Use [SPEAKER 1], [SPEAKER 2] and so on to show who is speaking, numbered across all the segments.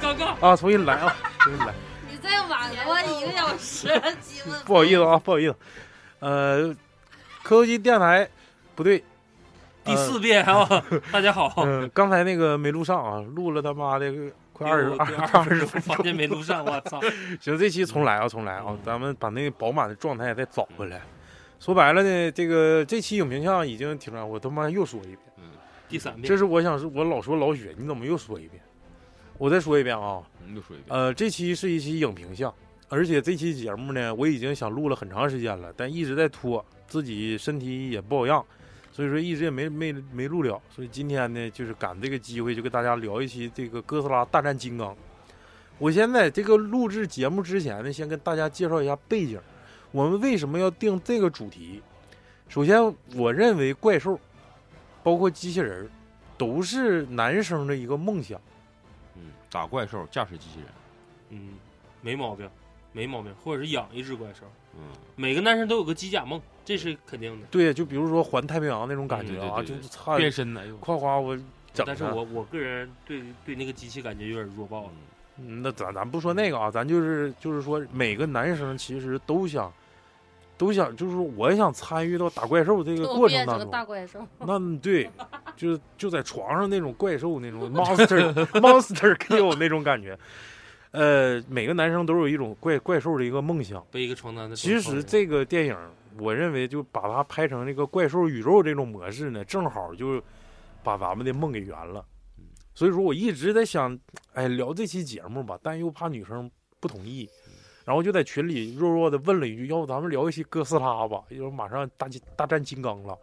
[SPEAKER 1] 高高，
[SPEAKER 2] 啊，重新来啊，重新来。
[SPEAKER 3] 你再晚了吧一个小时，几分
[SPEAKER 2] 不好意思啊，不好意思。呃，科技电台不对，
[SPEAKER 1] 第四遍啊！大家好，
[SPEAKER 2] 嗯、呃刚才那个没录上啊，录了他妈的快 二十
[SPEAKER 1] 第
[SPEAKER 2] 二
[SPEAKER 1] 第
[SPEAKER 2] 快二
[SPEAKER 1] 哎二
[SPEAKER 2] 十
[SPEAKER 1] 十
[SPEAKER 2] 分
[SPEAKER 1] 发
[SPEAKER 2] 钟。
[SPEAKER 1] 现没录上，我操！
[SPEAKER 2] 行，这期重来啊，重来啊
[SPEAKER 1] 嗯，
[SPEAKER 2] 咱们把那个饱满的状态再找回来。说白了呢，这个这期影评项已经挺出来，我他妈又说一遍，
[SPEAKER 1] 第三遍
[SPEAKER 2] 这，是我想说，我老说老许，你怎么又说一遍？我再说一遍啊，
[SPEAKER 4] 嗯你就说一遍，
[SPEAKER 2] 呃，这期是一期影评项，而且这期节目呢，我已经想录了很长时间了，但一直在拖，自己身体也不好样，所以说一直也没没没录了。所以今天呢，就是赶这个机会，就跟大家聊一期这个哥斯拉大战金刚。我现在这个录制节目之前呢，先跟大家介绍一下背景，我们为什么要定这个主题？首先，我认为怪兽，包括机器人儿，都是男生的一个梦想。
[SPEAKER 4] 嗯，打怪兽，驾驶机器人，
[SPEAKER 1] 嗯，没毛病，没毛病，或者是养一只怪兽，
[SPEAKER 4] 嗯，
[SPEAKER 1] 每个男生都有个机甲梦，这是肯定的。
[SPEAKER 2] 对，就比如说环太平洋那种感觉啊，
[SPEAKER 4] 嗯对对对
[SPEAKER 2] 就是差
[SPEAKER 4] 变身的，哎呦，
[SPEAKER 2] 夸夸我整的。
[SPEAKER 1] 但是我我个人对对那个机器感觉有点弱爆了，
[SPEAKER 4] 嗯
[SPEAKER 2] 嗯那咱咱不说那个啊，咱就是就是说每个男生其实都想都想，就是说我也想参与到打怪兽这个
[SPEAKER 3] 我
[SPEAKER 2] 过
[SPEAKER 3] 变
[SPEAKER 2] 程
[SPEAKER 3] 成个
[SPEAKER 2] 当中。
[SPEAKER 3] 大怪兽，
[SPEAKER 2] 那你对，就就在床上那种怪兽那种 monster monster kill 那种感觉。呃，每个男生都有一种怪怪兽的一个梦想。
[SPEAKER 1] 背一个床单的。
[SPEAKER 2] 其实这个电影，我认为就把它拍成这个怪兽宇宙这种模式呢，正好就把咱们的梦给圆了。所以说我一直在想，哎，聊这期节目吧，但又怕女生不同意，然后就在群里弱弱的问了一句，要不咱们聊一期哥斯拉吧？因为马上大金大战金刚了。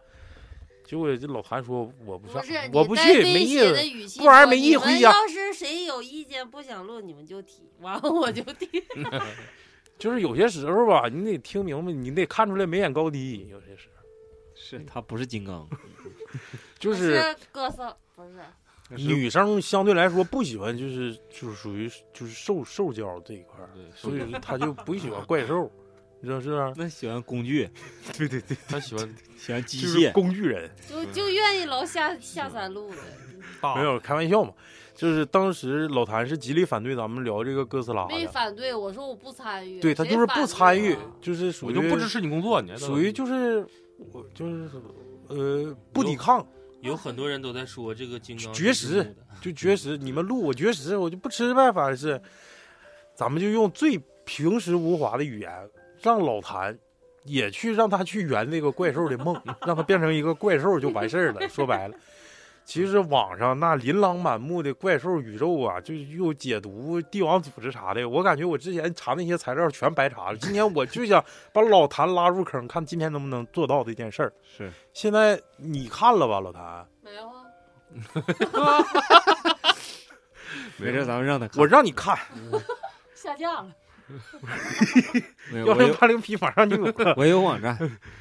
[SPEAKER 2] 结果这老谭说我不上
[SPEAKER 3] 不是，，
[SPEAKER 2] 我
[SPEAKER 3] 你
[SPEAKER 2] 不去
[SPEAKER 3] 带，
[SPEAKER 2] 没
[SPEAKER 3] 威
[SPEAKER 2] 意
[SPEAKER 3] 胁
[SPEAKER 2] 思
[SPEAKER 3] 的。语气
[SPEAKER 2] 不玩
[SPEAKER 3] 说
[SPEAKER 2] 儿没意思
[SPEAKER 3] 你们
[SPEAKER 2] 呀
[SPEAKER 3] 要是谁有意见不想录，你们就提，完了我就提。
[SPEAKER 2] 就是有些时候吧，你得听明白，你得看出来眉眼高低。有些时候
[SPEAKER 5] 是他不是金刚，
[SPEAKER 2] 就
[SPEAKER 3] 不
[SPEAKER 2] 是
[SPEAKER 3] 是哥斯，不是
[SPEAKER 2] 女生相对来说不喜欢，就是就是属于就是受受教这一块儿，
[SPEAKER 4] 对，
[SPEAKER 2] 所以说她就不喜欢怪兽，你知道是吧？
[SPEAKER 5] 那喜欢 工具，
[SPEAKER 2] 对对对，
[SPEAKER 4] 他喜 欢
[SPEAKER 5] 喜欢机
[SPEAKER 2] 就是
[SPEAKER 5] 械，
[SPEAKER 2] 工具人，
[SPEAKER 3] 就就愿意老下下三路的，
[SPEAKER 4] 大
[SPEAKER 2] 没有开玩笑嘛。就是当时老谭是极力反对咱们聊这个哥斯拉
[SPEAKER 3] 没
[SPEAKER 2] 的，
[SPEAKER 3] 反对，我说我不参与，
[SPEAKER 2] 对他就是不参与
[SPEAKER 3] 谁反对啊，
[SPEAKER 2] 就是属
[SPEAKER 4] 我
[SPEAKER 2] 于
[SPEAKER 4] 就不支持你工作，你还
[SPEAKER 2] 属于就是我就是呃不
[SPEAKER 1] 有
[SPEAKER 2] 抵抗
[SPEAKER 1] 有很多人都在说这个金刚
[SPEAKER 2] 绝食
[SPEAKER 1] 是木的，
[SPEAKER 2] 就绝食，你们录我绝食，我就不吃呗，反正是，咱们就用最平实无华的语言，让老谭也去让他去圆那个怪兽的梦，让他变成一个怪兽就完事儿了。说白了，其实网上那琳琅满目的怪兽宇宙啊，就又解读帝王组织啥的，我感觉我之前查那些材料全白查了。今天我就想把老谭拉入坑，看今天能不能做到这件事儿。
[SPEAKER 5] 是
[SPEAKER 2] 现在你看了吧，老谭？
[SPEAKER 3] 没有啊，
[SPEAKER 5] 没事，咱们让他看。
[SPEAKER 2] 我让你看
[SPEAKER 3] 下架了，
[SPEAKER 5] 没有
[SPEAKER 2] 幺
[SPEAKER 5] 我
[SPEAKER 2] 零
[SPEAKER 5] 有
[SPEAKER 2] 八零 P，马上就有。
[SPEAKER 5] 我有网站，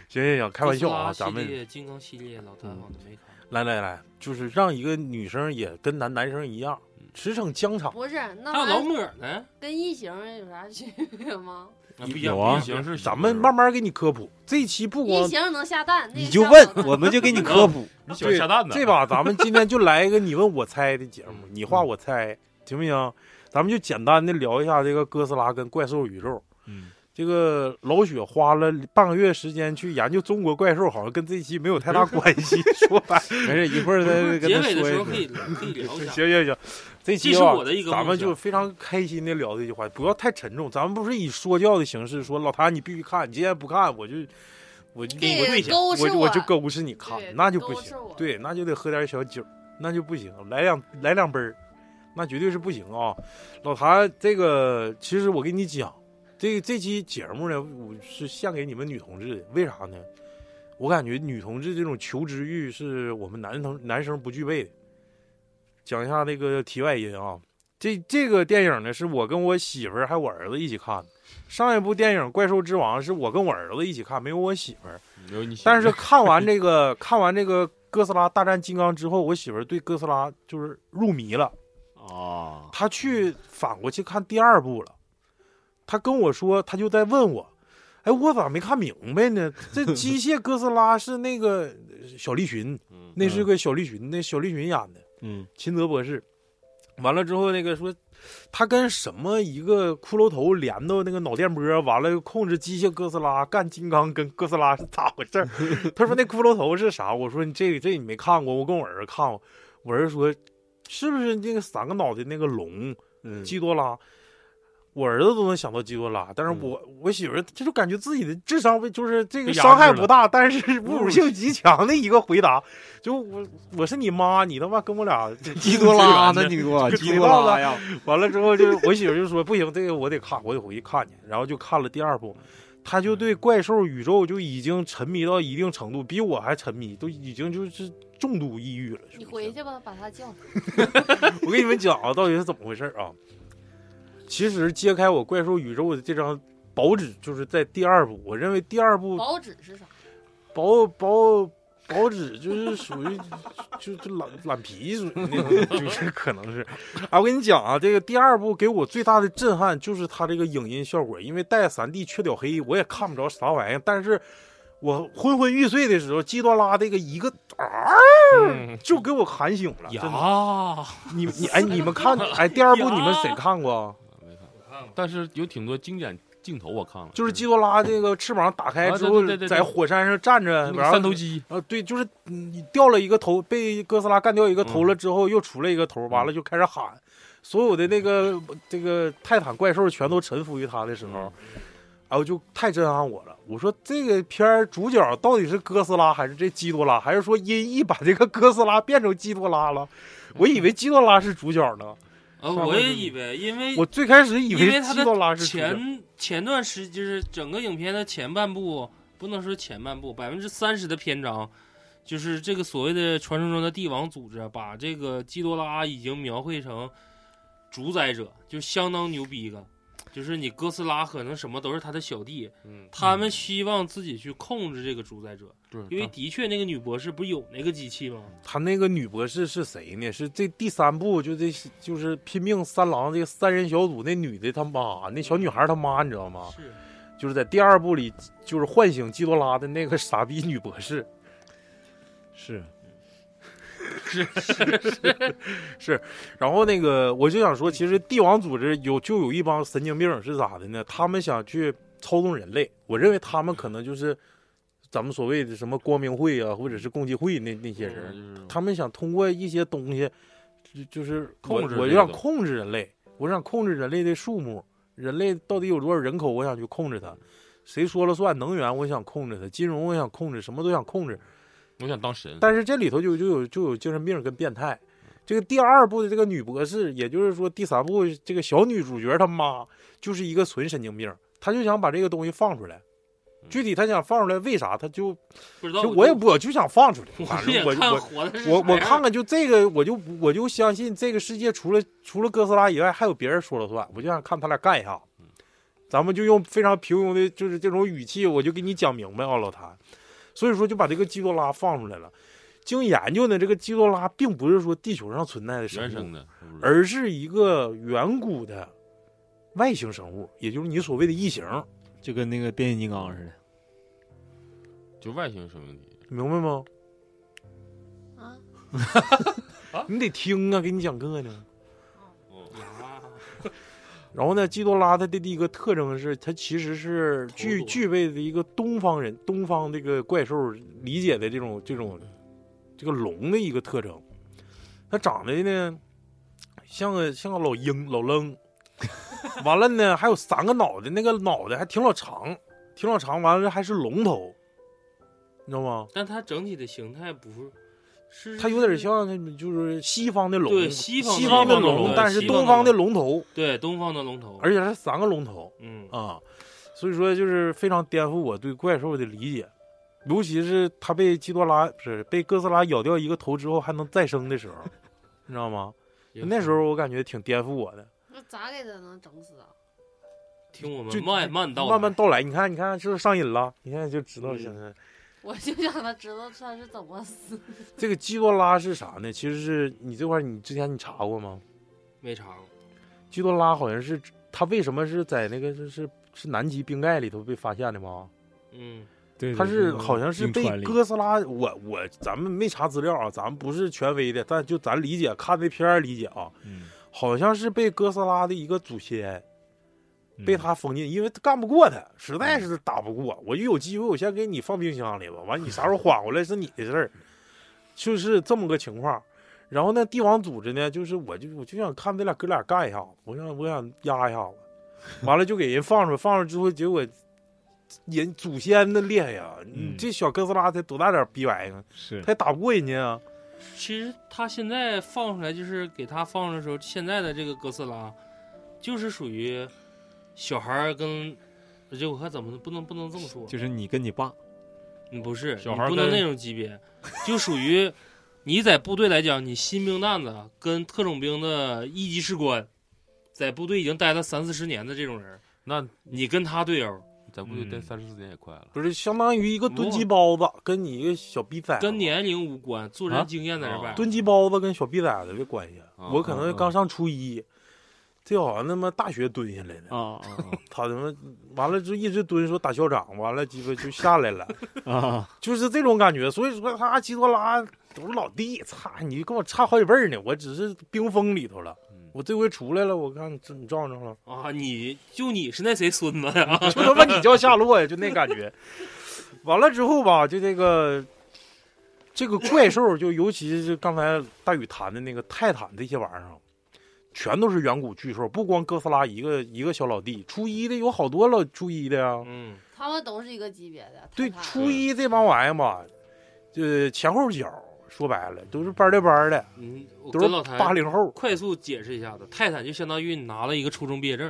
[SPEAKER 2] 行行行，开玩笑啊，
[SPEAKER 1] 哥斯拉系
[SPEAKER 2] 咱们
[SPEAKER 1] 列金刚系列老谭好像没看，
[SPEAKER 2] 来来来，就是让一个女生也跟男男生一样
[SPEAKER 5] 嗯
[SPEAKER 2] 驰骋疆场。
[SPEAKER 3] 不是那
[SPEAKER 1] 还有老
[SPEAKER 3] 玩意儿
[SPEAKER 1] 母呢，
[SPEAKER 3] 跟异形有啥区别吗？
[SPEAKER 1] 啊
[SPEAKER 2] 有
[SPEAKER 1] 不一样
[SPEAKER 5] 有啊
[SPEAKER 1] 不一样
[SPEAKER 4] 形式，
[SPEAKER 2] 咱们慢慢给你科普，这一期不
[SPEAKER 3] 异
[SPEAKER 2] 光
[SPEAKER 3] 形能下蛋，那
[SPEAKER 5] 你
[SPEAKER 3] 个
[SPEAKER 5] 就
[SPEAKER 3] 下
[SPEAKER 5] 问
[SPEAKER 3] 不了，蛋
[SPEAKER 5] 我们就给你 科普。
[SPEAKER 4] 你喜欢下蛋的，
[SPEAKER 2] 这把，咱们今天就来一个你问我猜的 节
[SPEAKER 5] 嗯
[SPEAKER 2] 目，你画我猜，行不行？咱们就简单的聊一下这个哥斯拉跟怪兽宇宙。
[SPEAKER 5] 嗯，
[SPEAKER 2] 这个老雪花了半个月时间去研究中国怪兽，好像跟这一期没有太大关系。说白了，
[SPEAKER 5] 没事，一会儿再跟
[SPEAKER 1] 结
[SPEAKER 5] 他
[SPEAKER 1] 尾的时候
[SPEAKER 5] 说
[SPEAKER 1] 可
[SPEAKER 5] 一
[SPEAKER 1] 以可以聊一
[SPEAKER 2] 行
[SPEAKER 1] 下。
[SPEAKER 2] 行行，这期
[SPEAKER 1] 这是
[SPEAKER 2] 啊
[SPEAKER 1] 我的一个
[SPEAKER 2] 咱们
[SPEAKER 1] 梦想
[SPEAKER 2] 就非常开心的聊这句话，不要太沉重。咱们不是以说教的形式说，老谭你必须看，你今天不看我就我就
[SPEAKER 3] 这
[SPEAKER 2] 我就
[SPEAKER 3] 个勾是
[SPEAKER 2] 我就我就勾着你看
[SPEAKER 3] 对，
[SPEAKER 2] 那就不行
[SPEAKER 3] 勾
[SPEAKER 6] 啊
[SPEAKER 3] 着我。
[SPEAKER 2] 对，那就得喝点小酒，那就不行，来两来两杯儿，那绝对是不行啊。老谭，这个其实我跟你讲，这这期节目呢，我是献给你们女同志的，为啥呢？我感觉女同志这种求知欲是我们男同男生不具备的。讲一下那个题外音啊，这这个电影呢，是我跟我媳妇儿还有我儿子一起看的。上一部电影《怪兽之王》是我跟我儿子一起看，没有我媳妇儿。
[SPEAKER 4] 有 你喜欢
[SPEAKER 2] 但是看完这个 看完这个哥斯拉大战金刚之后，我媳妇儿对哥斯拉就是入迷了，
[SPEAKER 5] 哦，
[SPEAKER 2] 她去反过去看第二部了。她跟我说，她就在问我，哎，我咋没看明白呢？这机械哥斯拉是那个呃小栗旬，
[SPEAKER 4] 嗯
[SPEAKER 2] 那是个小栗旬，那小栗旬演的，
[SPEAKER 5] 嗯，
[SPEAKER 2] 秦泽博士。完了之后，那个说他跟什么一个骷髅头连到那个脑电波，完了控制机械哥斯拉干金刚跟哥斯拉是咋回事儿？ 他说那骷髅头是啥？我说你这个这你没看过，我跟我儿子看过，我儿子说是不是那个三个脑袋那个龙
[SPEAKER 5] 嗯
[SPEAKER 2] 基多拉？我儿子都能想到基多拉，但是我、我媳妇儿就是感觉自己的智商被就是这个
[SPEAKER 1] 被压
[SPEAKER 2] 伤害
[SPEAKER 1] 制了
[SPEAKER 2] 不大，但是侮辱性极强的一个回答，就我我是你妈，你他妈跟我俩
[SPEAKER 5] 基 多拉呢？你给我
[SPEAKER 2] 这
[SPEAKER 5] 基多拉呀！
[SPEAKER 2] 完了之后就，我媳妇就说不行，这个我得看，我得回去看去。然后就看了第二部，她就对怪兽宇宙就已经沉迷到一定程度，比我还沉迷，都已经就是重度抑郁了。
[SPEAKER 6] 你回去吧，把他叫来。
[SPEAKER 2] 我跟你们讲啊，到底是怎么回事啊？其实揭开我怪兽宇宙的这张薄纸，就是在第二部。我认为第二部
[SPEAKER 6] 薄纸是啥？
[SPEAKER 2] 薄薄薄纸就是属于就就懒懒皮属于那种，就是 可能是。啊，我跟你讲啊，这个第二部给我最大的震撼就是它这个影音效果，因为带三 D 缺角黑，我也看不着啥玩意儿，但是。我昏昏欲睡的时候，基多拉这个一个啊，
[SPEAKER 4] 嗯
[SPEAKER 2] 就给我喊醒了。真的，
[SPEAKER 1] 呀，
[SPEAKER 2] 你你哎，你们看哎，第二部你们谁看过啊？
[SPEAKER 4] 没看，但是有挺多经典镜头我看了，
[SPEAKER 2] 就是基多拉这个翅膀打开
[SPEAKER 4] 啊
[SPEAKER 2] 之
[SPEAKER 4] 对
[SPEAKER 2] 后
[SPEAKER 4] 对对，对
[SPEAKER 2] 在
[SPEAKER 4] 对
[SPEAKER 2] 火山上站着，
[SPEAKER 4] 那个
[SPEAKER 2] 然后
[SPEAKER 4] 三头肌，
[SPEAKER 2] 啊，对，就是你掉了一个头，被哥斯拉干掉一个头
[SPEAKER 4] 嗯
[SPEAKER 2] 了之后，又出来一个头，完了就开始喊，所有的那个这个泰坦怪兽全都臣服于他的时
[SPEAKER 4] 嗯
[SPEAKER 2] 候，哎、我就太震撼我了。我说这个片儿主角到底是哥斯拉还是这基多拉，还是说音译把这个哥斯拉变成基多拉了？我以为基多拉是主角呢，
[SPEAKER 1] 呃，我也以为，因为
[SPEAKER 2] 我最开始以
[SPEAKER 1] 因为他
[SPEAKER 2] 基
[SPEAKER 1] 的
[SPEAKER 2] 多拉是主角，
[SPEAKER 1] 前前段时就是整个影片的前半部，不能说前半部，百分之三十的篇章，就是这个所谓的传说中的帝王组织啊，把这个基多拉已经描绘成主宰者，就相当牛逼了。就是你哥斯拉可能什么都是他的小弟，
[SPEAKER 4] 嗯，
[SPEAKER 1] 他们希望自己去控制这个主宰者，
[SPEAKER 2] 嗯
[SPEAKER 4] 对，
[SPEAKER 1] 因为的确那个女博士不是有那个机器吗？
[SPEAKER 2] 他那个女博士是谁呢？是这第三部就这就是拼命三郎这个三人小组那女的他妈，那小女孩他妈，你知道吗？
[SPEAKER 1] 是
[SPEAKER 2] 就是在第二部里就是唤醒基多拉的那个傻逼女博士，
[SPEAKER 5] 是
[SPEAKER 2] 然后那个我就想说，其实帝王组织有就有一帮神经病是咋的呢？他们想去操纵人类，我认为他们可能就是咱们所谓的什么光明会啊，或者是共济会那那些
[SPEAKER 1] 嗯
[SPEAKER 2] 人，
[SPEAKER 4] 就是
[SPEAKER 2] 他们想通过一些东西，就就是我
[SPEAKER 4] 控制
[SPEAKER 2] 我就
[SPEAKER 4] 这个
[SPEAKER 2] 想
[SPEAKER 4] 东西
[SPEAKER 2] 控制人类，我想控制人类的数目，人类到底有多少人口，我想去控制它。谁说了算？能源我想控制它，金融我想控制，什么都想控制。
[SPEAKER 4] 我想当神，
[SPEAKER 2] 但是这里头就就有就有精神病跟变态。这个第二部的这个女博士，也就是说第三部这个小女主角她妈就是一个纯神经病，她就想把这个东西放出来。具体她想放出来，为啥？她就
[SPEAKER 1] 不知道
[SPEAKER 2] 就我也不我就想放出来，
[SPEAKER 1] 我
[SPEAKER 2] 反
[SPEAKER 1] 也
[SPEAKER 2] 正我
[SPEAKER 1] 看
[SPEAKER 2] 我
[SPEAKER 1] 活的是啊
[SPEAKER 2] 我
[SPEAKER 1] 啥
[SPEAKER 2] 我
[SPEAKER 1] 样
[SPEAKER 2] 看看就这个，我就不我就相信这个世界除了除了哥斯拉以外，还有别人说了算。我就想看他俩干一下
[SPEAKER 4] 嗯，
[SPEAKER 2] 咱们就用非常平庸的，就是这种语气，我就给你讲明白啊，老谭。所以说就把这个基多拉放出来了。经研究呢，这个基多拉并不是说地球上存在的生
[SPEAKER 4] 原
[SPEAKER 2] 物
[SPEAKER 4] 生，的，是不是
[SPEAKER 2] 而是一个远古的外星生物，也就是你所谓的异形，
[SPEAKER 5] 就跟那个变形金刚似的。
[SPEAKER 4] 就外星生命体，
[SPEAKER 2] 明白吗？
[SPEAKER 6] 啊，
[SPEAKER 2] 你得听啊，给你讲课呢。
[SPEAKER 5] 嗯
[SPEAKER 1] 呀
[SPEAKER 2] 然后呢，基多拉它的第一个特征是，它其实是具
[SPEAKER 1] 多
[SPEAKER 2] 具备的一个东方人、东方这个怪兽理解的这种这
[SPEAKER 1] 嗯
[SPEAKER 2] 种这个龙的一个特征。它长得呢像个像个老鹰、老愣，完了呢还有三个脑袋，那个脑袋还挺老长，挺老长，完了还是龙头，你知道吗？
[SPEAKER 1] 但它整体的形态不是，是
[SPEAKER 2] 它有点像那种就是西方的龙，
[SPEAKER 1] 对西方的
[SPEAKER 2] 的
[SPEAKER 1] 龙
[SPEAKER 2] 龙，
[SPEAKER 1] 对
[SPEAKER 2] 但是
[SPEAKER 1] 西
[SPEAKER 2] 东
[SPEAKER 1] 方
[SPEAKER 2] 方
[SPEAKER 1] 的
[SPEAKER 2] 的龙头，
[SPEAKER 1] 对东方的龙头，
[SPEAKER 2] 而且是三个龙头。
[SPEAKER 1] 嗯，
[SPEAKER 2] 啊，所以说就是非常颠覆我对怪兽的理解，尤其是他被基多拉不是被哥斯拉咬掉一个头之后还能再生的时候， 你知道吗？
[SPEAKER 1] 也
[SPEAKER 2] 那时候我感觉挺颠覆我的。
[SPEAKER 6] 那咋给他能整死啊？
[SPEAKER 1] 听我
[SPEAKER 2] 就
[SPEAKER 1] 们慢慢道来，
[SPEAKER 2] 慢慢道来，你看，你看，是不是上瘾了？你看就知道
[SPEAKER 1] 嗯
[SPEAKER 2] 现在、
[SPEAKER 6] 我就想他知道他是怎么死的。
[SPEAKER 2] 这个基多拉是啥呢？其实是你这块儿你之前你查过吗？
[SPEAKER 1] 没尝过，
[SPEAKER 2] 基多拉好像是它为什么是在那个就是是南极冰盖里头被发现的吗？
[SPEAKER 1] 嗯，
[SPEAKER 5] 对
[SPEAKER 2] 他是好像是被
[SPEAKER 5] 割。
[SPEAKER 2] 哥斯拉，我我咱们没查资料啊，咱们不是权威的，但就咱理解看那片儿理解啊，
[SPEAKER 5] 嗯
[SPEAKER 2] 好像是被哥斯拉的一个祖先
[SPEAKER 5] 嗯
[SPEAKER 2] 被他封印，因为他干不过他，实在是打不过。我一有机会，我先给你放冰箱里吧，完你啥时候缓过来是你的事儿， 就是这么个情况。然后呢，帝王组织呢，就是我就我就想看这俩哥俩干一下子，我想我想压一下子，完了就给人放出来，放出来之后，结果人祖先那厉害呀，你
[SPEAKER 5] 嗯
[SPEAKER 2] 这小哥斯拉才多大点儿逼玩意儿，啊
[SPEAKER 5] 是
[SPEAKER 2] 他也打不过人家啊。
[SPEAKER 1] 其实他现在放出来，就是给他放出来的时候，现在的这个哥斯拉，啊就是属于小孩儿跟，就我看怎么不能不能这么说，
[SPEAKER 5] 就是你跟你爸，
[SPEAKER 1] 你不是
[SPEAKER 4] 小孩儿
[SPEAKER 1] 你不能
[SPEAKER 4] 跟
[SPEAKER 1] 那种级别，就属于你在部队来讲，你新兵蛋子跟特种兵的一级士官，在部队已经待了三四十年的这种人儿，
[SPEAKER 5] 哎
[SPEAKER 4] 那
[SPEAKER 1] 你跟他队友，
[SPEAKER 4] 在部队待
[SPEAKER 5] 嗯
[SPEAKER 4] 三十四年也快了。
[SPEAKER 2] 不是相当于一个炖鸡包子跟你一个小逼崽子，
[SPEAKER 1] 跟年龄无关，做
[SPEAKER 4] 啊
[SPEAKER 1] 人经验在这儿摆着。
[SPEAKER 2] 炖鸡包子跟小逼崽子的关系。
[SPEAKER 4] 啊
[SPEAKER 2] 我可能刚上初一，这好像他妈大学蹲下来的，
[SPEAKER 5] 啊
[SPEAKER 2] 他他妈完了就一直蹲说打校长，完了鸡巴就下来了，
[SPEAKER 5] 啊啊！
[SPEAKER 2] 就是这种感觉。所以说他基多拉都是老弟，操你跟我差好几辈儿呢，我只是冰封里头了。
[SPEAKER 4] 嗯
[SPEAKER 2] 我这回出来了，我看你这你照着了，
[SPEAKER 1] 啊，你就你是那谁孙子呀？
[SPEAKER 2] 就他妈 你叫夏洛呀，就那 感觉。完了之后吧，就这个这个怪兽，就尤其是刚才大宇谈的那个泰坦这些玩意儿啊，全都是远古巨兽，不光哥斯拉一个一个小老弟，初一的有好多老初一的呀、
[SPEAKER 1] 嗯，
[SPEAKER 6] 他们都是一个级别的。
[SPEAKER 2] 对，
[SPEAKER 6] 太太
[SPEAKER 2] 初一这帮玩意儿吧，呃，前后脚说白了都是班儿对班儿的，
[SPEAKER 1] 嗯，我
[SPEAKER 2] 都
[SPEAKER 1] 跟
[SPEAKER 2] 是
[SPEAKER 1] 老谭
[SPEAKER 2] 八零后。
[SPEAKER 1] 快速解释一下子，泰坦就相当于你拿了一个初中毕业证，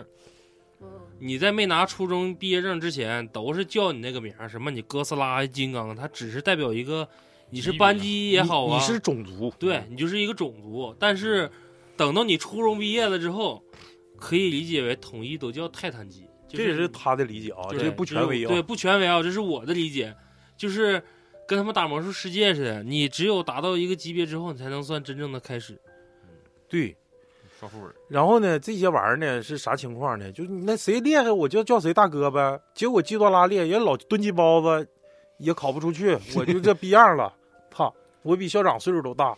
[SPEAKER 6] 嗯
[SPEAKER 1] 你在没拿初中毕业证之前，都是叫你那个名儿，什么你哥斯拉、金刚，它只是代表一个你是班级也好啊，
[SPEAKER 2] 你，你是种族，
[SPEAKER 1] 对你就是一个种族。但是等到你初中毕业了之后，可以理解为统一都叫泰坦级，就
[SPEAKER 2] 这也是他的理解啊，
[SPEAKER 1] 对
[SPEAKER 2] 这不权威
[SPEAKER 1] 就
[SPEAKER 2] 啊。
[SPEAKER 1] 是对，不权威啊，这是我的理解，就是跟他们打魔兽世界似的，你只有达到一个级别之后，你才能算真正的开始。
[SPEAKER 2] 对，
[SPEAKER 4] 嗯刷副本，
[SPEAKER 2] 然后呢，这些玩意儿呢是啥情况呢？就是你那谁厉害，我就叫谁大哥呗。结果基多拉厉害，人老蹲鸡包子也考不出去，我就这逼样了。操，我比校长岁数都大，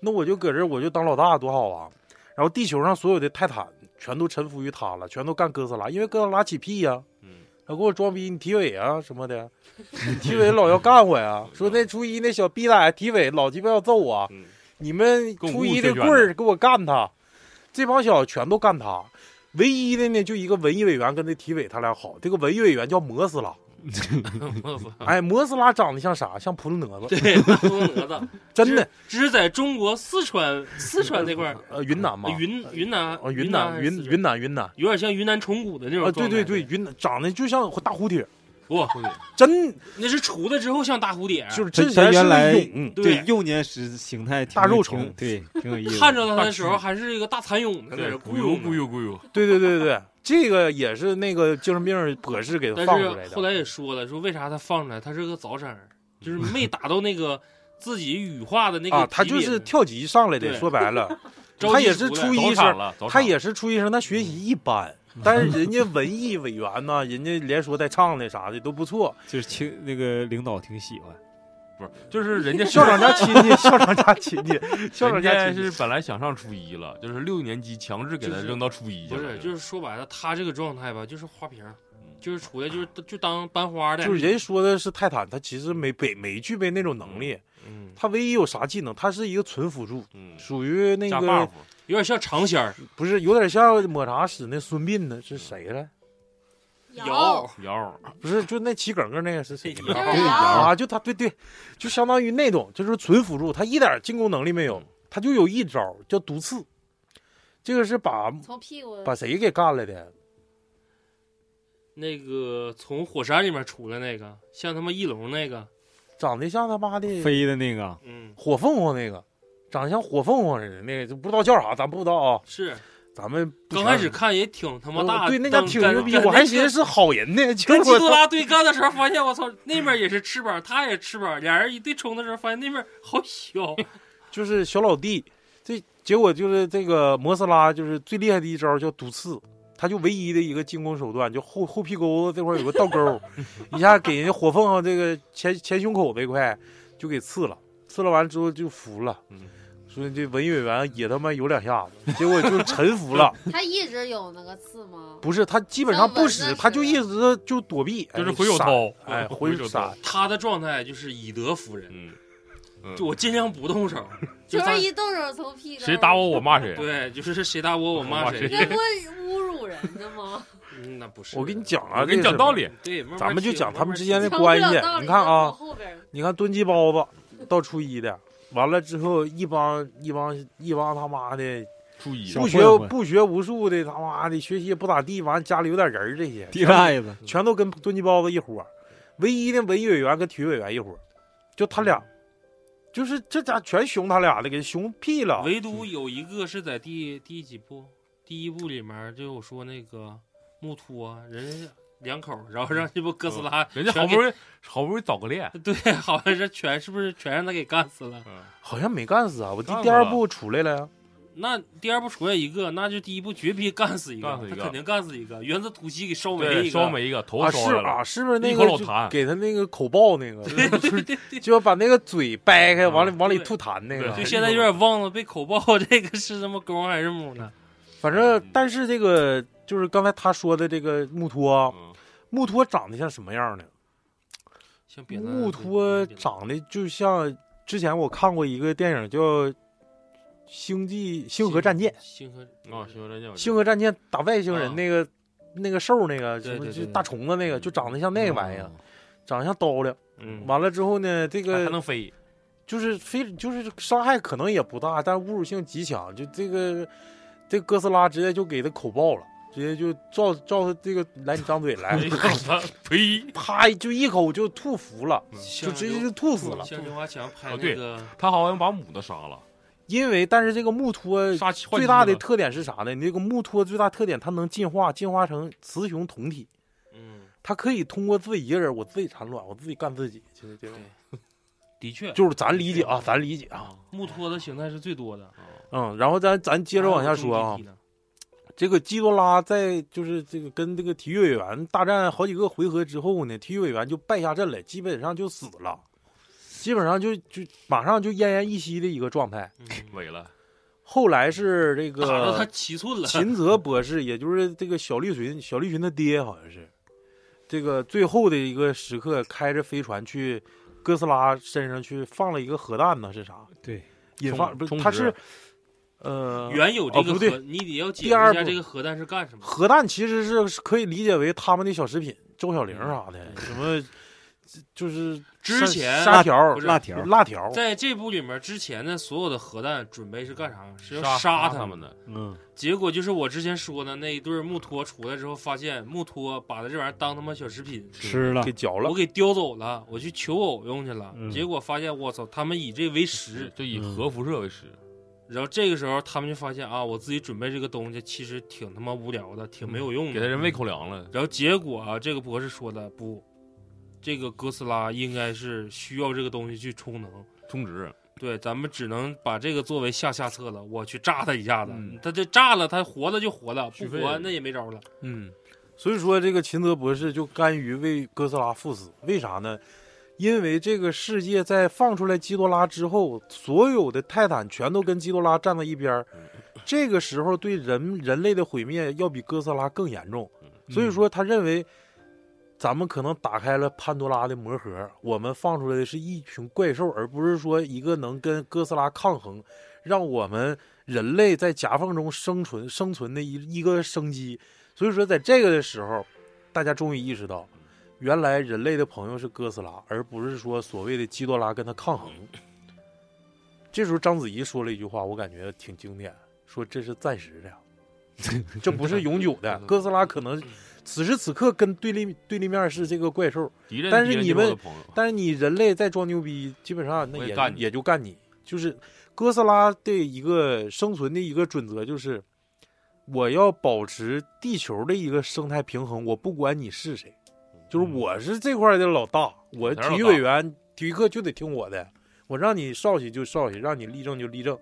[SPEAKER 2] 那我就搁这儿我就当老大多好啊。然后地球上所有的泰坦全都臣服于他了，全都干哥斯拉，因为哥斯拉起屁呀、
[SPEAKER 4] 嗯，
[SPEAKER 2] 他给我装逼，你体委啊什么的，你体委老要干我呀，说那初一那小逼崽体委老鸡巴要揍我，啊
[SPEAKER 4] 嗯
[SPEAKER 2] 你们初一的棍儿给我干他，这帮小子全都干他。唯一的呢，就一个文艺委员跟这体委他俩好，这个文艺委员叫摩斯 拉，
[SPEAKER 1] 我操，
[SPEAKER 2] 哎，摩斯拉长得像啥？像扑棱哪子，
[SPEAKER 1] 对，大风蛾子。
[SPEAKER 2] 真的，
[SPEAKER 1] 只是在中国四川四川那块 儿，
[SPEAKER 2] 呃，云南嘛，
[SPEAKER 1] 啊云云南
[SPEAKER 2] 哦，云
[SPEAKER 1] 南
[SPEAKER 2] 南，云云
[SPEAKER 1] 南，
[SPEAKER 2] 南，云南，
[SPEAKER 1] 有点像云南虫谷的那种
[SPEAKER 2] 啊，
[SPEAKER 1] 状
[SPEAKER 2] 对
[SPEAKER 1] 态。
[SPEAKER 2] 对对，云南长得就像大蝴蝶，
[SPEAKER 1] 不，
[SPEAKER 4] 会
[SPEAKER 2] 真
[SPEAKER 1] 那是除了之后像大蝴蝶，
[SPEAKER 2] 就是
[SPEAKER 5] 他
[SPEAKER 2] 之前是
[SPEAKER 5] 他原来
[SPEAKER 2] 个蛹，
[SPEAKER 5] 对
[SPEAKER 1] 对，
[SPEAKER 5] 幼年时形态挺
[SPEAKER 2] 嗯大肉
[SPEAKER 5] 挺
[SPEAKER 2] 虫
[SPEAKER 5] 对，挺有意思。
[SPEAKER 1] 看着它的时候还是一个大蚕蛹呢，在
[SPEAKER 4] 对，
[SPEAKER 1] 这
[SPEAKER 4] 咕
[SPEAKER 1] 咕
[SPEAKER 4] 悠
[SPEAKER 1] 悠呢
[SPEAKER 4] 咕。悠咕悠，
[SPEAKER 2] 对对对对 对，这个也是那个精神病博士给他
[SPEAKER 1] 但
[SPEAKER 2] 放出来
[SPEAKER 1] 是
[SPEAKER 2] 的。
[SPEAKER 1] 后来也说了，说为啥他放出来，他是个早产 儿，就是没达到那个自己羽化的那个
[SPEAKER 2] 啊，他
[SPEAKER 1] 级
[SPEAKER 2] 就
[SPEAKER 1] 别
[SPEAKER 2] 是
[SPEAKER 1] 呢
[SPEAKER 2] 跳级上来的，
[SPEAKER 1] 对
[SPEAKER 2] 说白了，
[SPEAKER 1] 着急
[SPEAKER 2] 他也是
[SPEAKER 1] 出来
[SPEAKER 2] 初一
[SPEAKER 4] 早
[SPEAKER 2] 生
[SPEAKER 4] 产，了，早
[SPEAKER 2] 他
[SPEAKER 4] 产了
[SPEAKER 2] 也是初一生，他学习一 般，但是人家文艺委员呐，人家连说带唱的啥的都不错。
[SPEAKER 5] 就是青那个领导挺喜欢，
[SPEAKER 4] 不是，就是人 家
[SPEAKER 2] 校长家亲戚，校长家亲 戚，校长
[SPEAKER 4] 人
[SPEAKER 2] 家
[SPEAKER 4] 家
[SPEAKER 2] 亲戚
[SPEAKER 4] 是本来想上初一了，就是六年级强制给他
[SPEAKER 1] 就是
[SPEAKER 4] 扔到初一去
[SPEAKER 1] 不
[SPEAKER 4] 了，
[SPEAKER 1] 是，就是说白了，他这个状态吧，就是花瓶儿
[SPEAKER 4] 嗯，
[SPEAKER 1] 就是出来就是就当班花的，
[SPEAKER 2] 就是人说的是泰坦，他其实没没没具备那种能力，
[SPEAKER 1] 嗯，
[SPEAKER 2] 他唯一有啥技能，他是一个纯辅助，
[SPEAKER 4] 嗯，
[SPEAKER 2] 属于那
[SPEAKER 4] 加
[SPEAKER 2] 个
[SPEAKER 4] buff，
[SPEAKER 1] 有点像尝鲜儿，
[SPEAKER 2] 不是有点像抹茶使那孙膑呢，是谁来？
[SPEAKER 1] 摇，
[SPEAKER 4] 摇，
[SPEAKER 2] 不是，就那齐梗梗那个是谁来着？
[SPEAKER 1] 对
[SPEAKER 6] 就是摇，
[SPEAKER 2] 啊，就他，对对，就相当于那种，就是纯辅助，他一点进攻能力没有
[SPEAKER 4] 嗯，
[SPEAKER 2] 他就有一招叫毒刺，这个是把
[SPEAKER 6] 从屁股
[SPEAKER 2] 把谁给干了的？
[SPEAKER 1] 那个从火山里面出来那个，像他妈翼龙那个，
[SPEAKER 2] 长得像他妈的
[SPEAKER 5] 飞的那个
[SPEAKER 1] 嗯，
[SPEAKER 2] 火凤凰那个，长得像火凤凰似的那个，就不知道叫啥，咱不知道啊，
[SPEAKER 1] 是
[SPEAKER 2] 咱们不
[SPEAKER 1] 刚
[SPEAKER 2] 全
[SPEAKER 1] 开始看也挺他妈
[SPEAKER 2] 哦
[SPEAKER 1] 大，
[SPEAKER 2] 对那家
[SPEAKER 1] 当
[SPEAKER 2] 挺
[SPEAKER 1] 干
[SPEAKER 2] 牛逼，
[SPEAKER 1] 干
[SPEAKER 2] 我
[SPEAKER 1] 那
[SPEAKER 2] 还
[SPEAKER 1] 个
[SPEAKER 2] 寻思是好人呢，结
[SPEAKER 1] 跟基
[SPEAKER 2] 果
[SPEAKER 1] 多
[SPEAKER 2] 他
[SPEAKER 1] 拉对干的时候，发现我操，那边也是翅膀，他也翅膀，俩人一对冲的时候，发现那边好小，
[SPEAKER 2] 就是小老弟，这结果就是这个摩斯拉就是最厉害的一招叫毒刺，他就唯一的一个进攻手段，就后后屁沟子这块有个倒 钩，一下给人家火凤凰这个前前胸口这块就给刺了，刺了完之后就服了。
[SPEAKER 4] 嗯
[SPEAKER 2] 说这文艺委员啊也他妈有两下子，结果就臣服 了。
[SPEAKER 6] 他一直有那个刺吗？
[SPEAKER 2] 不是他基本上不
[SPEAKER 6] 像
[SPEAKER 2] 使，
[SPEAKER 6] 蚊子
[SPEAKER 2] 他就
[SPEAKER 6] 似
[SPEAKER 2] 一直就躲避，
[SPEAKER 4] 就是
[SPEAKER 2] 哎
[SPEAKER 4] 回手
[SPEAKER 2] 闪
[SPEAKER 4] 掏，
[SPEAKER 2] 哎，
[SPEAKER 4] 回
[SPEAKER 2] 回
[SPEAKER 4] 手
[SPEAKER 2] 闪
[SPEAKER 4] 掏，，
[SPEAKER 1] 他的状态就是以德服人，
[SPEAKER 4] 嗯，
[SPEAKER 1] 就我尽量不动 手，就
[SPEAKER 6] 就
[SPEAKER 1] 是他
[SPEAKER 6] 一动手从屁股。
[SPEAKER 4] 谁打我我骂谁，
[SPEAKER 1] 对，就是谁打我我骂谁。
[SPEAKER 6] 这不侮辱人的吗？
[SPEAKER 1] 嗯那不是，
[SPEAKER 2] 我跟你讲啊，
[SPEAKER 4] 我跟你
[SPEAKER 2] 这
[SPEAKER 4] 讲
[SPEAKER 2] 是
[SPEAKER 4] 道，理，
[SPEAKER 1] 对，慢慢
[SPEAKER 2] 咱们就
[SPEAKER 1] 听
[SPEAKER 2] 讲他们之间
[SPEAKER 1] 慢慢
[SPEAKER 2] 的
[SPEAKER 6] 强
[SPEAKER 2] 关
[SPEAKER 6] 不
[SPEAKER 2] 系
[SPEAKER 6] 了道。理
[SPEAKER 2] 你看
[SPEAKER 6] 就
[SPEAKER 2] 啊
[SPEAKER 6] 从，后边儿
[SPEAKER 2] 你看炖鸡包子到初一的，完了之后一帮一帮一帮他妈的
[SPEAKER 4] 初一
[SPEAKER 5] 小
[SPEAKER 2] 不学
[SPEAKER 5] 混混
[SPEAKER 2] 不学无术的，他妈的学习也不咋地，完家里有点人儿这些，
[SPEAKER 5] 地赖子，
[SPEAKER 2] 全都跟炖鸡包子一伙儿，唯一的文艺委员跟体育委员一伙儿，就他俩，就是这家全熊他俩的，给熊屁了
[SPEAKER 1] 听。唯
[SPEAKER 4] 嗯
[SPEAKER 1] 独有一个是在第第几部第一部里面，就我说那个木托人家两口，然后让这不哥斯拉
[SPEAKER 4] 哦人家
[SPEAKER 1] 全
[SPEAKER 4] 好
[SPEAKER 1] 给
[SPEAKER 4] 不容易好不容易早个恋，
[SPEAKER 1] 对，好像是全是不是全让他给干死了？
[SPEAKER 4] 嗯，
[SPEAKER 2] 好像没干死啊，我第
[SPEAKER 4] 干
[SPEAKER 2] 第二
[SPEAKER 4] 了
[SPEAKER 2] 部出来了呀。
[SPEAKER 1] 那第二部出来一个，那就第一部绝逼干死一个，
[SPEAKER 4] 干死一个
[SPEAKER 1] 他肯定干死一个，原子吐息给烧没一个，
[SPEAKER 4] 对，烧没一个头
[SPEAKER 2] 啊
[SPEAKER 4] 烧
[SPEAKER 2] 是
[SPEAKER 4] 着
[SPEAKER 2] 啊，
[SPEAKER 4] 了，
[SPEAKER 2] 是不是那
[SPEAKER 4] 一
[SPEAKER 2] 个
[SPEAKER 4] 口老
[SPEAKER 2] 就
[SPEAKER 4] 痰
[SPEAKER 2] 给他那个口爆那个，
[SPEAKER 1] 对对对对，
[SPEAKER 2] 就要把那个嘴掰开，往里
[SPEAKER 1] 啊
[SPEAKER 2] 往里
[SPEAKER 1] 对
[SPEAKER 2] 吐痰那
[SPEAKER 4] 对
[SPEAKER 2] 个
[SPEAKER 1] 就。现在有点忘了被 口爆这个是什么公还是母了。
[SPEAKER 2] 反正，但是这个就是刚才他说的这个木托，啊
[SPEAKER 4] 嗯
[SPEAKER 2] 木托长得像什么样呢？
[SPEAKER 1] 像扁担
[SPEAKER 2] 木托长得就像之前我看过一个电影叫《星际星河战舰》，《
[SPEAKER 1] 星河
[SPEAKER 4] 啊，星河战舰我知道，
[SPEAKER 2] 星河战舰》打外星人
[SPEAKER 1] 啊
[SPEAKER 2] 那个那个兽那个什
[SPEAKER 1] 对
[SPEAKER 2] 么
[SPEAKER 1] 对
[SPEAKER 2] 就
[SPEAKER 1] 对
[SPEAKER 2] 大虫子那个，就长得像那个玩意儿，长得像刀了。
[SPEAKER 1] 嗯，
[SPEAKER 2] 完了之后呢，这
[SPEAKER 4] 还
[SPEAKER 2] 个
[SPEAKER 4] 嗯还能飞，
[SPEAKER 2] 就是非就是伤害可能也不大，但侮辱性极强。就这个，这哥斯拉直接就给他口爆了，直接就照照他这个来你张嘴来，
[SPEAKER 4] 哎呸！
[SPEAKER 2] 啪就一口就吐服了，就
[SPEAKER 1] 就
[SPEAKER 2] 直接就吐死了。
[SPEAKER 1] 像刘华强拍
[SPEAKER 4] 哦对
[SPEAKER 1] 那个
[SPEAKER 4] 他好像把母的杀了，
[SPEAKER 2] 因为但是这个木托
[SPEAKER 4] 杀换
[SPEAKER 2] 最大的
[SPEAKER 4] 妻了
[SPEAKER 2] 特点是啥呢？你这个木托最大特点，它能进化，进化成雌雄同体，
[SPEAKER 1] 嗯，
[SPEAKER 2] 它可以通过自己一个人，我自己产卵，我自己干自己，就是这种。
[SPEAKER 1] 的确，
[SPEAKER 2] 就是咱理解啊，咱理解啊，
[SPEAKER 1] 木托的形态是最多的。
[SPEAKER 2] 嗯，然后咱咱接着往下说啊。，这个基多拉在就是这个跟这个体育委员大战好几个回合之后呢，体育委员就败下阵来，基本上就死了，基本上就就马上就奄奄一息的一个状态。
[SPEAKER 1] 嗯
[SPEAKER 4] 萎了，
[SPEAKER 2] 后来是这
[SPEAKER 1] 打到他
[SPEAKER 2] 个
[SPEAKER 1] 七寸了，
[SPEAKER 2] 秦泽博士，也就是这个小绿群，小绿群他爹好像是，这个最后的一个时刻开着飞船去哥斯拉身上去放了一个核弹呢，是啥？
[SPEAKER 5] 对，
[SPEAKER 2] 引
[SPEAKER 4] 充
[SPEAKER 2] 发不是
[SPEAKER 4] 充
[SPEAKER 2] 他
[SPEAKER 4] 值
[SPEAKER 2] 是呃
[SPEAKER 1] 原有这
[SPEAKER 2] 哦
[SPEAKER 1] 个
[SPEAKER 2] 不对
[SPEAKER 1] 核，你得要解释
[SPEAKER 2] 第二
[SPEAKER 1] 一下
[SPEAKER 2] 部
[SPEAKER 1] 这个核弹是干什么的。
[SPEAKER 2] 核弹其实是是可以理解为他们的小食品，周小玲啥的，什么就是
[SPEAKER 1] 之前啊
[SPEAKER 2] 沙沙条
[SPEAKER 1] 不、是
[SPEAKER 5] 辣条儿，
[SPEAKER 2] 辣条，
[SPEAKER 1] 在这部里面之前的所有的核弹准备是干啥？是要
[SPEAKER 4] 杀
[SPEAKER 1] 杀
[SPEAKER 4] 他
[SPEAKER 1] 们
[SPEAKER 4] 们。的，
[SPEAKER 5] 嗯，
[SPEAKER 1] 结果就是我之前说的那一对木托出来之后，发现木托把他这玩意儿当他妈小食品，
[SPEAKER 5] 吃了
[SPEAKER 2] 给嚼了
[SPEAKER 1] 我。给叼走了，我去求偶用去了。
[SPEAKER 5] 嗯
[SPEAKER 1] 结果发现我操，他们以这为食。
[SPEAKER 4] 就以
[SPEAKER 5] 嗯
[SPEAKER 4] 核辐射为食，
[SPEAKER 1] 然后这个时候他们就发现啊，我自己准备这个东西其实挺他妈无聊的，挺没有用的。
[SPEAKER 4] 给他人喂口粮了，
[SPEAKER 1] 然后结果啊，这个博士说的不，这个哥斯拉应该是需要这个东西去充能。
[SPEAKER 4] 充值，
[SPEAKER 1] 对，咱们只能把这个作为下下策了。我去炸他一下子，
[SPEAKER 4] 嗯
[SPEAKER 1] 他这炸了，他活了就活了，不
[SPEAKER 4] 续费
[SPEAKER 1] 活
[SPEAKER 4] 了
[SPEAKER 1] 那也没招了。
[SPEAKER 2] 嗯，所以说这个秦泽博士就甘于为哥斯拉赴死，为啥呢？因为这个世界在放出来基多拉之后，所有的泰坦全都跟基多拉站在一边儿
[SPEAKER 4] 嗯
[SPEAKER 2] 这个时候对人人类的毁灭要比哥斯拉更严重，
[SPEAKER 5] 嗯
[SPEAKER 2] 所以说他认为咱们可能打开了潘多拉的魔盒，我们放出来的是一群怪兽，而不是说一个能跟哥斯拉抗衡，让我们人类在夹缝中生存生存的一一个生机。所以说，在这个的时候，大家终于意识到，原来人类的朋友是哥斯拉，而不是说所谓的基多拉跟他抗衡。这时候，章子怡说了一句话，我感觉挺经典，说这是暂时的呀， 这不是永久的。哥斯拉可能此时此刻跟对立对立面是这个怪兽，
[SPEAKER 4] 敌人
[SPEAKER 2] 但是
[SPEAKER 4] 敌人
[SPEAKER 2] 你
[SPEAKER 4] 就是我
[SPEAKER 2] 们
[SPEAKER 4] 的朋友，
[SPEAKER 2] 但是你人类再装牛逼，基本上那
[SPEAKER 4] 我
[SPEAKER 2] 也
[SPEAKER 4] 也干你
[SPEAKER 2] 也就干你。就是哥斯拉的一个生存的一个准则，就是我要保持地球的一个生态平衡，我不管你是谁，就是
[SPEAKER 4] 嗯
[SPEAKER 2] 我是这块儿的老大，我
[SPEAKER 4] 我才是
[SPEAKER 2] 体育
[SPEAKER 4] 老大
[SPEAKER 2] 委员、体育课就得听我的，我让你少去就少去，让你立正就立正。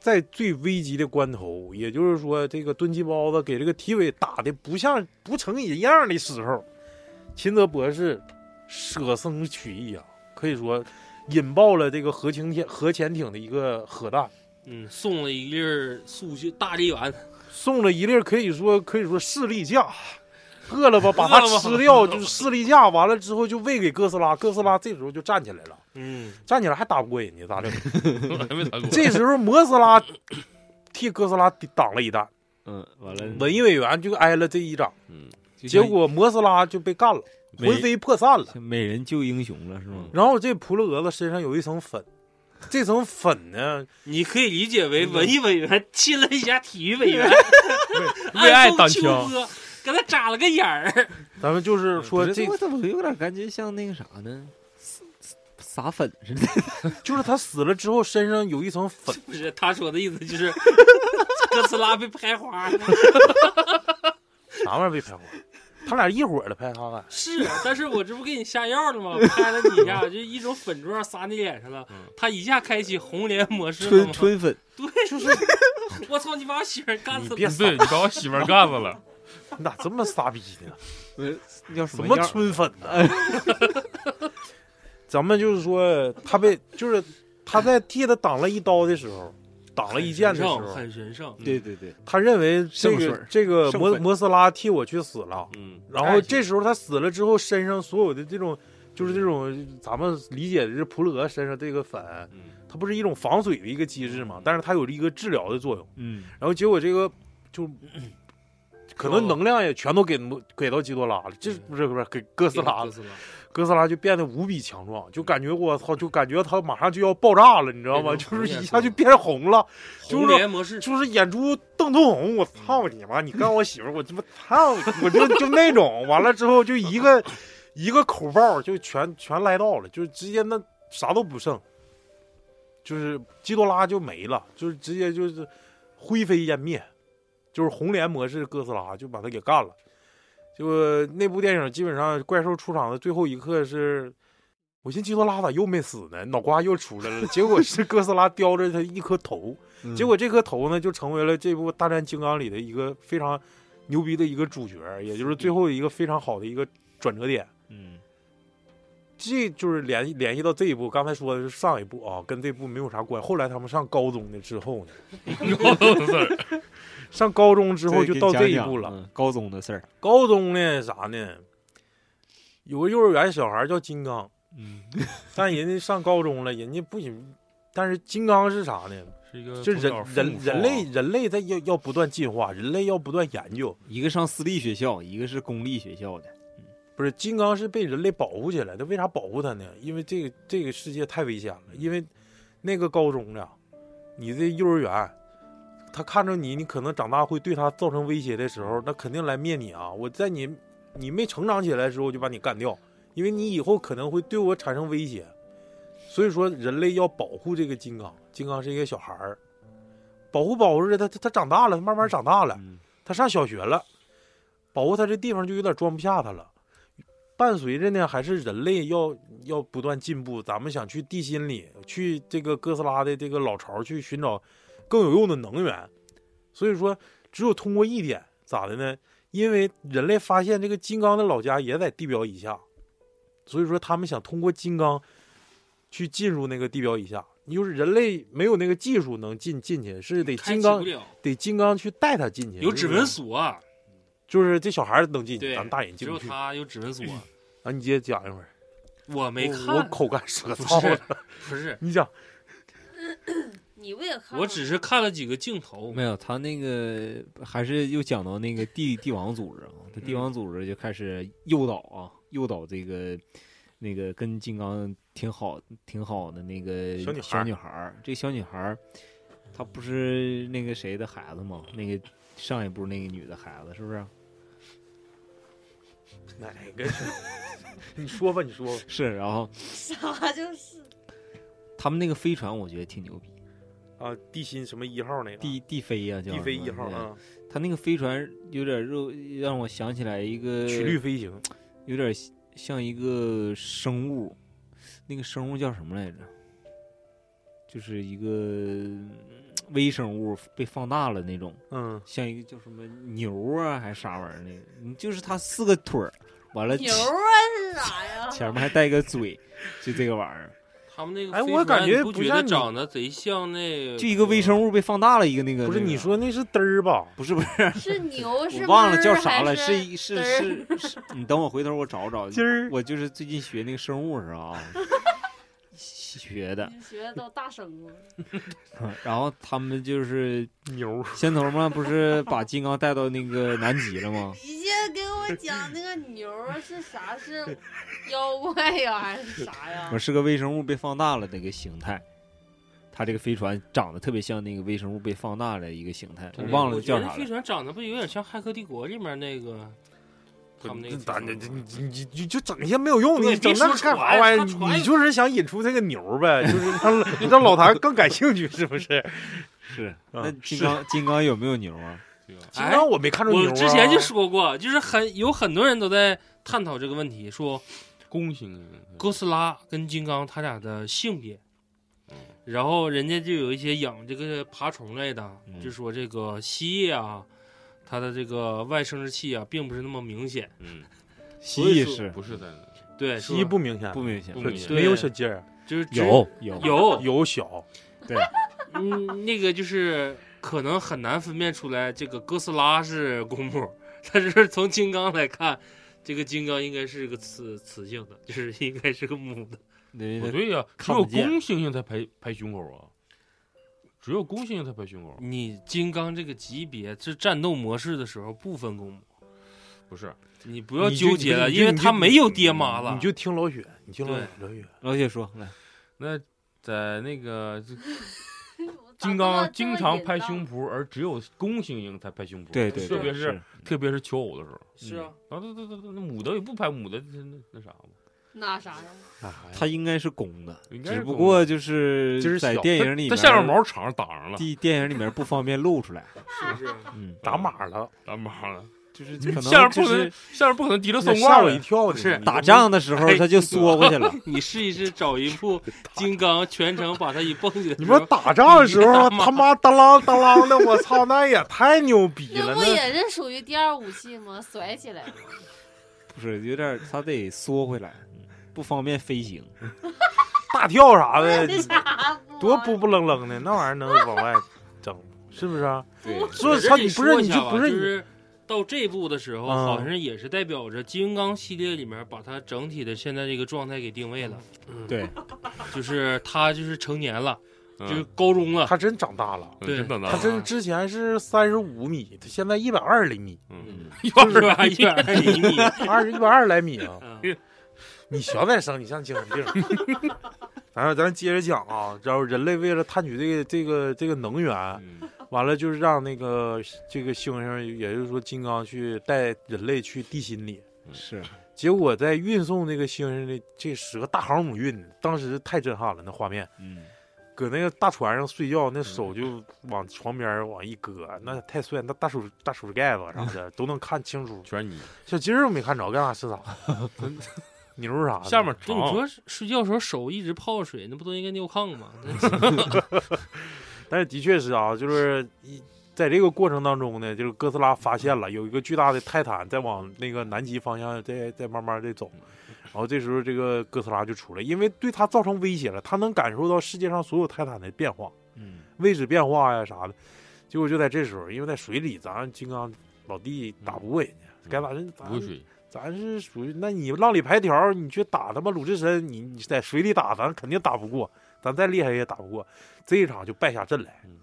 [SPEAKER 2] 在最危急的关头，也就是说，这个蹲鸡包子给这个体委打的不像不成人样的时候，秦泽博士舍生取义啊，可以说引爆了这个核潜艇核潜艇的一个核弹，
[SPEAKER 1] 嗯，送了一粒儿速效大力丸，
[SPEAKER 2] 送了一粒儿可以说可以说士力架，饿了吧把它
[SPEAKER 1] 饿了吧
[SPEAKER 2] 吃掉，就是士力架。完了之后就喂给哥斯拉，哥斯拉这时候就站起来了，
[SPEAKER 1] 嗯，
[SPEAKER 2] 站起来还打不过人家，咋整？
[SPEAKER 4] 还没打过。
[SPEAKER 2] 这时候摩斯拉替哥斯拉抵挡了一弹，
[SPEAKER 5] 嗯，完了，
[SPEAKER 2] 文艺委员就挨了这一掌，
[SPEAKER 4] 嗯，
[SPEAKER 5] 就
[SPEAKER 2] 结
[SPEAKER 5] 像
[SPEAKER 2] 果摩斯拉就被干了，
[SPEAKER 5] 美
[SPEAKER 2] 魂飞魄散了。
[SPEAKER 5] 像美人救英雄了是吗？
[SPEAKER 2] 然后这普鲁俄子身上有一层粉，这层粉呢，
[SPEAKER 1] 你可以理解为文艺委员亲了一下体育委员，
[SPEAKER 4] 嗯为爱
[SPEAKER 1] 暗中
[SPEAKER 4] 挡
[SPEAKER 1] 秋
[SPEAKER 4] 枪
[SPEAKER 1] 波，给他眨了个眼儿。
[SPEAKER 2] 咱们就是说
[SPEAKER 5] 嗯不是
[SPEAKER 2] 这
[SPEAKER 5] 我怎么有点感觉像那个啥呢？撒撒粉似的，
[SPEAKER 2] 就是他死了之后身上有一层粉，
[SPEAKER 1] 不是，他说的意思就是 哥斯拉被拍花了。
[SPEAKER 2] 啥玩意儿被拍花？他俩一伙儿的拍他俩，
[SPEAKER 1] 是，啊但是我这不给你下药了吗？拍了你一下，就一种粉状撒你脸上了
[SPEAKER 4] 嗯，
[SPEAKER 1] 他一下开启红莲模式了
[SPEAKER 5] 春
[SPEAKER 1] 吗？
[SPEAKER 5] 春粉，
[SPEAKER 1] 对，就是 我操，你把我媳妇儿干
[SPEAKER 2] 你
[SPEAKER 1] 死
[SPEAKER 2] 别
[SPEAKER 1] 了！
[SPEAKER 2] 撒
[SPEAKER 4] 对你把我媳妇儿干死 了，
[SPEAKER 2] 你咋这么傻逼呢？
[SPEAKER 5] 呃叫什
[SPEAKER 2] 什么
[SPEAKER 5] 药？
[SPEAKER 2] 春粉呢？ 咱们就是说他被就是他在替他挡了一刀的时候，挡了一剑的时
[SPEAKER 1] 很神圣
[SPEAKER 2] 候，
[SPEAKER 1] 很神圣。
[SPEAKER 5] 对对对，
[SPEAKER 2] 他认为这
[SPEAKER 5] 圣水
[SPEAKER 2] 个
[SPEAKER 5] 儿
[SPEAKER 2] 这个
[SPEAKER 5] 圣
[SPEAKER 2] 摩
[SPEAKER 5] 粉
[SPEAKER 2] 摩斯拉替我去死了，
[SPEAKER 4] 嗯，
[SPEAKER 2] 然后这时候他死了之后，身上所有的这种，就是这种咱们理解的这普鲁俄身上这个粉，
[SPEAKER 4] 嗯
[SPEAKER 2] 它不是一种防水的一个机制
[SPEAKER 1] 嗯
[SPEAKER 2] 嘛？但是它有一个治疗的作用。
[SPEAKER 5] 嗯，
[SPEAKER 2] 然后结果这个就
[SPEAKER 1] 嗯
[SPEAKER 2] 可能能量也全都给摩给到基多拉了，这
[SPEAKER 1] 嗯
[SPEAKER 2] 不是不是给哥斯拉
[SPEAKER 1] 哥
[SPEAKER 2] 了，啊
[SPEAKER 1] 斯拉，
[SPEAKER 2] 哥斯拉就变得无比强壮，就感觉我操，就感觉他马上就要爆炸了，你知道吗？
[SPEAKER 1] 变
[SPEAKER 2] 就
[SPEAKER 1] 成红
[SPEAKER 2] 是
[SPEAKER 1] 颜
[SPEAKER 2] 一
[SPEAKER 1] 色
[SPEAKER 2] 下
[SPEAKER 1] 了
[SPEAKER 2] 就变红了，就是
[SPEAKER 1] 红莲模式，
[SPEAKER 2] 就是眼珠瞪通红，我操你妈！你干我媳妇儿，我他妈操你！我就就那种，完了之后就一个一个口爆就全全来到了，就直接那啥都不剩，就是基多拉就没了，就是直接就是灰飞烟灭，就是红莲模式哥斯拉就把他给干了。就那部电影基本上怪兽出场的最后一刻是。我寻思基多拉咋又没死呢？脑瓜又出来了，结果是哥斯拉叼着他一颗头，
[SPEAKER 5] 嗯
[SPEAKER 2] 结果这颗头呢，就成为了这部《大战金刚》里的一个非常牛逼的一个主角，也就是最后一个非常好的一个转折点。
[SPEAKER 5] 嗯
[SPEAKER 2] 这就是联系联系到这一部，刚才说的是上一部啊，跟这部没有啥关系。后来他们上高中的之后呢，
[SPEAKER 4] 高中的事儿，
[SPEAKER 2] 上高中之
[SPEAKER 5] 之
[SPEAKER 2] 后就到这一步了。
[SPEAKER 5] 高中的事儿，
[SPEAKER 2] 高中呢啥呢？有个幼儿园小孩叫金刚，
[SPEAKER 5] 嗯，
[SPEAKER 2] 但人家上高中了，人家不行。但是金刚是啥呢？
[SPEAKER 4] 是一个
[SPEAKER 2] 就人
[SPEAKER 4] 呃从小父
[SPEAKER 2] 人
[SPEAKER 4] 母啊
[SPEAKER 2] 人类人类在要要不断进化，人类要不断研究。
[SPEAKER 5] 一个上私立学校，一个是公立学校的，
[SPEAKER 2] 不是金刚是被人类保护起来的，为啥保护它呢？因为这个这个世界太危险了，因为那个高中呢，你这幼儿园，他看着你，你可能长大会对他造成威胁的时候，那肯定来灭你啊！我在你你没成长起来的时候，我就把你干掉，因为你以后可能会对我产生威胁。所以说，人类要保护这个金刚，金刚是一个小孩儿，保护保护着他，他他长大了，他慢慢长大了，
[SPEAKER 5] 嗯
[SPEAKER 2] 他上小学了，保护他这地方就有点装不下他了。伴随着呢，还是人类要要不断进步。咱们想去地心里，去这个哥斯拉的这个老巢去寻找更有用的能源。所以说，只有通过一点，咋的呢？因为人类发现这个金刚的老家也在地表以下，所以说他们想通过金刚去进入那个地表以下。就是人类没有那个技术能进进去，是得
[SPEAKER 1] 开
[SPEAKER 2] 金
[SPEAKER 1] 启
[SPEAKER 2] 刚
[SPEAKER 1] 不了，
[SPEAKER 2] 得金刚去带他进去。
[SPEAKER 1] 有指纹
[SPEAKER 2] 锁，
[SPEAKER 1] 锁啊，
[SPEAKER 2] 就是这小孩儿能进去，
[SPEAKER 1] 对
[SPEAKER 2] 咱们大人
[SPEAKER 1] 只
[SPEAKER 2] 进
[SPEAKER 1] 有
[SPEAKER 2] 不去。
[SPEAKER 1] 他有指纹 锁。
[SPEAKER 2] 啊，你接着讲一会儿。
[SPEAKER 1] 我没
[SPEAKER 2] 我
[SPEAKER 1] 看，
[SPEAKER 2] 我口干舌
[SPEAKER 1] 不
[SPEAKER 2] 燥
[SPEAKER 1] 是
[SPEAKER 2] 了。
[SPEAKER 1] 不 是，
[SPEAKER 2] 你讲，
[SPEAKER 3] 你不也看
[SPEAKER 1] 我只是 看了几个镜头
[SPEAKER 5] 没。有他那个还是又讲到那个帝帝王组织啊，他
[SPEAKER 2] 嗯
[SPEAKER 5] 帝王组织就开始诱导啊，诱导这个那个跟金刚挺好挺好的那个
[SPEAKER 2] 小女孩儿
[SPEAKER 5] 小女孩儿，这小女孩儿她不是那个谁的孩子吗？那个上一部那个女的孩子是不是？
[SPEAKER 2] 哪个是？ 你说吧，你说吧。
[SPEAKER 5] 是，然后
[SPEAKER 3] 啥就是
[SPEAKER 5] 他们那个飞船我觉得挺牛逼，
[SPEAKER 2] 啊，地心什么一号那个？
[SPEAKER 5] 帝帝飞呀、叫
[SPEAKER 2] 地飞
[SPEAKER 5] 什么
[SPEAKER 2] 一号
[SPEAKER 5] 对
[SPEAKER 2] 啊，
[SPEAKER 5] 他那个飞船有点肉，让我想起来一个
[SPEAKER 2] 曲率飞行。
[SPEAKER 5] 有点像一个生物，那个生物叫什么来着？就是一个嗯微生物被放大了那种，
[SPEAKER 2] 嗯，
[SPEAKER 5] 像一个叫什么牛啊还是啥玩意儿那个，你就是它四个腿儿，完了
[SPEAKER 3] 牛啊是啥呀？
[SPEAKER 5] 前面还带个嘴，就这个玩意儿。
[SPEAKER 1] 他他们那个
[SPEAKER 2] 哎
[SPEAKER 1] 飞
[SPEAKER 2] 我感
[SPEAKER 1] 船
[SPEAKER 2] 觉
[SPEAKER 1] 你不
[SPEAKER 2] 不
[SPEAKER 1] 觉
[SPEAKER 2] 像
[SPEAKER 1] 得
[SPEAKER 2] 你
[SPEAKER 1] 长得贼像那
[SPEAKER 5] 就一个微生物被放大了一个那个。
[SPEAKER 2] 不是
[SPEAKER 5] 那个
[SPEAKER 2] 你说那是嘚儿吧？
[SPEAKER 5] 不是不是，
[SPEAKER 6] 是牛是
[SPEAKER 5] 我忘了
[SPEAKER 6] 嘚儿
[SPEAKER 5] 叫啥
[SPEAKER 6] 还
[SPEAKER 5] 了，是
[SPEAKER 6] 是
[SPEAKER 5] 一是
[SPEAKER 6] 嘚
[SPEAKER 5] 是是，你等我回头我找找。
[SPEAKER 1] 嗯
[SPEAKER 2] 今儿
[SPEAKER 5] 我就是最近学那个生物是啊学的，
[SPEAKER 6] 你学的都大声了。
[SPEAKER 5] 然后他们就是
[SPEAKER 2] 牛，
[SPEAKER 5] 先头嘛，不是把金刚带到那个南极了吗？
[SPEAKER 6] 你先给我讲那个牛儿是啥？是妖怪呀，还是啥 呀
[SPEAKER 5] 我？是个微生物被放大了的一个形态。它这个飞船长得特别像那个微生物被放大的一个形态，我
[SPEAKER 1] 对
[SPEAKER 5] 忘了
[SPEAKER 1] 我
[SPEAKER 5] 叫
[SPEAKER 1] 觉得
[SPEAKER 5] 啥
[SPEAKER 1] 飞
[SPEAKER 4] 啊
[SPEAKER 5] 了。
[SPEAKER 1] 船长得不有点像《骇客帝国》里面那个他们那个
[SPEAKER 2] 咱你
[SPEAKER 1] 飞船
[SPEAKER 2] 你
[SPEAKER 1] 吗？
[SPEAKER 2] 你你就整一些没有用的，
[SPEAKER 1] 啊对
[SPEAKER 2] 你整那
[SPEAKER 1] 别说
[SPEAKER 2] 干啥
[SPEAKER 1] 船
[SPEAKER 2] 玩意儿？
[SPEAKER 1] 他船
[SPEAKER 2] 你就是想引出这个牛呗，就是 让让老谭更感兴趣，是不是？
[SPEAKER 5] 是，
[SPEAKER 2] 啊
[SPEAKER 5] 那 金刚金刚有没有牛啊？
[SPEAKER 2] 金刚我没看着牛
[SPEAKER 1] 哎我
[SPEAKER 2] 啊
[SPEAKER 1] 之前就说过，就是很有很多人都在探讨这个问题，说
[SPEAKER 4] 弓形
[SPEAKER 1] 哥斯拉跟金刚他俩的性别，
[SPEAKER 5] 嗯
[SPEAKER 1] 然后人家就有一些养这个爬虫类的，
[SPEAKER 5] 嗯
[SPEAKER 1] 就说这个蜥蜴啊，它的这个外生殖器啊，并不是那么明显。
[SPEAKER 4] 嗯，
[SPEAKER 5] 蜥
[SPEAKER 1] 所以
[SPEAKER 5] 蜴
[SPEAKER 1] 说
[SPEAKER 5] 是
[SPEAKER 4] 不是在
[SPEAKER 1] 对，
[SPEAKER 2] 蜥蜴
[SPEAKER 1] 说
[SPEAKER 2] 不明显，
[SPEAKER 5] 不明显
[SPEAKER 4] 不，
[SPEAKER 2] 是
[SPEAKER 4] 明显
[SPEAKER 2] 没有
[SPEAKER 1] 对
[SPEAKER 2] 小鸡儿，
[SPEAKER 1] 就是只
[SPEAKER 5] 有有
[SPEAKER 1] 有
[SPEAKER 2] 有小，
[SPEAKER 1] 嗯，那个就是可能很难分辨出来，这个哥斯拉是公母，但是从金刚来看，这个金刚应该是个雌雌性的，就是应该是个母的。
[SPEAKER 5] 对
[SPEAKER 4] 不
[SPEAKER 5] 对
[SPEAKER 4] 对呀，只
[SPEAKER 5] 呃看
[SPEAKER 4] 有
[SPEAKER 5] 不见
[SPEAKER 4] 弓猩猩才排排胸口啊，只有弓猩猩才排胸口，
[SPEAKER 1] 你金刚这个级别是战斗模式的时候不分公母，
[SPEAKER 4] 不是
[SPEAKER 1] 你不要
[SPEAKER 2] 你就
[SPEAKER 1] 纠结了，
[SPEAKER 2] 你就
[SPEAKER 1] 因为
[SPEAKER 2] 你就
[SPEAKER 1] 他没有爹妈了。
[SPEAKER 2] 你就听老雪，你听老
[SPEAKER 1] 对
[SPEAKER 2] 雪，老雪，
[SPEAKER 5] 老铁说来，
[SPEAKER 4] 那在那个
[SPEAKER 6] 我咋
[SPEAKER 4] 金
[SPEAKER 6] 这么
[SPEAKER 4] 刚经常拍，
[SPEAKER 6] 这么
[SPEAKER 4] 胸脯，而只有弓猩猩才拍胸脯，
[SPEAKER 5] 对对，
[SPEAKER 4] 特别
[SPEAKER 5] 对
[SPEAKER 4] 是特别是求偶的时候，
[SPEAKER 1] 是啊，
[SPEAKER 4] 啊，对对对对，那母的也不拍母的，那那那啥嘛，
[SPEAKER 6] 淫荡那啥呀？
[SPEAKER 5] 它应该是公的，
[SPEAKER 4] 应该是
[SPEAKER 5] 只不
[SPEAKER 4] 公
[SPEAKER 5] 过
[SPEAKER 4] 的
[SPEAKER 5] 就是
[SPEAKER 2] 就是
[SPEAKER 5] 在
[SPEAKER 2] 小
[SPEAKER 5] 电影里面，
[SPEAKER 4] 它下面毛长挡上了，
[SPEAKER 5] 第电影里面不方便露出来，
[SPEAKER 1] 是不是？
[SPEAKER 5] 嗯，
[SPEAKER 2] 打码了，
[SPEAKER 4] 打码了，
[SPEAKER 5] 就是可
[SPEAKER 4] 下
[SPEAKER 5] 能
[SPEAKER 4] 面
[SPEAKER 5] 就
[SPEAKER 4] 嗯不
[SPEAKER 5] 是
[SPEAKER 4] 能下面不可能提着
[SPEAKER 2] 那
[SPEAKER 4] 松
[SPEAKER 2] 吓
[SPEAKER 4] 罐
[SPEAKER 2] 我
[SPEAKER 4] 了
[SPEAKER 2] 一跳，
[SPEAKER 1] 不是
[SPEAKER 2] 你
[SPEAKER 5] 打仗的时候
[SPEAKER 1] 哎
[SPEAKER 5] 它就缩过去了，
[SPEAKER 1] 你试一试找一 部金刚全程把他一蹦起来，
[SPEAKER 2] 你说打仗的时候，
[SPEAKER 1] 你打
[SPEAKER 2] 他妈当啷当啷的，我操，那也太牛逼了！
[SPEAKER 6] 那不
[SPEAKER 2] 那
[SPEAKER 6] 也是属于第二武器吗？甩起来吗？
[SPEAKER 5] 不是有点它得缩回来，不方便飞行。
[SPEAKER 2] 大跳啥的，
[SPEAKER 6] 啥不
[SPEAKER 2] 多不不愣愣的，那玩意儿能往外整，是不是啊？
[SPEAKER 5] 对，
[SPEAKER 2] 所以
[SPEAKER 1] 人家
[SPEAKER 2] 操，你不
[SPEAKER 1] 说一
[SPEAKER 2] 是你
[SPEAKER 1] 下
[SPEAKER 2] 就
[SPEAKER 1] 吧
[SPEAKER 2] 不
[SPEAKER 1] 就是
[SPEAKER 2] 你，
[SPEAKER 1] 到这一步的时候，
[SPEAKER 2] 啊
[SPEAKER 1] 好像也是代表着金刚系列里面把它整体的现在这个状态给定位了。嗯，
[SPEAKER 5] 对，
[SPEAKER 1] 就是他就是成年了，
[SPEAKER 4] 嗯
[SPEAKER 1] 就是高中 了。
[SPEAKER 2] 他真长大了。
[SPEAKER 4] 嗯
[SPEAKER 1] 对
[SPEAKER 4] 真的呢
[SPEAKER 2] 他
[SPEAKER 1] 啊
[SPEAKER 2] 真之前是三十五米，他现在一百二十厘米，
[SPEAKER 4] 嗯，
[SPEAKER 1] 就是 吧，一百二厘米。
[SPEAKER 2] 二一百二十来米啊！
[SPEAKER 1] 嗯
[SPEAKER 2] 你小点声，你像精神病。 咱咱接着讲啊，然后人类为了探取这个这个这个能源，
[SPEAKER 4] 嗯
[SPEAKER 2] 完了就是让那个这个猩猩，也就是说金刚去带人类去地心里。
[SPEAKER 5] 是
[SPEAKER 2] 结果在运送这个猩猩的这十个大航母运，当时太震撼了，那画面，
[SPEAKER 5] 嗯，
[SPEAKER 2] 搁那个大船上睡觉，
[SPEAKER 4] 嗯
[SPEAKER 2] 那手就往床边儿往一搁，那太帅，那大手大手指盖子啥 的都能看清楚。
[SPEAKER 4] 全是你
[SPEAKER 2] 小鸡儿我没看着，干啥是啥， 牛儿啥的
[SPEAKER 4] 下面
[SPEAKER 1] 就
[SPEAKER 4] 长
[SPEAKER 1] 你，说睡觉的时候手一直泡水，那不都应该尿炕吗？
[SPEAKER 2] 但是的确是啊，就是一在这个过程当中呢，就是哥斯拉发现了
[SPEAKER 4] 嗯
[SPEAKER 2] 有一个巨大的泰坦在往那个南极方向在在慢慢的走，然后这时候这个哥斯拉就出来，因为对他造成威胁了，他能感受到世界上所有泰坦的变化、
[SPEAKER 5] 嗯，
[SPEAKER 2] 位置变化呀啥的。结果就在这时候，因为在水里，咱金刚老弟打不过人家，该咋人咋
[SPEAKER 4] 嗯不会水，
[SPEAKER 2] 咱是属于，那你浪里排条，你去打他妈鲁智深，你你在水里打，咱肯定打不过，咱再厉害也打不过。这一场就败下阵来
[SPEAKER 4] 嗯，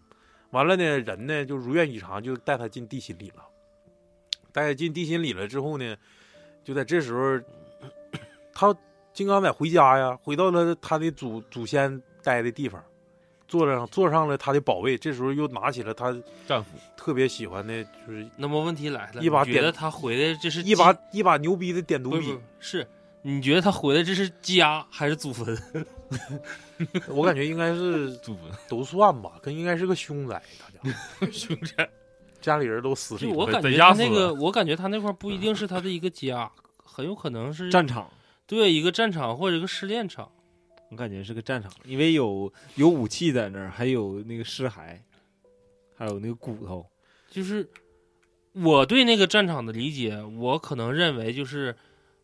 [SPEAKER 2] 完了呢，人呢就如愿以偿，就带他进地心里了。带他进地心里了之后呢，就在这时候，他金刚在回家呀，回到了他的祖祖先待的地方，坐上坐上了他的宝位，这时候又拿起了他
[SPEAKER 4] 战 斧
[SPEAKER 2] 特别喜欢的，就是
[SPEAKER 1] 那么问题来了，
[SPEAKER 2] 一把
[SPEAKER 1] 你觉得
[SPEAKER 2] 点
[SPEAKER 1] 他回来这是
[SPEAKER 2] 一把一把牛逼的点
[SPEAKER 1] 不
[SPEAKER 2] 读
[SPEAKER 1] 不
[SPEAKER 2] 笔
[SPEAKER 1] 不。是？你觉得他回来这是家还是祖 坟？
[SPEAKER 2] 我感觉应该是
[SPEAKER 4] 祖坟，
[SPEAKER 2] 都算吧，跟应该是个凶 宅，他家
[SPEAKER 4] 兄弟，
[SPEAKER 2] 家里人都死里
[SPEAKER 1] 就
[SPEAKER 2] 了，
[SPEAKER 1] 我感
[SPEAKER 4] 在
[SPEAKER 1] 觉
[SPEAKER 4] 家
[SPEAKER 1] 他那
[SPEAKER 4] 死
[SPEAKER 1] 个，我感觉他那块儿不一定是他的一个家，很有可能是
[SPEAKER 5] 战场，
[SPEAKER 1] 对一个战场或者一个试炼场。
[SPEAKER 5] 我感觉是个战场，因为有有武器在那儿，还有那个尸骸，还有那个骨头。
[SPEAKER 1] 就是我对那个战场的理解，我可能认为就是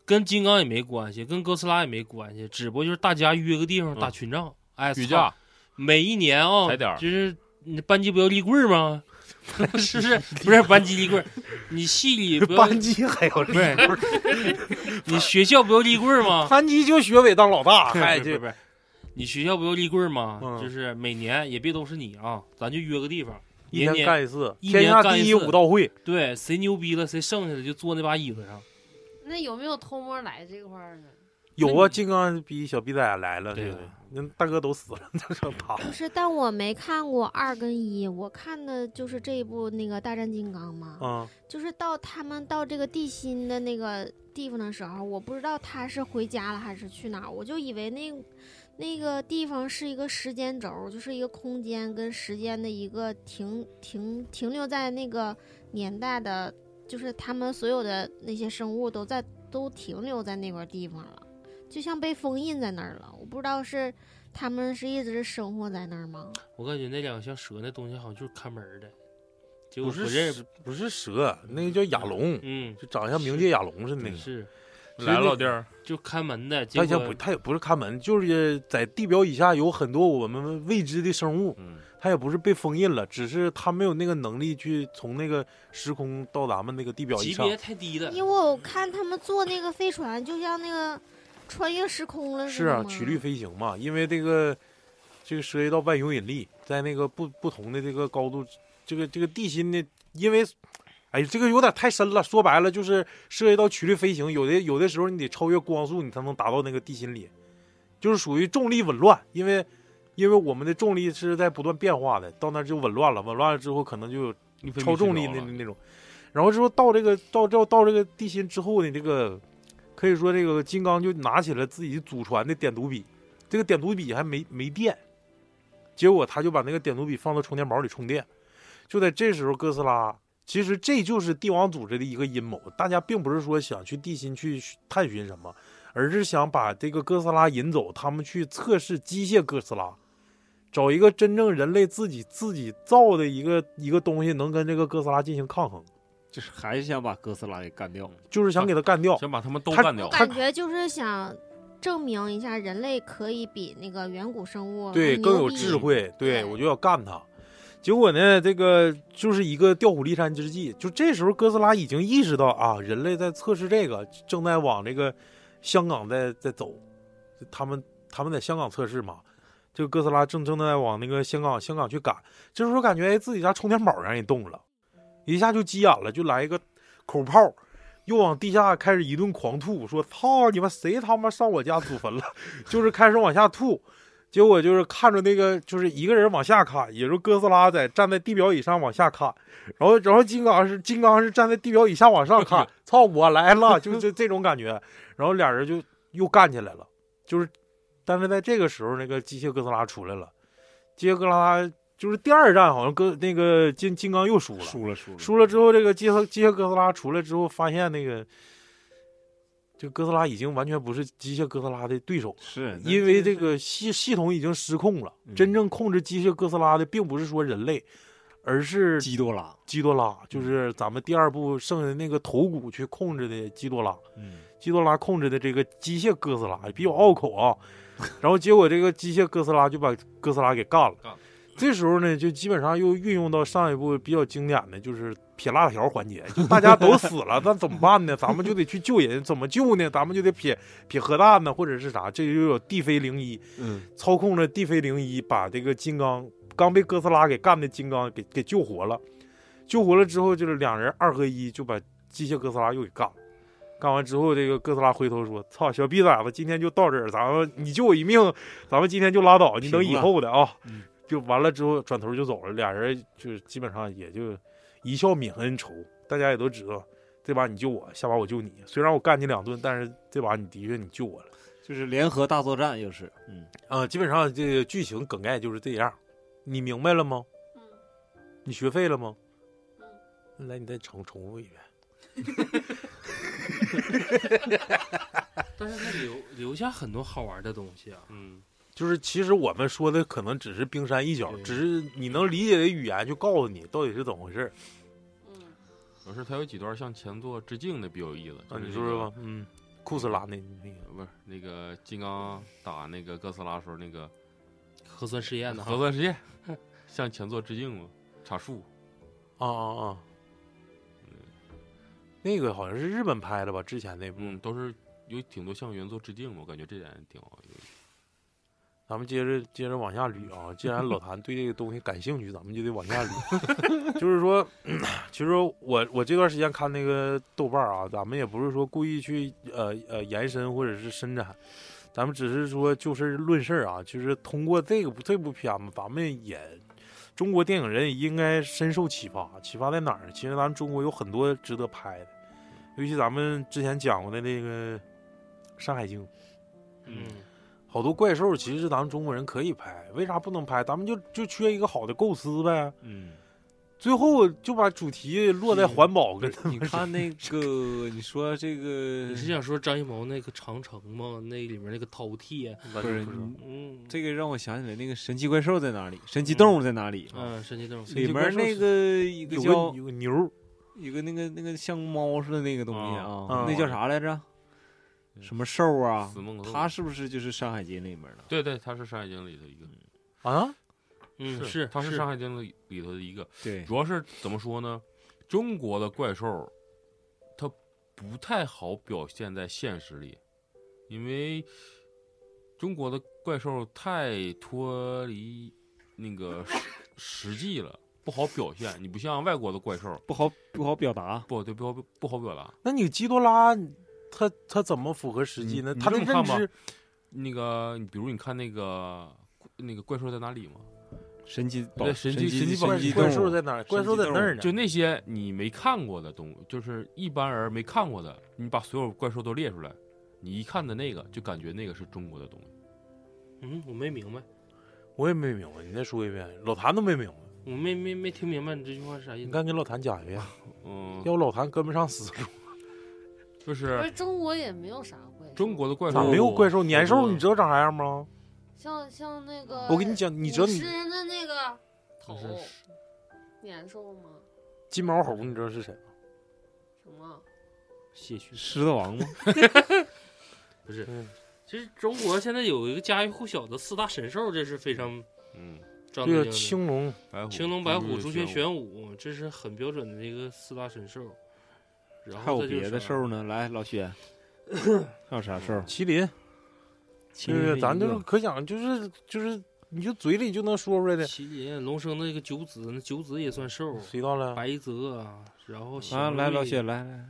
[SPEAKER 1] 跟金刚也没关系，跟哥斯拉也没关系，只不过就是大家约个地方
[SPEAKER 4] 嗯
[SPEAKER 1] 打群仗，哎，
[SPEAKER 4] 举
[SPEAKER 1] 操
[SPEAKER 4] 架，
[SPEAKER 1] 每一年啊、
[SPEAKER 4] 踩点儿
[SPEAKER 1] 就是你扳机不要立棍儿吗？是不是？不是扳机立棍儿，你系里不要，
[SPEAKER 2] 班级还有
[SPEAKER 1] 不是你学校不要立棍儿吗？
[SPEAKER 2] 班级就学伟当 老大，还
[SPEAKER 1] 不是
[SPEAKER 2] 哎这
[SPEAKER 1] 不是，你学校不要立棍儿吗？
[SPEAKER 2] 嗯
[SPEAKER 1] 就是每年也别都是你啊，咱就约个地方，
[SPEAKER 2] 一
[SPEAKER 1] 年
[SPEAKER 2] 天
[SPEAKER 1] 年
[SPEAKER 2] 干一次，
[SPEAKER 1] 一
[SPEAKER 2] 天
[SPEAKER 1] 年
[SPEAKER 2] 下
[SPEAKER 1] 干一
[SPEAKER 2] 第一
[SPEAKER 1] 次
[SPEAKER 2] 武道会，
[SPEAKER 1] 对谁牛逼了谁剩下的就坐那把椅子上，
[SPEAKER 6] 那有没有偷摸来这块儿呢？
[SPEAKER 2] 有
[SPEAKER 1] 那
[SPEAKER 2] 啊，
[SPEAKER 1] 你
[SPEAKER 2] 金刚逼小逼崽来了，
[SPEAKER 1] 对啊
[SPEAKER 2] 这回那大哥都死了，就剩 他。
[SPEAKER 7] 不是，但我没看过二跟一，我看的就是这一部那个《大战金刚》嘛。
[SPEAKER 2] 嗯，
[SPEAKER 7] 就是到他们到这个地心的那个地方的时候，我不知道他是回家了还是去哪儿，我就以为那那个地方是一个时间轴，就是一个空间跟时间的一个停停停留在那个年代的，就是他们所有的那些生物都在都停留在那块地方了，就像被封印在那儿了。我不知道是他们是一直生活在那儿吗？
[SPEAKER 1] 我感觉那两个像蛇那东西好像就是看门儿的，结果
[SPEAKER 2] 不
[SPEAKER 1] 不认识
[SPEAKER 2] 是，不是蛇，那个叫亚龙，
[SPEAKER 1] 嗯，
[SPEAKER 2] 就长得像冥界亚龙似的那个。
[SPEAKER 1] 是
[SPEAKER 2] 是
[SPEAKER 4] 来了
[SPEAKER 2] 那
[SPEAKER 4] 老弟儿，
[SPEAKER 1] 就看门的，结
[SPEAKER 2] 他也
[SPEAKER 1] 果
[SPEAKER 2] 不，他也不是看门，就是在地表以下有很多我们未知的生物，
[SPEAKER 4] 嗯，
[SPEAKER 2] 他也不是被封印了，只是他没有那个能力去从那个时空到咱们那个地表以
[SPEAKER 1] 级
[SPEAKER 2] 上
[SPEAKER 1] 别。太低了，
[SPEAKER 7] 因为我看他们坐那个飞船，就像那个穿越时空了似
[SPEAKER 2] 是
[SPEAKER 7] 的
[SPEAKER 2] 啊，
[SPEAKER 7] 嘛
[SPEAKER 2] 曲率飞行嘛，因为这个这个涉及到万有引力，在那个不不同的这个高度，这个这个地心的，因为，哎，这个有点太深了。说白了就是涉及到曲率飞行，有的有的时候你得超越光速，你才能达到那个地心里，就是属于重力紊乱，因为因为我们的重力是在不断变化的，到那儿就紊乱了，紊乱了之后可能就有
[SPEAKER 4] 一分
[SPEAKER 2] 超
[SPEAKER 4] 没睡
[SPEAKER 2] 重力
[SPEAKER 4] 着
[SPEAKER 2] 那
[SPEAKER 4] 了
[SPEAKER 2] 那种。然后之后到这个到到到这个地心之后呢，这个可以说这个金刚就拿起了自己祖传的点读笔，这个点读笔还没没电，结果他就把那个点读笔放到充电宝里充电。就在这时候，哥斯拉其实这就是帝王组织的一个阴谋，大家并不是说想去地心去探寻什么，而是想把这个哥斯拉引走，他们去测试机械哥斯拉。找一个真正人类自己自己造的一个一个东西，能跟这个哥斯拉进行抗衡，
[SPEAKER 5] 就是还是想把哥斯拉给干掉。
[SPEAKER 2] 就是想给他干掉。
[SPEAKER 4] 想把他们都
[SPEAKER 2] 他
[SPEAKER 4] 干掉
[SPEAKER 7] 我
[SPEAKER 2] 他。
[SPEAKER 7] 感觉就是想证明一下，人类可以比那个远古生物
[SPEAKER 2] 对，更有
[SPEAKER 7] 牛逼
[SPEAKER 2] 智。慧，对
[SPEAKER 7] 对
[SPEAKER 2] 我就要干他。结果呢，这个就是一个调虎离山之计。就这时候，哥斯拉已经意识到啊，人类在测试这个，正在往这个香港在在走。他们他们在香港测试嘛，这个哥斯拉正正在往那个香港香港去赶。这时候感觉哎，自己家充电宝让人动了，一下就急眼了，就来一个口炮，又往地下开始一顿狂吐，说操你妈谁他妈上我家祖坟了， 就是开始往下吐。结果就是看着那个，就是一个人往下看，也就是哥斯拉在站在地表以上往下看，然后然后金刚是金刚是站在地表以下往上看，操我来了，就是这这种感觉。然后俩人就又干起来了，就是，但是在这个时候，那个机械哥斯拉出来了，机械哥斯拉就是第二战好像哥那个金金刚又输了，
[SPEAKER 5] 输了输了，
[SPEAKER 2] 输了之后，这个机械机械哥斯拉出来之后，发现那个这个哥斯拉已经完全不是机械哥斯拉的对手了。
[SPEAKER 5] 是
[SPEAKER 2] 因为这个系系统已经失控了，
[SPEAKER 5] 嗯
[SPEAKER 2] 真正控制机械哥斯拉的并不是说人类，而是
[SPEAKER 5] 基嗯多拉，
[SPEAKER 2] 基多拉，就是咱们第二部剩下的那个头骨去控制的基多拉，
[SPEAKER 5] 嗯，
[SPEAKER 2] 基多拉控制的这个机械哥斯拉比较拗口啊。然后结果这个机械哥斯拉就把哥斯拉给干
[SPEAKER 4] 干
[SPEAKER 2] 了。这时候呢，就基本上又运用到上一部比较经典的就是撇辣条环节，就大家都死了，那怎么办呢？咱们就得去救人，怎么救呢？咱们就得撇撇核弹呢，或者是啥？这就有地飞零一，
[SPEAKER 5] 嗯，
[SPEAKER 2] 操控着地飞零一把这个金刚刚被哥斯拉给干的金刚给给救活了，救活了之后就是两人二合一就把机械哥斯拉又给干了。干完之后，这个哥斯拉回头说：“操，小逼崽子，今天就到这儿，咱们你救我一命，咱们今天就拉倒，你等以后的啊。
[SPEAKER 5] 嗯
[SPEAKER 2] 就完了之后，转头就走了，俩人就是基本上也就一笑泯恩仇。大家也都知道，这把你救我，下把我救你。虽然我干你两顿，但是这把你的确你救我了。
[SPEAKER 5] 就是联合大作战又是，嗯，
[SPEAKER 2] 啊、基本上这个剧情梗概就是这样，你明白了吗？
[SPEAKER 6] 嗯
[SPEAKER 2] 你学会了吗？来，你再重重复一遍。
[SPEAKER 1] 但是它留留下很多好玩的东西啊，
[SPEAKER 4] 嗯，
[SPEAKER 2] 就是其实我们说的可能只是冰山一角，
[SPEAKER 1] 对
[SPEAKER 2] 只是你能理解的语言就告诉你到底是怎么回事儿。
[SPEAKER 6] 嗯，
[SPEAKER 4] 而是他有几段向前作致敬的比较有意思。
[SPEAKER 2] 啊，
[SPEAKER 4] 就是
[SPEAKER 2] 你
[SPEAKER 4] 这
[SPEAKER 2] 说说
[SPEAKER 4] 个
[SPEAKER 2] 吧，嗯，库斯拉那那个，
[SPEAKER 4] 不是那个金刚打那个哥斯拉时候那个
[SPEAKER 1] 核酸实验呢？
[SPEAKER 4] 核算实验，向前作致敬嘛，查树，
[SPEAKER 2] 啊啊啊，那个好像是日本拍的吧？之前那部，
[SPEAKER 4] 嗯，都是有挺多向原作致敬嘛，我感觉这点挺好。
[SPEAKER 2] 咱们接着接着往下捋啊。既然老谭对这个东西感兴趣，咱们就得往下捋。 就是说， 其实我我这段时间看那个豆瓣儿啊，咱们也不是说故意去呃呃延伸或者是伸展，咱们只是说就事儿论事儿啊。就是通过这个这部片子，咱们也中国电影人应该深受启发。启发在哪儿？其实咱们中国有很多值得拍的，尤其咱们之前讲过的那个《山海经》。
[SPEAKER 1] 嗯，
[SPEAKER 2] 好多怪兽其实咱们中国人可以拍，为啥不能拍？咱们就就缺一个好的构思呗。
[SPEAKER 4] 嗯，
[SPEAKER 2] 最后就把主题落在环保跟
[SPEAKER 5] 你看那个，你说这个
[SPEAKER 2] 嗯
[SPEAKER 1] 你是想说张艺谋那个长城吗？那里面那个饕餮，啊
[SPEAKER 5] 不是
[SPEAKER 1] 嗯，
[SPEAKER 5] 这个让我想起来那个神奇怪兽在哪里，神奇动物在哪里？
[SPEAKER 1] 嗯，神奇动物，
[SPEAKER 5] 里面那个一个
[SPEAKER 2] 有个
[SPEAKER 5] 叫
[SPEAKER 2] 有个牛儿，
[SPEAKER 5] 有个那个那个像猫似的那个东西
[SPEAKER 4] 啊
[SPEAKER 5] 啊，那
[SPEAKER 2] 啊
[SPEAKER 5] 叫啥来着？什么兽啊？
[SPEAKER 4] 死梦
[SPEAKER 5] 它是不是就是《山海经》里面的？
[SPEAKER 4] 对对，他是《山海经》里头一个，
[SPEAKER 2] 啊，
[SPEAKER 1] 嗯是，
[SPEAKER 4] 他是《
[SPEAKER 1] 是
[SPEAKER 4] 山海经》里里头的一个。
[SPEAKER 5] 对，
[SPEAKER 4] 主要是怎么说呢？中国的怪兽，它不太好表现在现实里，因为中国的怪兽太脱离那个实实际了，不好表现。你不像外国的怪兽，
[SPEAKER 5] 不好不好表达。
[SPEAKER 4] 不对，不好不好表达。
[SPEAKER 2] 那你基多拉，他他怎么符合实际呢？
[SPEAKER 4] 你
[SPEAKER 2] 他的
[SPEAKER 4] 你这么
[SPEAKER 2] 认
[SPEAKER 4] 看吧
[SPEAKER 2] 知
[SPEAKER 4] 那个，你比如你看那个那个怪兽在哪里嘛？
[SPEAKER 5] 神奇宝
[SPEAKER 4] 对神奇神
[SPEAKER 5] 神
[SPEAKER 4] 奇宝
[SPEAKER 5] 神
[SPEAKER 2] 怪
[SPEAKER 5] 奇
[SPEAKER 2] 怪
[SPEAKER 5] 动
[SPEAKER 2] 兽
[SPEAKER 5] 物
[SPEAKER 2] 在哪儿？
[SPEAKER 5] 神奇
[SPEAKER 2] 怪兽在那儿呢？
[SPEAKER 4] 就那些你没看过的东，就是一般人没看过的，你把所有怪兽都列出来，你一看的那个就感觉那个是中国的东西。
[SPEAKER 1] 嗯，我没明白，
[SPEAKER 2] 我也没明白，你再说一遍，老谭都没明白。
[SPEAKER 1] 我没没没听明白你这句话是啥意
[SPEAKER 2] 你
[SPEAKER 1] 思。
[SPEAKER 2] 赶紧给老谭讲一遍，
[SPEAKER 4] 嗯，
[SPEAKER 2] 要不老谭跟不上思路。
[SPEAKER 4] 就
[SPEAKER 6] 不
[SPEAKER 4] 是
[SPEAKER 6] 是中国也没有啥怪兽，
[SPEAKER 4] 中国的怪
[SPEAKER 2] 咋
[SPEAKER 4] 兽
[SPEAKER 2] 没有怪兽？
[SPEAKER 4] 很
[SPEAKER 2] 年兽
[SPEAKER 4] 多
[SPEAKER 2] 你知道长啥样吗？
[SPEAKER 6] 像像那个，
[SPEAKER 2] 我跟你，讲，你知道你
[SPEAKER 6] 人的那个头
[SPEAKER 4] 是
[SPEAKER 6] 年兽吗？
[SPEAKER 2] 金毛猴，你知道是谁吗？
[SPEAKER 6] 什么？
[SPEAKER 1] 谢逊
[SPEAKER 5] 狮子王吗？
[SPEAKER 1] 不是，其实中国现在有一个家喻户晓的四大神兽，这是非常
[SPEAKER 4] 嗯，
[SPEAKER 1] 张
[SPEAKER 2] 对
[SPEAKER 1] 大
[SPEAKER 2] 啊，青龙。
[SPEAKER 4] 白虎、
[SPEAKER 1] 青龙、白虎、
[SPEAKER 4] 朱
[SPEAKER 1] 朱
[SPEAKER 4] 雀、
[SPEAKER 1] 雀、玄武，这是很标准的一个四大神兽。然
[SPEAKER 5] 还
[SPEAKER 1] 后
[SPEAKER 5] 有
[SPEAKER 1] 再就是
[SPEAKER 5] 别的
[SPEAKER 1] 啥
[SPEAKER 5] 兽呢？来，老薛，还有啥兽？
[SPEAKER 2] 麒麟，
[SPEAKER 5] 其
[SPEAKER 2] 就是咱
[SPEAKER 5] 啊
[SPEAKER 2] 就是可想，就是就是，你就嘴里就能说出来的。
[SPEAKER 1] 麒麟、龙生那个九子，那九子也算兽，
[SPEAKER 2] 谁到了？
[SPEAKER 1] 白泽，然后
[SPEAKER 5] 啊，
[SPEAKER 1] 小
[SPEAKER 5] 来老
[SPEAKER 1] 绿
[SPEAKER 5] 薛，来来，，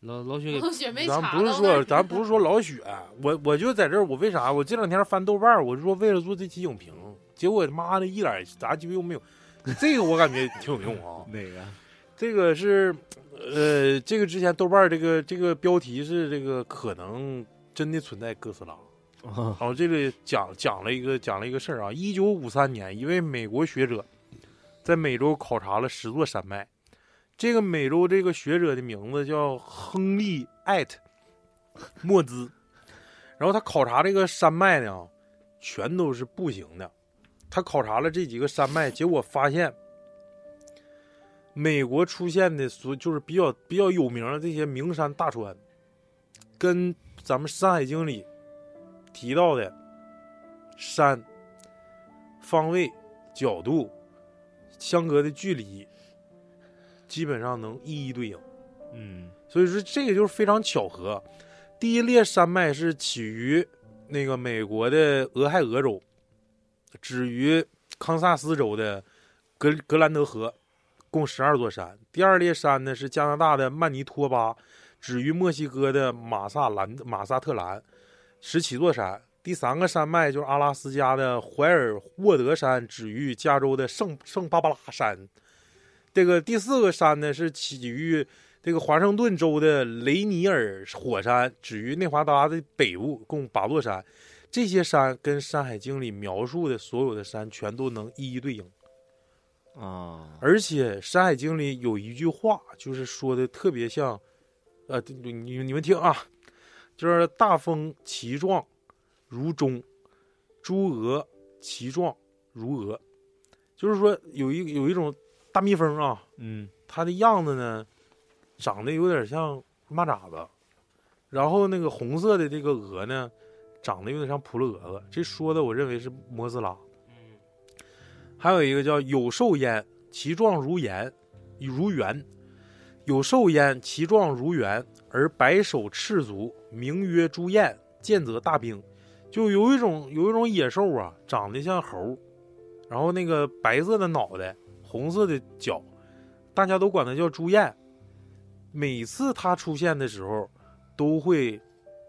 [SPEAKER 1] 老老雪给
[SPEAKER 6] 老雪没查
[SPEAKER 2] 咱
[SPEAKER 6] 到
[SPEAKER 2] 不是
[SPEAKER 6] 那
[SPEAKER 2] 说，
[SPEAKER 6] 儿
[SPEAKER 2] 咱不是说老雪，我我就在这儿，我为啥？我这两天翻豆瓣儿，我是说为了做这期影评，结果他妈的一点啥鸡巴用没有。这个我感觉挺有用啊
[SPEAKER 5] 哪 个？
[SPEAKER 2] 这个是，呃，这个之前豆瓣儿这个这个标题是这个可能真的存在哥斯拉，
[SPEAKER 5] 啊，
[SPEAKER 2] 然后这里讲讲了一个讲了一个事儿啊，一九五三年，一位美国学者在美洲考察了十座山脉。这个美洲这个学者的名字叫亨利·艾特莫兹，然后他考察这个山脉呢，全都是步行的。他考察了这几个山脉，结果发现，美国出现的所就是比较比较有名的这些名山大川，跟咱们《山海经》里提到的山方位、角度、相隔的距离，基本上能一一对应。
[SPEAKER 5] 嗯，
[SPEAKER 2] 所以说，这个就是非常巧合。第一列山脉是起于那个美国的俄亥俄州，止于康萨斯州的格格兰德河，共十二座山。第二列山呢是加拿大的曼尼托巴，止于墨西哥的马萨兰马萨特兰，十七座山。第三个山脉就是阿拉斯加的怀尔沃德山，止于加州的圣圣巴巴拉山。这个第四个山呢是起于这个华盛顿州的雷尼尔火山止于内华达的北部，共八座山。这些山跟《山海经》里描述的所有的山全都能一一对应，
[SPEAKER 1] 嗯
[SPEAKER 5] 啊，
[SPEAKER 2] 而且《山海经》里有一句话，就是说的特别像，呃，你你你们听啊，就是大风其状如钟，朱鹅其状如鹅，就是说有一有一种大蜜蜂啊，
[SPEAKER 5] 嗯，
[SPEAKER 2] 它的样子呢，长得有点像蚂蚱子，然后那个红色的这个鹅呢，长得有点像扑棱蛾子，这说的我认为是摩斯拉。
[SPEAKER 1] 嗯
[SPEAKER 2] 还有一个叫有兽焉，其状如猿，如猿。有兽焉，其状如猿，而白首赤足，名曰朱雁，见则大兵。就有一种有一种野兽啊，长得像猴，然后那个白色的脑袋，红色的脚，大家都管它叫朱雁。每次它出现的时候，都会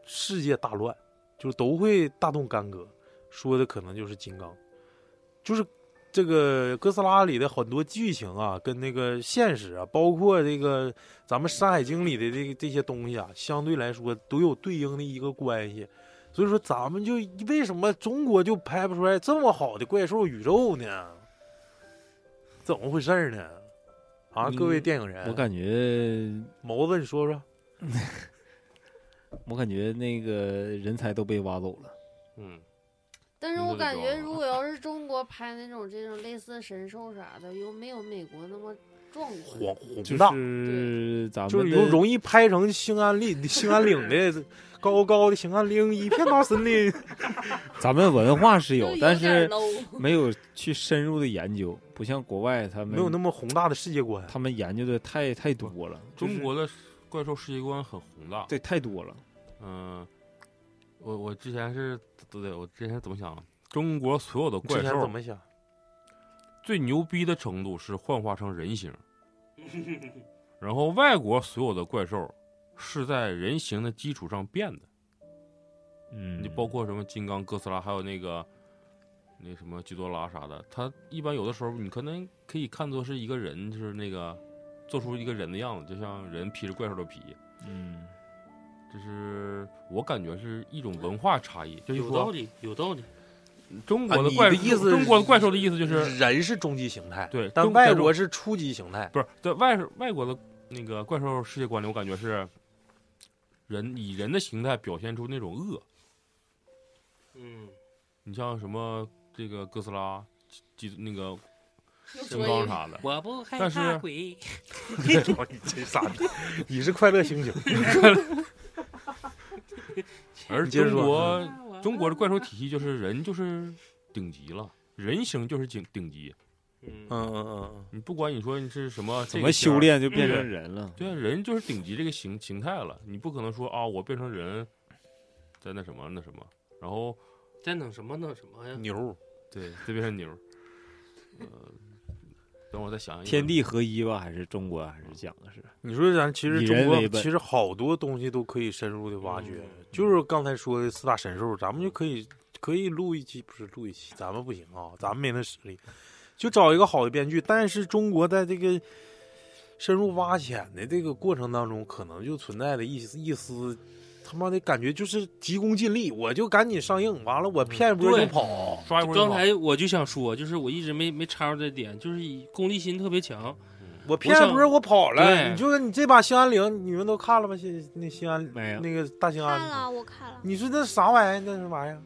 [SPEAKER 2] 世界大乱，就都会大动干戈。说的可能就是金刚，就是这个哥斯拉里的很多剧情啊，跟那个现实啊，包括这个咱们《山海经》里的这个这些东西啊，相对来说都有对应的一个关系。所以说，咱们就为什么中国就拍不出来这么好的怪兽宇宙呢？怎么回事儿呢？啊，
[SPEAKER 5] 嗯
[SPEAKER 2] 各位电影人，
[SPEAKER 5] 我感觉，
[SPEAKER 2] 毛子，你说说，
[SPEAKER 5] 我感觉那个人才都被挖走了。
[SPEAKER 1] 嗯，
[SPEAKER 6] 但是
[SPEAKER 4] 那
[SPEAKER 6] 我
[SPEAKER 4] 就
[SPEAKER 6] 感
[SPEAKER 4] 装
[SPEAKER 6] 觉，
[SPEAKER 4] 了
[SPEAKER 6] 如果要是中国拍那种这种类似神兽啥的，又没有美国那么壮观。
[SPEAKER 2] 黄宏
[SPEAKER 5] 就
[SPEAKER 2] 大，
[SPEAKER 5] 是咱们
[SPEAKER 2] 就是
[SPEAKER 5] 的
[SPEAKER 2] 容容易拍成兴安岭、兴安岭的高高的兴安岭一片大森林。
[SPEAKER 5] 咱们文化是
[SPEAKER 6] 就
[SPEAKER 5] 有，
[SPEAKER 6] 有
[SPEAKER 5] 但
[SPEAKER 6] 点
[SPEAKER 5] 是
[SPEAKER 6] low
[SPEAKER 5] 没有去深入的研究，不像国外他们
[SPEAKER 2] 没有那么宏大的世界观。
[SPEAKER 5] 他们研究的太太多了，
[SPEAKER 4] 中国的怪兽世界观很宏大。
[SPEAKER 5] 对太多了。
[SPEAKER 4] 嗯、我我之前是对对，我之前是怎么想的？中国所有的
[SPEAKER 2] 你之
[SPEAKER 4] 怪
[SPEAKER 2] 前怎
[SPEAKER 4] 兽
[SPEAKER 2] 么想？
[SPEAKER 4] 最牛逼的程度是幻化成 人形，然后外国所有的怪兽是在人形的基础上变的。
[SPEAKER 5] 嗯
[SPEAKER 4] 你包括什么金刚、哥斯拉，还有那个那什么基多拉啥的，它一般有的时候你可能可以看作是一个人，就是那个做出一个人的样子，就像人披着怪兽的皮。
[SPEAKER 5] 嗯，
[SPEAKER 4] 这是我感觉是一种文化差异，就是
[SPEAKER 1] 有道
[SPEAKER 4] 说
[SPEAKER 1] 理，有道理。
[SPEAKER 4] 中
[SPEAKER 2] 啊
[SPEAKER 4] 国
[SPEAKER 2] 你
[SPEAKER 4] 怪
[SPEAKER 2] 的
[SPEAKER 4] 兽
[SPEAKER 2] 意思
[SPEAKER 4] 中
[SPEAKER 2] 是
[SPEAKER 4] 国的怪兽的意思就是
[SPEAKER 2] 是人是终极形态，
[SPEAKER 4] 对
[SPEAKER 2] 但
[SPEAKER 4] 中
[SPEAKER 2] 外
[SPEAKER 4] 在中
[SPEAKER 2] 国是初级形态。
[SPEAKER 4] 不是在外外国的那个怪兽世界观里，我感觉是人以人的形态表现出那种恶。
[SPEAKER 1] 嗯，
[SPEAKER 4] 你像什么这个哥斯拉、基那个金
[SPEAKER 6] 所以
[SPEAKER 4] 刚啥的，
[SPEAKER 1] 我不害
[SPEAKER 4] 但是
[SPEAKER 1] 鬼。
[SPEAKER 2] 你真傻逼！ 你是快乐星球，
[SPEAKER 4] 而
[SPEAKER 2] 你接着
[SPEAKER 4] 中
[SPEAKER 2] 说
[SPEAKER 4] 国嗯中国的怪兽体系就是人就是顶级了，人形就是顶顶级。
[SPEAKER 1] 嗯
[SPEAKER 2] 嗯嗯嗯
[SPEAKER 4] 你不管你说你是什么
[SPEAKER 5] 怎
[SPEAKER 4] 怎
[SPEAKER 5] 么修，炼就变成人了？
[SPEAKER 4] 对啊，人就是顶级这个形形态了。你不可能说啊，我变成人，在那什么那什么，然后
[SPEAKER 1] 在等什么等什么呀
[SPEAKER 2] 嗯，？牛，
[SPEAKER 4] 对再变成牛。呃，等会儿再想一想。
[SPEAKER 5] 天地合一吧，还是中国还是讲的是
[SPEAKER 2] 你说咱其实
[SPEAKER 5] 以
[SPEAKER 2] 中
[SPEAKER 5] 人
[SPEAKER 2] 国
[SPEAKER 5] 为本
[SPEAKER 2] 其实好多东西都可以深入的挖掘
[SPEAKER 1] 嗯，
[SPEAKER 2] 就是刚才说的四大神兽，咱们就可以可以录一期，不是录一期，咱们不行啊，咱们没那实力，就找一个好的编剧。但是中国在这个深入挖潜的这个过程当中，可能就存在着一丝一丝。他妈的感觉就是急功近利，我就赶紧上映，完了我骗一波
[SPEAKER 1] 对
[SPEAKER 2] 就跑。
[SPEAKER 4] 刷一波就
[SPEAKER 1] 刚
[SPEAKER 4] 跑
[SPEAKER 1] 才我就想说，就是我一直没没插入这点，就是以功利心特别强。
[SPEAKER 2] 我骗一波我跑了，
[SPEAKER 1] 对
[SPEAKER 2] 你就说你这把兴安岭，你们都看了吗？西那兴安
[SPEAKER 5] 没有
[SPEAKER 2] 那个大兴
[SPEAKER 7] 看
[SPEAKER 2] 安，
[SPEAKER 7] 了，我看了。
[SPEAKER 2] 你说那啥玩意儿？那是玩意儿？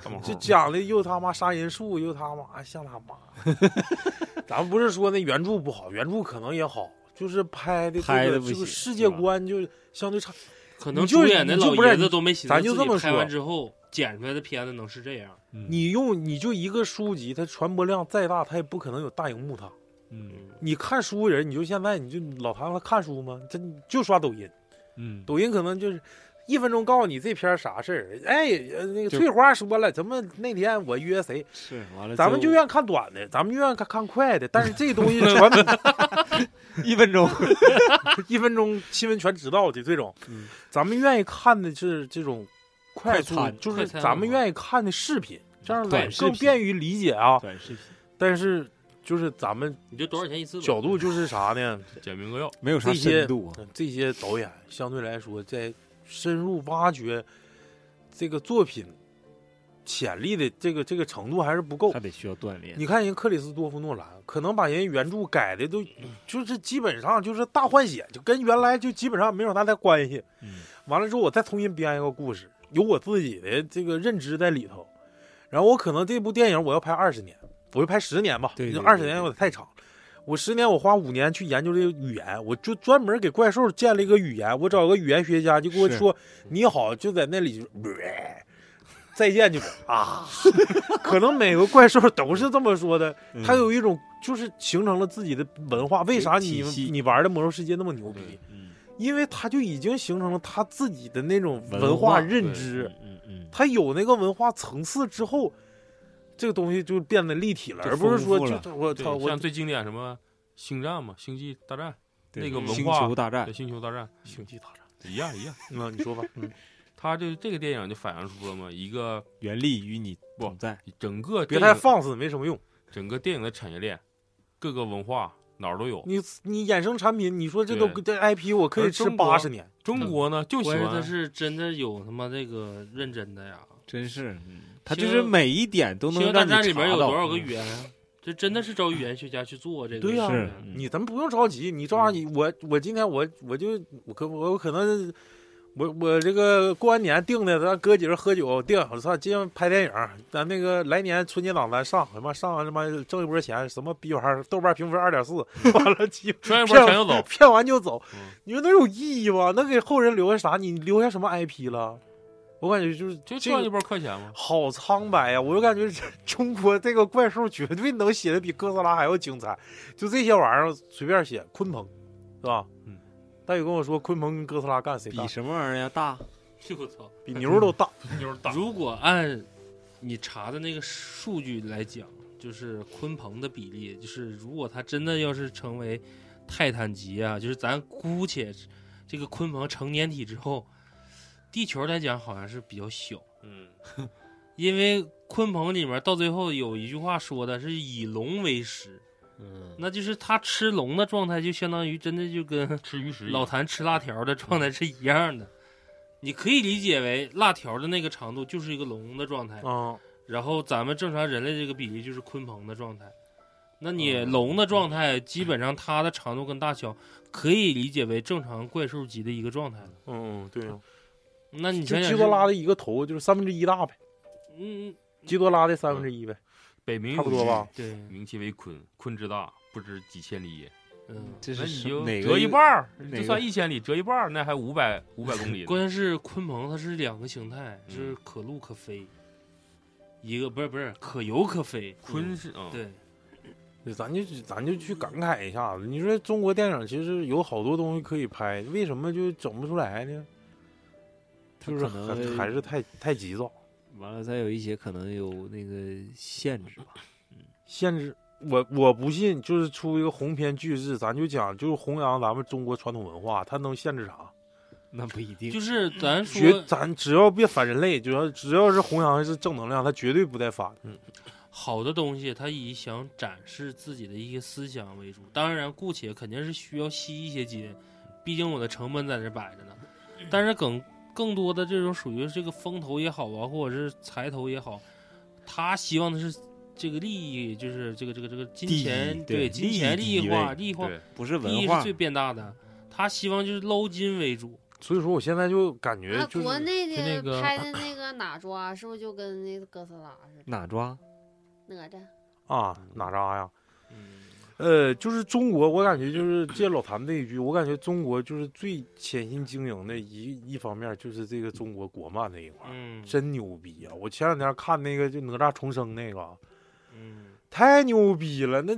[SPEAKER 4] 干嘛活
[SPEAKER 2] 这
[SPEAKER 4] 儿
[SPEAKER 2] 讲的又他妈杀人术，又他妈哎像他妈。 咱不是说那原著不好，原著可能也好，就是拍的
[SPEAKER 5] 拍
[SPEAKER 2] 这
[SPEAKER 5] 的
[SPEAKER 2] 个
[SPEAKER 5] 不
[SPEAKER 2] 这个
[SPEAKER 5] 行嗯
[SPEAKER 2] 世界观就相对差。
[SPEAKER 1] 可能
[SPEAKER 2] 你就
[SPEAKER 1] 主演的
[SPEAKER 2] 你就
[SPEAKER 1] 老
[SPEAKER 2] 不是
[SPEAKER 1] 爷子都没寻思
[SPEAKER 2] 咱
[SPEAKER 1] 自
[SPEAKER 2] 就
[SPEAKER 1] 己
[SPEAKER 2] 这么
[SPEAKER 1] 拍
[SPEAKER 2] 说
[SPEAKER 1] 完之后剪出来的片子能是这样。
[SPEAKER 2] 你用你就一个书籍，它传播量再大，它也不可能有大荧幕它。
[SPEAKER 5] 嗯
[SPEAKER 2] 你看书人，你就现在你就老唐他看书吗？这就刷抖音，
[SPEAKER 5] 嗯，
[SPEAKER 2] 抖音可能就是一分钟告诉你这篇啥事儿。哎，呃那个
[SPEAKER 5] 就
[SPEAKER 2] 翠花说了，咱们那天我约谁，
[SPEAKER 5] 是完了，
[SPEAKER 2] 咱们就愿意看短的，咱们就愿意看看快的。但是这东西传
[SPEAKER 5] 一分 钟。
[SPEAKER 2] 一分钟新闻全知道的这种，
[SPEAKER 5] 嗯
[SPEAKER 2] 咱们愿意看的是这种快速
[SPEAKER 5] 快，餐啊嗯
[SPEAKER 2] 就是
[SPEAKER 1] 快餐
[SPEAKER 2] 咱们
[SPEAKER 1] 文化
[SPEAKER 2] 愿意看的视频，这样来
[SPEAKER 5] 短视
[SPEAKER 2] 更
[SPEAKER 5] 频
[SPEAKER 2] 便于理解啊。
[SPEAKER 5] 短视频
[SPEAKER 2] 但是就是咱们
[SPEAKER 1] 你就多少钱一次吧？
[SPEAKER 2] 角度就是啥呢？
[SPEAKER 4] 简明扼要，
[SPEAKER 5] 没有啥
[SPEAKER 2] 这些
[SPEAKER 5] 深度啊，
[SPEAKER 2] 这些导演相对来说在深入挖掘这个作品潜力的这个这个程度还是不够
[SPEAKER 5] 还。得需要锻炼。
[SPEAKER 2] 你看人克里斯多夫诺兰，可能把人原著改的都
[SPEAKER 5] 嗯
[SPEAKER 2] 就是基本上就是大换血，就跟原来就基本上没有啥太关系。
[SPEAKER 5] 嗯
[SPEAKER 2] 完了之后，我再重新编一个故事，有我自己的这个认知在里头。然后我可能这部电影我要拍二十年，我就拍十年吧，
[SPEAKER 5] 对对
[SPEAKER 2] 就
[SPEAKER 5] 对
[SPEAKER 2] 二十年有点太长。我十年我花五年去研究这个语言，我就专门给怪兽建了一个语言，我找个语言学家就跟我
[SPEAKER 5] 是
[SPEAKER 2] 说你好，就在那里 就。再见就是啊， 可能每个怪兽都是这么说的，它有一种就是形成了自己的文化。为啥你
[SPEAKER 5] 体系
[SPEAKER 2] 你玩的魔兽世界那么牛逼？
[SPEAKER 4] 对
[SPEAKER 5] 嗯
[SPEAKER 2] 因为它就已经形成了它自己的那种
[SPEAKER 5] 文
[SPEAKER 2] 文
[SPEAKER 5] 化
[SPEAKER 2] 化认知，
[SPEAKER 5] 嗯嗯，
[SPEAKER 2] 它有那个文化层次之后，这个东西就变得立体了，
[SPEAKER 5] 就
[SPEAKER 2] 而不是说
[SPEAKER 5] 丰富了
[SPEAKER 2] 就我
[SPEAKER 4] 对
[SPEAKER 2] 操我
[SPEAKER 4] 像最经典什么星战嘛，星际大战，那个文
[SPEAKER 5] 星
[SPEAKER 4] 化
[SPEAKER 5] 球大战
[SPEAKER 4] 对，星球大战，星际大战一样一样。
[SPEAKER 2] 嗯，你说吧，嗯，
[SPEAKER 4] 他就这个电影就反映出了嘛，一个
[SPEAKER 5] 原力与你同在，
[SPEAKER 4] 整个
[SPEAKER 2] 别
[SPEAKER 4] 电
[SPEAKER 2] 太
[SPEAKER 4] 影
[SPEAKER 2] 放肆，没什么用。
[SPEAKER 4] 整个电影的产业链，各个文化哪儿都有。
[SPEAKER 2] 你你衍生产品，你说这都
[SPEAKER 4] 对
[SPEAKER 2] 这 IP 我可以
[SPEAKER 4] 而
[SPEAKER 2] 吃
[SPEAKER 4] 中国
[SPEAKER 2] 八十年，
[SPEAKER 4] 中国呢就喜
[SPEAKER 1] 关键
[SPEAKER 2] 啊
[SPEAKER 1] 他
[SPEAKER 4] 欢
[SPEAKER 1] 是真的有他妈这个认真的呀！
[SPEAKER 5] 真是，他
[SPEAKER 1] 星
[SPEAKER 5] 就是每一点都
[SPEAKER 1] 《星
[SPEAKER 5] 能
[SPEAKER 1] 球
[SPEAKER 5] 让
[SPEAKER 1] 大战》
[SPEAKER 5] 你
[SPEAKER 1] 里面
[SPEAKER 5] 查
[SPEAKER 1] 有
[SPEAKER 5] 到
[SPEAKER 1] 多少个语言啊？这真的是找语言学家去做这个。
[SPEAKER 2] 嗯对呀
[SPEAKER 5] 是嗯
[SPEAKER 2] 你咱们不用着急，你照样你我我今天我我就我可我可能。我我这个过完年定的，咱哥几个喝酒定，我操，今天拍电影，咱那个来年春节档咱上，他妈上完他妈挣一波钱，什么逼玩意儿，豆瓣评分二点四，完了鸡。
[SPEAKER 4] 穿一波全就走
[SPEAKER 2] 骗完就走
[SPEAKER 4] 嗯，
[SPEAKER 2] 你说那有意义吗？能给后人留下啥？你留下什么 IP 了？我感觉就是
[SPEAKER 4] 就
[SPEAKER 2] 这
[SPEAKER 4] 赚一
[SPEAKER 2] 个
[SPEAKER 4] 波快钱嘛。
[SPEAKER 2] 好苍白呀、我就感觉这 中国这个怪兽绝对能写的比哥斯拉还要精彩。就这些玩意儿随便写，鲲鹏是吧？
[SPEAKER 4] 嗯，
[SPEAKER 2] 大宇跟我说，鲲鹏跟哥斯拉干谁大
[SPEAKER 5] 比？什么玩意儿呀大？
[SPEAKER 1] 啊 我操！
[SPEAKER 2] 比牛都大。
[SPEAKER 4] 就是大
[SPEAKER 1] 如果按你查的那个数据来讲，就是鲲鹏的比例，就是如果它真的要是成为泰坦级啊，就是咱姑且这个鲲鹏成年体之后，地球来讲好像是比较小，
[SPEAKER 4] 嗯，
[SPEAKER 1] 因为鲲鹏里面到最后有一句话说的是以龙为食，
[SPEAKER 5] 嗯，
[SPEAKER 1] 那就是它吃龙的状态就相当于真的就跟
[SPEAKER 4] 吃鱼食一样
[SPEAKER 1] 老谭吃辣条的状态是一样的。你可以理解为辣条的那个长度就是一个龙的状态，
[SPEAKER 2] 嗯，
[SPEAKER 1] 然后咱们正常人类这个比例就是鲲鹏的状态。那你
[SPEAKER 2] 嗯
[SPEAKER 1] 龙的状态，基本上它的长度跟大小可以理解为正常怪兽级的一个状态了。
[SPEAKER 2] 嗯，对呀、
[SPEAKER 1] 那你
[SPEAKER 2] 就
[SPEAKER 1] 想想
[SPEAKER 2] 基
[SPEAKER 1] 是，
[SPEAKER 2] 多拉的一个头就是三分之一大呗，
[SPEAKER 1] 嗯，
[SPEAKER 2] 基多拉的三分之一呗，
[SPEAKER 4] 北冥
[SPEAKER 2] 差不多吧？
[SPEAKER 1] 对，
[SPEAKER 4] 名其为鲲，鲲之大，不知几千里也。
[SPEAKER 1] 嗯，
[SPEAKER 5] 这
[SPEAKER 4] 那
[SPEAKER 5] 是
[SPEAKER 4] 你
[SPEAKER 5] 什
[SPEAKER 4] 就
[SPEAKER 5] 哪个
[SPEAKER 4] 折一半儿，
[SPEAKER 5] 哪
[SPEAKER 4] 就
[SPEAKER 5] 个
[SPEAKER 4] 算一千里，折一半儿，那还五百五百公里呢。
[SPEAKER 1] 关键是鲲鹏它是两个形态，
[SPEAKER 4] 嗯
[SPEAKER 1] 是可陆可飞，一个不是不是可游可飞。
[SPEAKER 4] 鲲是啊，
[SPEAKER 1] 对，
[SPEAKER 2] 咱就咱就去感慨一下子，你说中国电影其实有好多东西可以拍，为什么就整不出来呢？
[SPEAKER 5] 他
[SPEAKER 2] 就是
[SPEAKER 5] 可能
[SPEAKER 2] 很还是太太急躁，
[SPEAKER 5] 完了，再有一些可能有那个限制吧。
[SPEAKER 2] 限制。我我不信，就是出一个鸿篇巨制，咱就讲就是弘扬咱们中国传统文化，它能限制啥？
[SPEAKER 5] 那不一定，
[SPEAKER 1] 就是咱
[SPEAKER 2] 绝
[SPEAKER 1] 说
[SPEAKER 2] 咱只要别反人类，只要只要是弘扬是正能量，它绝对不带反。
[SPEAKER 1] 好的东西，它以想展示自己的一些思想为主。当然，姑且肯定是需要吸一些金，毕竟我的成本在这摆着呢。但是更更多的这种属于这个风投也好啊，或者是财头也好，他希望的是这个利益，就是这个这个这个金
[SPEAKER 5] 利益
[SPEAKER 1] 钱
[SPEAKER 5] 对
[SPEAKER 1] 金
[SPEAKER 5] 利益
[SPEAKER 1] 钱
[SPEAKER 5] 第
[SPEAKER 1] 利
[SPEAKER 5] 一
[SPEAKER 1] 益化
[SPEAKER 5] 位
[SPEAKER 1] 利益化
[SPEAKER 4] 对，
[SPEAKER 5] 不是
[SPEAKER 1] 利
[SPEAKER 5] 文
[SPEAKER 1] 益
[SPEAKER 5] 化
[SPEAKER 1] 是最变大的。他希望就是捞金为主，
[SPEAKER 2] 所以说，我现在就感觉
[SPEAKER 6] 那
[SPEAKER 2] 就
[SPEAKER 6] 啊国
[SPEAKER 2] 是
[SPEAKER 6] 内
[SPEAKER 4] 就那
[SPEAKER 6] 的
[SPEAKER 4] 个
[SPEAKER 6] 拍的那个哪吒啊是不是就跟那个哥斯拉似的？
[SPEAKER 5] 哪抓？
[SPEAKER 6] 哪吒，
[SPEAKER 2] 啊，哪吒呀，
[SPEAKER 1] 嗯，
[SPEAKER 2] 呃，就是中国，我感觉就是借老谭这一句，我感觉中国就是最潜心经营的一一方面，就是这个中国国漫这一块儿，
[SPEAKER 1] 嗯，
[SPEAKER 2] 真牛逼啊！我前两天看那个就哪吒重生那个，
[SPEAKER 1] 嗯，
[SPEAKER 2] 太牛逼了，那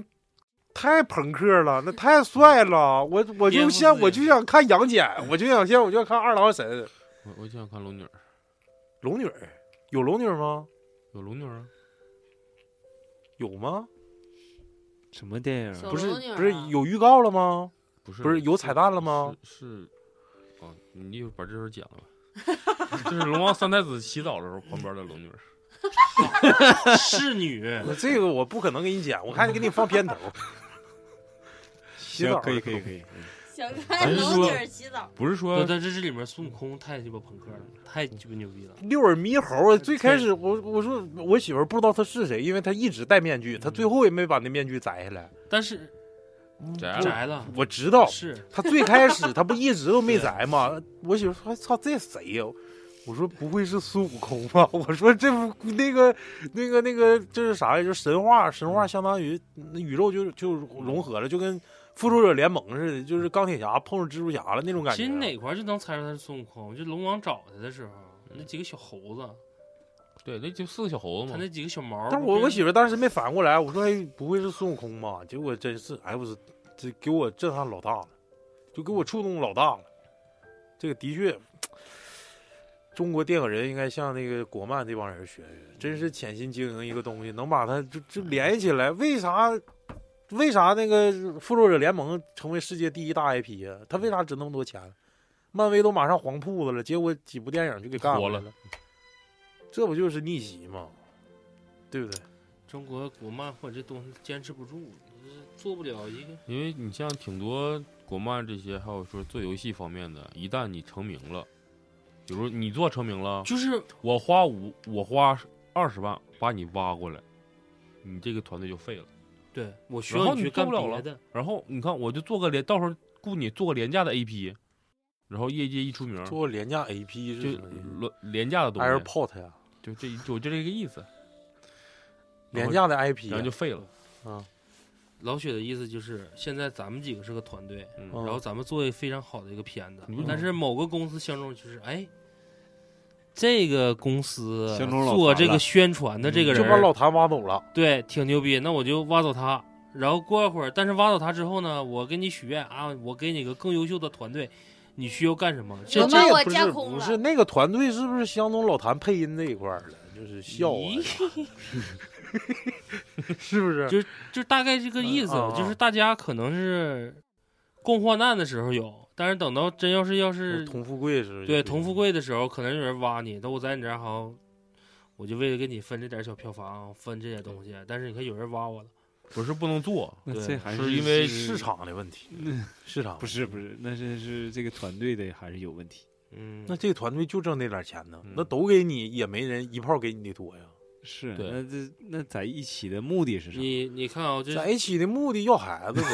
[SPEAKER 2] 太朋克了，那太帅了，我我
[SPEAKER 1] 颠
[SPEAKER 2] 就想
[SPEAKER 1] 覆自己
[SPEAKER 2] 我就想看杨戬，我就想像我就想看二郎神，
[SPEAKER 4] 我我就想看龙女儿，
[SPEAKER 2] 龙女儿有龙女儿吗？
[SPEAKER 4] 有龙女儿啊，
[SPEAKER 2] 有吗？
[SPEAKER 5] 什么电影
[SPEAKER 6] 小
[SPEAKER 5] 啊？
[SPEAKER 2] 不是
[SPEAKER 6] 龙女儿啊
[SPEAKER 2] 不是有预告了吗？
[SPEAKER 4] 不是
[SPEAKER 2] 不是有彩蛋了吗？
[SPEAKER 4] 是，是哦，你就把这事儿讲了吧。 就是龙王三太子洗澡的时候，旁边的龙女儿，
[SPEAKER 1] 侍女，
[SPEAKER 2] 我这个我不可能给你剪，我看你给你放 片头。洗澡
[SPEAKER 5] 可以可以可以，
[SPEAKER 6] 想
[SPEAKER 4] 咱
[SPEAKER 6] 看
[SPEAKER 4] 是
[SPEAKER 6] 龙
[SPEAKER 4] 说
[SPEAKER 6] 女儿洗澡，
[SPEAKER 4] 不是说
[SPEAKER 1] 但这是里面孙悟空太鸡巴朋克了，太鸡巴牛逼了。
[SPEAKER 2] 六耳猕猴啊，最开始我我说我媳妇儿不知道他是谁，因为他一直戴面具，他最后也没把那面具摘下来。
[SPEAKER 1] 但是
[SPEAKER 4] 宅了，
[SPEAKER 1] 宅了，
[SPEAKER 2] 我知道
[SPEAKER 1] 是
[SPEAKER 2] 哎他最开始他不一直都没摘吗？我媳妇儿说：“操，这谁呀？我说不会是孙悟空吧？ 我说这不那个那个那个这是啥呀？就是神话，神话相当于那宇宙就就融合了，就跟复仇者联盟似的，就是钢铁侠碰上蜘蛛侠了那种感觉。啊
[SPEAKER 1] 其实哪块儿就能猜出他是孙悟空，就龙王找他的时候，那几个小猴子，
[SPEAKER 4] 对，那就四个小猴子
[SPEAKER 1] 他
[SPEAKER 4] 嘛
[SPEAKER 1] 那。几个小毛儿不
[SPEAKER 2] 但
[SPEAKER 1] 变，
[SPEAKER 2] 我我媳妇当时没反应过来，我说哎，不会是孙悟空吧？结果真是，哎，我是这给我震撼老大了，就给我触动老大了。这个的确，中国电影人应该向那个国漫这帮人学学，真是潜心经营一个东西，能把它就就联系起来。为啥？为啥那个复仇者联盟成为世界第一大 IP 呀、他为啥值那么多钱？漫威都马上黄铺子了，结果几部电影就给干
[SPEAKER 4] 活
[SPEAKER 2] 了，
[SPEAKER 4] 了
[SPEAKER 2] 这不就是逆袭吗？对不对？
[SPEAKER 1] 中国国漫或者这东西坚持不住，就是做不了一个。
[SPEAKER 4] 因为你像挺多国漫这些，还有说做游戏方面的，一旦你成名了，比如你做成名了，
[SPEAKER 1] 就是
[SPEAKER 4] 我花五，我花二十万把你挖过来，你这个团队就废了。
[SPEAKER 1] 对我需
[SPEAKER 4] 然
[SPEAKER 1] 要
[SPEAKER 4] 后
[SPEAKER 1] 你
[SPEAKER 4] 你
[SPEAKER 1] 去
[SPEAKER 4] 做
[SPEAKER 1] 干
[SPEAKER 4] 不了
[SPEAKER 1] 别
[SPEAKER 4] 了
[SPEAKER 1] 的，
[SPEAKER 4] 然后你看，我就做个廉，到时候雇你做个廉价的 AP，然后业界一出名，
[SPEAKER 2] 做廉价 AP
[SPEAKER 4] 就是
[SPEAKER 2] 什么意思
[SPEAKER 4] 廉廉价的东西，
[SPEAKER 2] ？AirPod 呀，
[SPEAKER 4] 就这我就这个意思，
[SPEAKER 2] 廉价的 IP，
[SPEAKER 4] 然后就废了。
[SPEAKER 1] 老雪的意思就是，现在咱们几个是个团队，
[SPEAKER 4] 嗯，
[SPEAKER 2] 嗯
[SPEAKER 1] 然后咱们做一个非常好的一个片子，
[SPEAKER 4] 嗯
[SPEAKER 1] 但是某个公司相中就是，哎，这个公司
[SPEAKER 5] 相中老
[SPEAKER 1] 做
[SPEAKER 5] 谭
[SPEAKER 1] 这个
[SPEAKER 5] 了
[SPEAKER 1] 宣传的这个
[SPEAKER 2] 就
[SPEAKER 1] 人
[SPEAKER 2] 把
[SPEAKER 1] 儿，
[SPEAKER 2] 老谭挖走了。
[SPEAKER 1] 对，挺牛逼，那我就挖走他。然后过一会儿，但是挖走他之后呢，我给你许愿啊，我给你个更优秀的团队，你需要干什么？这
[SPEAKER 6] 我
[SPEAKER 2] 这
[SPEAKER 6] 把
[SPEAKER 2] 这
[SPEAKER 6] 我
[SPEAKER 2] 也不
[SPEAKER 6] 架
[SPEAKER 2] 是
[SPEAKER 6] 空
[SPEAKER 2] 不
[SPEAKER 6] 了
[SPEAKER 2] 是那个团队是不是相中老谭配音这一块儿了？就是笑啊， 是不是？
[SPEAKER 1] 就大概这个意思，
[SPEAKER 2] 嗯啊
[SPEAKER 1] 就是大家可能是共患难的时候有，但是等到真要是要是
[SPEAKER 2] 同富贵是不是？
[SPEAKER 1] 对同富贵的时候，可能有人挖你，但我在你这儿好，我就为了给你分这点小票房，分这点东西，但是你看有人挖我了，
[SPEAKER 4] 不是不能做，
[SPEAKER 5] 那
[SPEAKER 1] 对
[SPEAKER 5] 这还
[SPEAKER 4] 是因嗯为
[SPEAKER 2] 市场的问题，市场
[SPEAKER 5] 不。是不是，那这是这个团队的还是有问题。
[SPEAKER 1] 嗯，
[SPEAKER 2] 那这团队就挣那点钱呢
[SPEAKER 4] 嗯，
[SPEAKER 2] 那都给你也没人一炮给你的多呀。
[SPEAKER 5] 是，
[SPEAKER 4] 对
[SPEAKER 5] 那这那在一起的目的是啥？
[SPEAKER 1] 你你看啊，这
[SPEAKER 2] 在一起的目的要孩子 呗。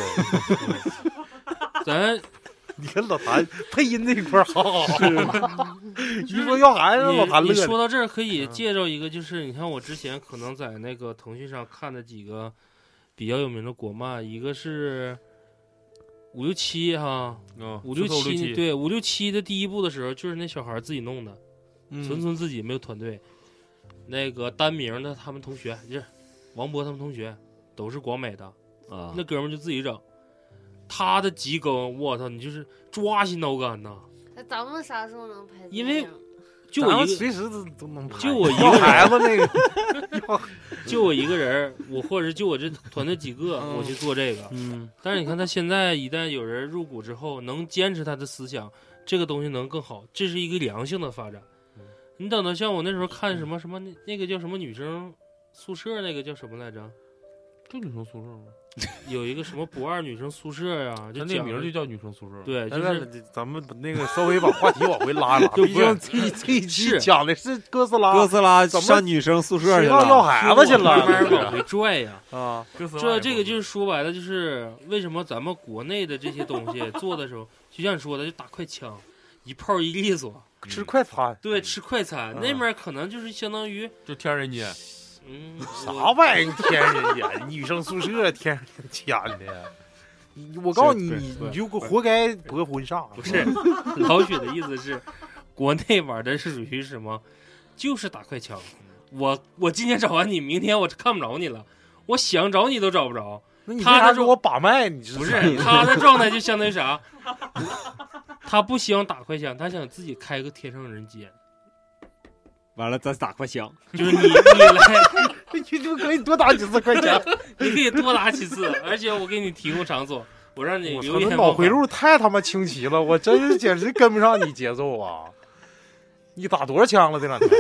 [SPEAKER 1] 咱
[SPEAKER 2] 你看老谭配音这一块儿好好好，啊一说要孩子，老谭
[SPEAKER 1] 你
[SPEAKER 2] 乐
[SPEAKER 1] 你
[SPEAKER 2] 了。嗯
[SPEAKER 1] 说到这儿可以介绍一个，就是你看我之前可能在那个腾讯上看的几个比较有名的国漫，一个是五六七哈，
[SPEAKER 4] 嗯，
[SPEAKER 1] 五六
[SPEAKER 4] 四
[SPEAKER 1] 七
[SPEAKER 4] 七，
[SPEAKER 1] 对五六七的第一部的时候，就是那小孩自己弄的，
[SPEAKER 2] 嗯
[SPEAKER 1] 纯纯自己没有团队。那个单明的他们同学就是王波他们同学都是广美的，
[SPEAKER 5] 啊，
[SPEAKER 1] 那哥们儿就自己整。他的急更，我操，你就是抓心挠肝呐！
[SPEAKER 6] 那哎咱们啥时候能拍电影？
[SPEAKER 1] 因为就
[SPEAKER 2] 咱
[SPEAKER 1] 我
[SPEAKER 2] 们
[SPEAKER 1] 一个，
[SPEAKER 2] 随时都都能拍。
[SPEAKER 1] 就我一
[SPEAKER 2] 要
[SPEAKER 1] 个人
[SPEAKER 2] 孩子那个，
[SPEAKER 1] 就我一个人儿，我或者是就我这团队几个，
[SPEAKER 2] 嗯
[SPEAKER 1] 我去做这个。
[SPEAKER 2] 嗯，
[SPEAKER 1] 但是你看他现在一旦有人入股之后，能坚持他的思想，这个东西能更好，这是一个良性的发展。
[SPEAKER 2] 嗯
[SPEAKER 1] 你等到像我那时候看什么什么那那个叫什么女生宿舍那个叫什么来着？
[SPEAKER 4] 就女生宿舍吗？
[SPEAKER 1] 有一个什么不二女生宿舍呀、就
[SPEAKER 4] 他那
[SPEAKER 1] 讲
[SPEAKER 4] 名儿
[SPEAKER 1] 了
[SPEAKER 4] 就叫女生宿舍。，
[SPEAKER 1] 对，就
[SPEAKER 2] 但是
[SPEAKER 1] 是
[SPEAKER 2] 咱们把那个稍微把话题往回拉一拉，
[SPEAKER 1] 就
[SPEAKER 2] 毕
[SPEAKER 1] 不是
[SPEAKER 2] 竟这这一期
[SPEAKER 1] 是
[SPEAKER 2] 讲的是哥斯拉，
[SPEAKER 5] 哥斯拉
[SPEAKER 2] 啊怎么
[SPEAKER 5] 上女生宿舍
[SPEAKER 2] 谁
[SPEAKER 5] 去
[SPEAKER 2] 让要
[SPEAKER 5] 了，
[SPEAKER 2] 孩子去
[SPEAKER 1] 慢慢往
[SPEAKER 2] 了
[SPEAKER 1] 回拽 呀、
[SPEAKER 2] 啊，
[SPEAKER 1] 这这个就是说白了，就是为什么咱们国内的这些东西做的时候，就像你说的，就打快枪，一炮一利索。
[SPEAKER 2] 吃快餐
[SPEAKER 1] 对，吃快餐、哎
[SPEAKER 2] 嗯
[SPEAKER 1] 那面可能就是相当于，
[SPEAKER 4] 就天人间，
[SPEAKER 1] 嗯，
[SPEAKER 2] 啥玩意儿？天人家 女生宿舍天人天的，你我告诉你，
[SPEAKER 5] 是
[SPEAKER 2] 你
[SPEAKER 5] 对
[SPEAKER 2] 你就活该博婚啊纱，
[SPEAKER 1] 不是，老许的意思是，国内玩的是属于什么？就是打快枪。
[SPEAKER 2] 嗯
[SPEAKER 1] 我我今天找完你，明天我看不着你了，我想找你都找不 着。
[SPEAKER 2] 那你为
[SPEAKER 1] 他
[SPEAKER 2] 啥
[SPEAKER 1] 这
[SPEAKER 2] 给
[SPEAKER 1] 种
[SPEAKER 2] 我把脉？你是
[SPEAKER 1] 不
[SPEAKER 2] 啥意
[SPEAKER 1] 是
[SPEAKER 2] 思
[SPEAKER 1] 他 的状态就相当于啥？他不希望打快枪，他想自己开个天上人 间，
[SPEAKER 5] 完了咱打快枪，
[SPEAKER 1] 就是你你来。
[SPEAKER 2] 你就可以多打几次快钱。
[SPEAKER 1] 你可以多打几次，而且我给你提供场所，我让 你
[SPEAKER 2] 我
[SPEAKER 1] 留
[SPEAKER 2] 操，
[SPEAKER 1] 言
[SPEAKER 2] 这脑回路太他妈清奇了，我真是简直跟不上你节奏啊！你打多少枪了这两天？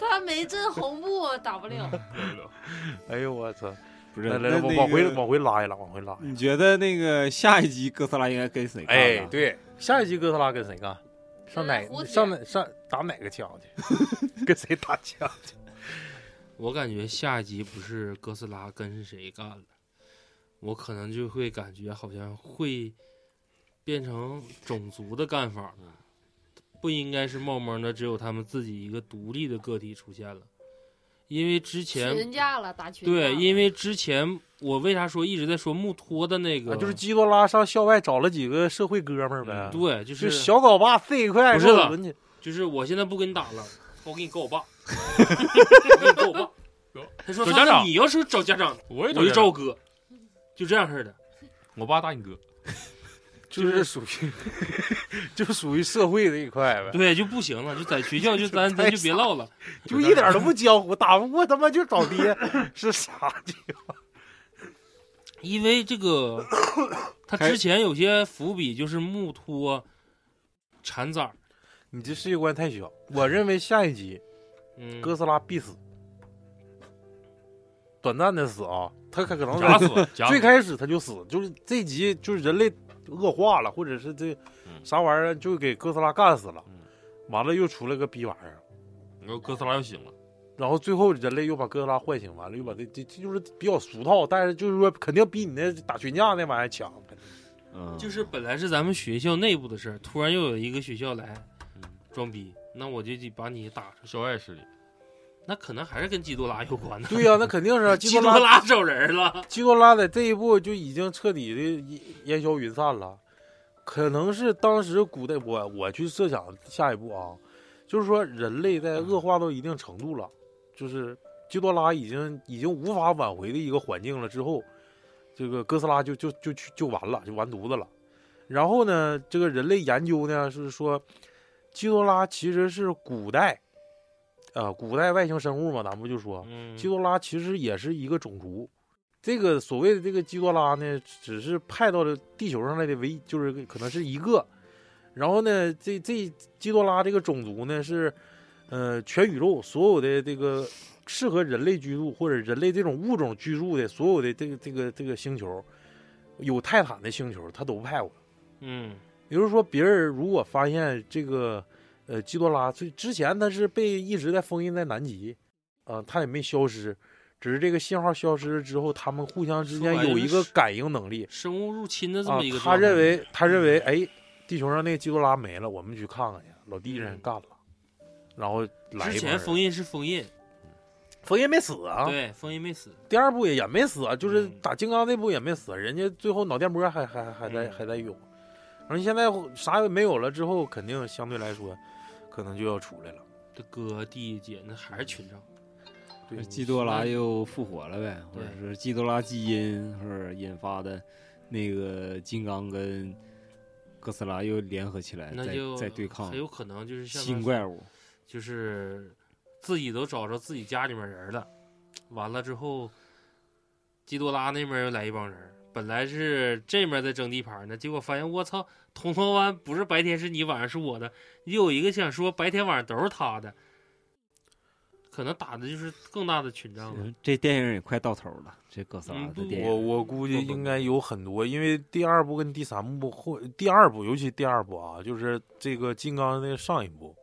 [SPEAKER 6] 他没震红布啊打不了。
[SPEAKER 2] 哎呦我操！
[SPEAKER 5] 不是
[SPEAKER 2] 来来，
[SPEAKER 5] 那
[SPEAKER 2] 来往往回
[SPEAKER 5] 那个
[SPEAKER 2] 往回拉一拉，往回拉。
[SPEAKER 5] 你觉得那个下一集哥斯拉应该跟谁干
[SPEAKER 2] 哎，
[SPEAKER 5] 呢？
[SPEAKER 2] 对，下一集哥斯拉跟谁干？上哪
[SPEAKER 6] 嗯蝴蝶
[SPEAKER 2] 上哪上打哪个枪去？ 跟谁打枪？
[SPEAKER 1] 我感觉下一集不是哥斯拉跟是谁干了，我可能就会感觉好像会变成种族的干法了，不应该是冒蒙的，只有他们自己一个独立的个体出现了。因为之前
[SPEAKER 6] 群啊架了，打群架了。
[SPEAKER 1] 对，因为之前我为啥说一直在说木托的那个，
[SPEAKER 2] 啊，就是基多拉上校外找了几个社会哥们儿呗
[SPEAKER 4] 嗯，
[SPEAKER 1] 对，就
[SPEAKER 2] 就是小镐把这一块
[SPEAKER 1] 不是
[SPEAKER 2] 给我
[SPEAKER 1] 了
[SPEAKER 2] 抡去，
[SPEAKER 1] 就是我现在不跟你打了，我给你告 我爸，我给你告我爸。他说：“
[SPEAKER 4] 找
[SPEAKER 1] 他
[SPEAKER 4] 家
[SPEAKER 1] 说
[SPEAKER 4] 长
[SPEAKER 1] 你要是找家长，
[SPEAKER 2] 哎
[SPEAKER 4] 我也
[SPEAKER 1] 我就
[SPEAKER 4] 找
[SPEAKER 1] 找
[SPEAKER 4] 人
[SPEAKER 1] 我哥，就这样式儿的。
[SPEAKER 4] 我爸大你哥，
[SPEAKER 2] 就是属 于就属于社会这一块呗，
[SPEAKER 1] 对，就不行了，就在学 校就咱
[SPEAKER 2] 哎太
[SPEAKER 1] 咱就别
[SPEAKER 2] 傻
[SPEAKER 1] 唠了。
[SPEAKER 2] 就一点都不江湖，打不过他妈就找 爹，是啥鸡巴？
[SPEAKER 1] 因为这 个，他之前有些伏笔就是木托、铲子儿，
[SPEAKER 2] 你这世界观太小，我认为下一集
[SPEAKER 1] 嗯，
[SPEAKER 2] 哥斯拉必死，短暂的死啊，他可可能
[SPEAKER 4] 夹死了，夹
[SPEAKER 2] 最
[SPEAKER 4] 死了。
[SPEAKER 2] 开始他就死，就是这集就是人类恶化了，或者是这
[SPEAKER 4] 嗯
[SPEAKER 2] 啥玩意儿就给哥斯拉干死了
[SPEAKER 4] 嗯，
[SPEAKER 2] 完了又出来个逼玩意儿，
[SPEAKER 4] 然后哥斯拉又醒了，
[SPEAKER 2] 然后最后人类又把哥斯拉唤醒，完了又把这这这就是比较俗套，但是就是说肯定比你那打群架那玩意儿 强。
[SPEAKER 5] 嗯，
[SPEAKER 1] 就是本来是咱们学校内部的事儿，突然又有一个学校来
[SPEAKER 4] 嗯
[SPEAKER 1] 装逼，那我就得把你打出去。
[SPEAKER 4] 校外势力，那
[SPEAKER 1] 那可能还是跟基多拉有关的。
[SPEAKER 2] 对呀、那肯定 是啊 基
[SPEAKER 1] 基
[SPEAKER 2] 多
[SPEAKER 1] 多拉
[SPEAKER 2] 拉，
[SPEAKER 1] 找人了，
[SPEAKER 2] 基多拉在这一步就已经彻底的烟烟消云散了。可能是当时古代，我我去设想下一步啊，就是说人类在恶化到一定程度了，就是基多拉已经已经无法挽回的一个环境了之后，这个哥斯拉就就就去就完了，就完犊子了。然后呢，这个人类研究呢是说，基多拉其实是古代，啊、古代外星生物嘛，咱们就说，
[SPEAKER 1] 嗯
[SPEAKER 2] 基多拉其实也是一个种族。这个所谓的这个基多拉呢，只是派到了地球上来的唯一，就是可能是一个。然后呢，这这基多拉这个种族呢是，呃，全宇宙所有的这个适合人类居住或者人类这种物种居住的所有的这个这个这个星球，有泰坦的星球，他都不派过来。
[SPEAKER 1] 嗯，
[SPEAKER 2] 也就是说，别人如果发现这个呃基多拉，最之前它是被一直在封印在南极，啊、它也没消失，只是这个信号消失之后，他们互相之间
[SPEAKER 1] 说白了
[SPEAKER 2] 有一个
[SPEAKER 1] 是
[SPEAKER 2] 感应能力
[SPEAKER 1] 生物入侵的这
[SPEAKER 2] 啊
[SPEAKER 1] 么一个、。
[SPEAKER 2] 他认为，他认为，哎，地球上那个基多拉没了，我们去看看去。老弟让人干了，然后来
[SPEAKER 1] 嗯之
[SPEAKER 2] 一帮
[SPEAKER 1] 前
[SPEAKER 2] 人
[SPEAKER 1] 封印是封印，
[SPEAKER 2] 封印没死啊，
[SPEAKER 1] 对，封印没死，
[SPEAKER 2] 第二部也也没死啊，就是
[SPEAKER 1] 嗯
[SPEAKER 2] 打金刚那部也没死，人家最后脑电波还还还在
[SPEAKER 1] 嗯
[SPEAKER 2] 还在有。而现在啥也没有了之后，肯定相对来说，可能就要出来了。
[SPEAKER 1] 这哥弟姐那还是群照。
[SPEAKER 2] 对，
[SPEAKER 5] 基多拉又复活了呗，或者是基多拉基因或者引发的那个金刚跟哥斯拉又联合起来，
[SPEAKER 1] 那
[SPEAKER 5] 再
[SPEAKER 1] 就
[SPEAKER 5] 再哎对抗
[SPEAKER 1] 很有可能就是像
[SPEAKER 5] 新
[SPEAKER 1] 他
[SPEAKER 5] 怪物。
[SPEAKER 1] 就是自己都找着自己家里面人了，完了之后，基多拉那边又来一帮人，本来是这面在争地盘呢，结果发现我操，铜锣湾不是白天是你，晚上是我的，你有一个想说白天晚上都是他的，可能打的就是更大的群仗了。
[SPEAKER 5] 嗯这电影也快到头了，这哥斯拉
[SPEAKER 1] 嗯
[SPEAKER 5] 的
[SPEAKER 1] 不
[SPEAKER 5] 电
[SPEAKER 2] 我
[SPEAKER 5] 影，
[SPEAKER 2] 我估计
[SPEAKER 1] 不不
[SPEAKER 2] 应该有很多，因为第二部跟第三部或第二部，尤其第二部啊，就是这个金刚那个上一部，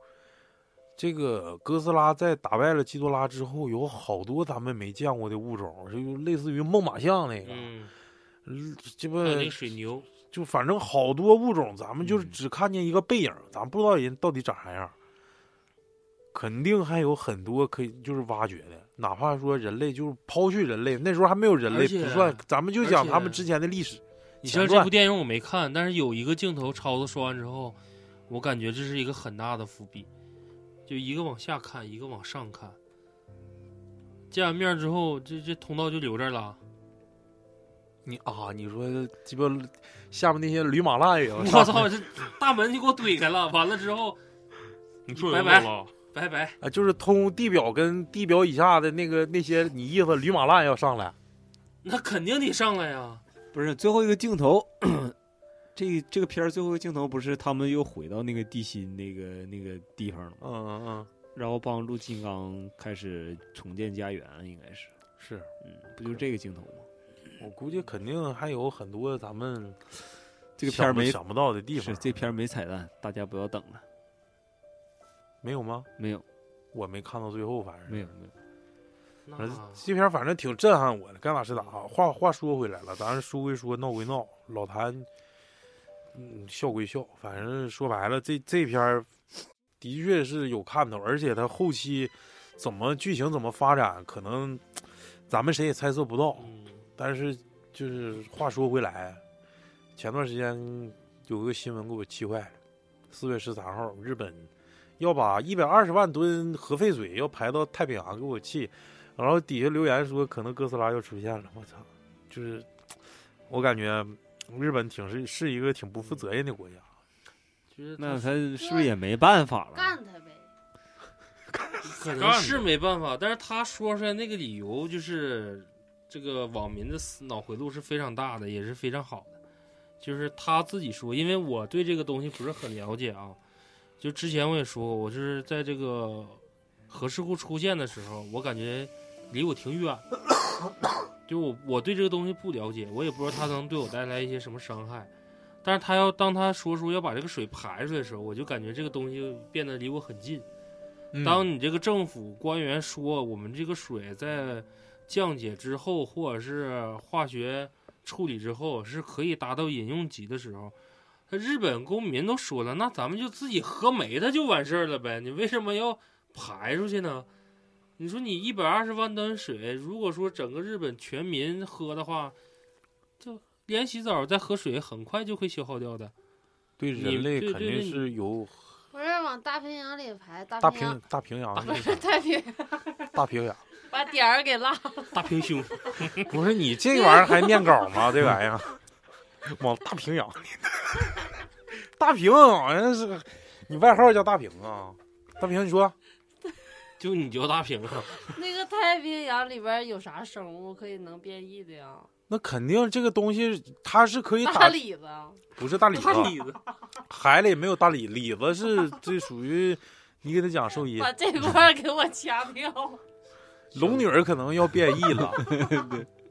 [SPEAKER 2] 这个哥斯拉在打败了基多拉之后，有好多咱们没见过的物种，就类似于孟马象那个，
[SPEAKER 1] 嗯，
[SPEAKER 2] 嗯鸡巴
[SPEAKER 1] 还有那个水牛，
[SPEAKER 2] 就反正好多物种，咱们就是
[SPEAKER 5] 嗯
[SPEAKER 2] 只看见一个背影，咱不知道人到底长啥样。肯定还有很多可以就是挖掘的，哪怕说人类就是抛去人类，那时候还没有人类，
[SPEAKER 1] 而且
[SPEAKER 2] 不算，咱们就讲
[SPEAKER 1] 而且
[SPEAKER 2] 他们之前的历史。
[SPEAKER 1] 你像
[SPEAKER 2] 前
[SPEAKER 1] 这
[SPEAKER 2] 传
[SPEAKER 1] 部电影我没看，但是有一个镜头超子说完之后，我感觉这是一个很大的伏笔，就一个往下看，一个往上看。见完面之后，这这通道就留这儿
[SPEAKER 2] 哦
[SPEAKER 1] 了。
[SPEAKER 2] 你啊，你说鸡巴下面那些驴马烂也要
[SPEAKER 1] 我
[SPEAKER 2] 上，
[SPEAKER 1] 操，这大门就给我怼开了。完了之后，
[SPEAKER 4] 你说
[SPEAKER 1] 拜
[SPEAKER 4] 有没
[SPEAKER 1] 拜
[SPEAKER 4] 有了？
[SPEAKER 1] 拜拜。
[SPEAKER 2] 啊，就是通地表跟地表以下的那个那些，你意思驴马烂要上来？
[SPEAKER 1] 那肯定得上来呀。
[SPEAKER 5] 不是最后一个镜头，这这个片儿最后一个镜头不是他们又回到那个地心那个那个地方了吗？
[SPEAKER 2] 嗯嗯嗯，
[SPEAKER 5] 然后帮助金刚开始重建家园，应该是，
[SPEAKER 2] 是
[SPEAKER 5] 嗯，不就是这个镜头吗？
[SPEAKER 2] 我估计肯定还有很多咱们
[SPEAKER 5] 这个片儿
[SPEAKER 2] 想不
[SPEAKER 5] 没
[SPEAKER 2] 想不到的地
[SPEAKER 5] 是
[SPEAKER 2] 方，
[SPEAKER 5] 这片儿没彩蛋，大家不要等了，
[SPEAKER 2] 没有吗？
[SPEAKER 5] 没有
[SPEAKER 2] 我没看到最后，
[SPEAKER 1] 嗯
[SPEAKER 2] 反正
[SPEAKER 5] 没有没有，
[SPEAKER 1] 那
[SPEAKER 2] 反正这片儿反正挺震撼我的，该咋是咋啊。话话说回来了，咱说归说，闹归闹，老谭，嗯，笑归笑，反正说白了，这这片儿的确是有看头，而且它后期怎么剧情怎么发展，可能咱们谁也猜测不到。
[SPEAKER 1] 嗯，
[SPEAKER 2] 但是就是话说回来，前段时间有个新闻给我气坏了，四月十三号，日本要把一百二十万吨核废水要排到太平洋，给我气。然后底下留言说，可能哥斯拉要出现了。我操，就是我感觉日本挺是是一个挺不负责任的国家。
[SPEAKER 1] 嗯就是
[SPEAKER 5] 那
[SPEAKER 1] 他
[SPEAKER 5] 他是不是也没办法了？
[SPEAKER 6] 干他呗。
[SPEAKER 1] 可能是没办法，但是他说出来那个理由就是这个网民的思脑回路是非常大的，也是非常好的。就是他自己说，因为我对这个东西不是很了解啊，就之前我也说过，我是在这个核事故出现的时候，我感觉离我挺远， 就我我对这个东西不了解，我也不知道它能对我带来一些什么伤害。但是他要当他说出要把这个水排出来的时候，我就感觉这个东西变得离我很近。当你这个政府官员说我们这个水在降解之后，或者是化学处理之后是可以达到饮用级的时候，那日本公民都说了，那咱们就自己喝没它就完事儿了呗，你为什么要排出去呢？你说你一百二十万吨水，如果说整个日本全民喝的话，就连洗澡再喝水，很快就会消耗掉的。
[SPEAKER 2] 对
[SPEAKER 1] 你
[SPEAKER 2] 人类
[SPEAKER 1] 对
[SPEAKER 2] 肯
[SPEAKER 1] 对
[SPEAKER 2] 定
[SPEAKER 1] 对
[SPEAKER 2] 是有
[SPEAKER 6] 不是往大平洋里排，大
[SPEAKER 2] 大
[SPEAKER 6] 平洋
[SPEAKER 2] 平大平洋
[SPEAKER 6] 不
[SPEAKER 2] 是
[SPEAKER 6] 是
[SPEAKER 2] 啥
[SPEAKER 6] 太平，
[SPEAKER 2] 大平洋，
[SPEAKER 6] 把点儿给落。
[SPEAKER 1] 大平胸，
[SPEAKER 2] 不是你这玩意儿还念稿吗？这玩意儿往大平洋，大平好像是你外号叫大平啊？大平，你说
[SPEAKER 1] 就你就大平啊，
[SPEAKER 6] 那个太平洋里边有啥生物可以能变异的呀？
[SPEAKER 2] 那肯定这个东西它是可以
[SPEAKER 6] 大
[SPEAKER 2] 打，
[SPEAKER 6] 李子，啊
[SPEAKER 2] 不是大李子，
[SPEAKER 1] 大李子，
[SPEAKER 2] 海里没有大李，李子是这属于你给他讲 兽医，
[SPEAKER 6] 把这块儿给我掐掉。
[SPEAKER 2] 龙女儿可能要变异了，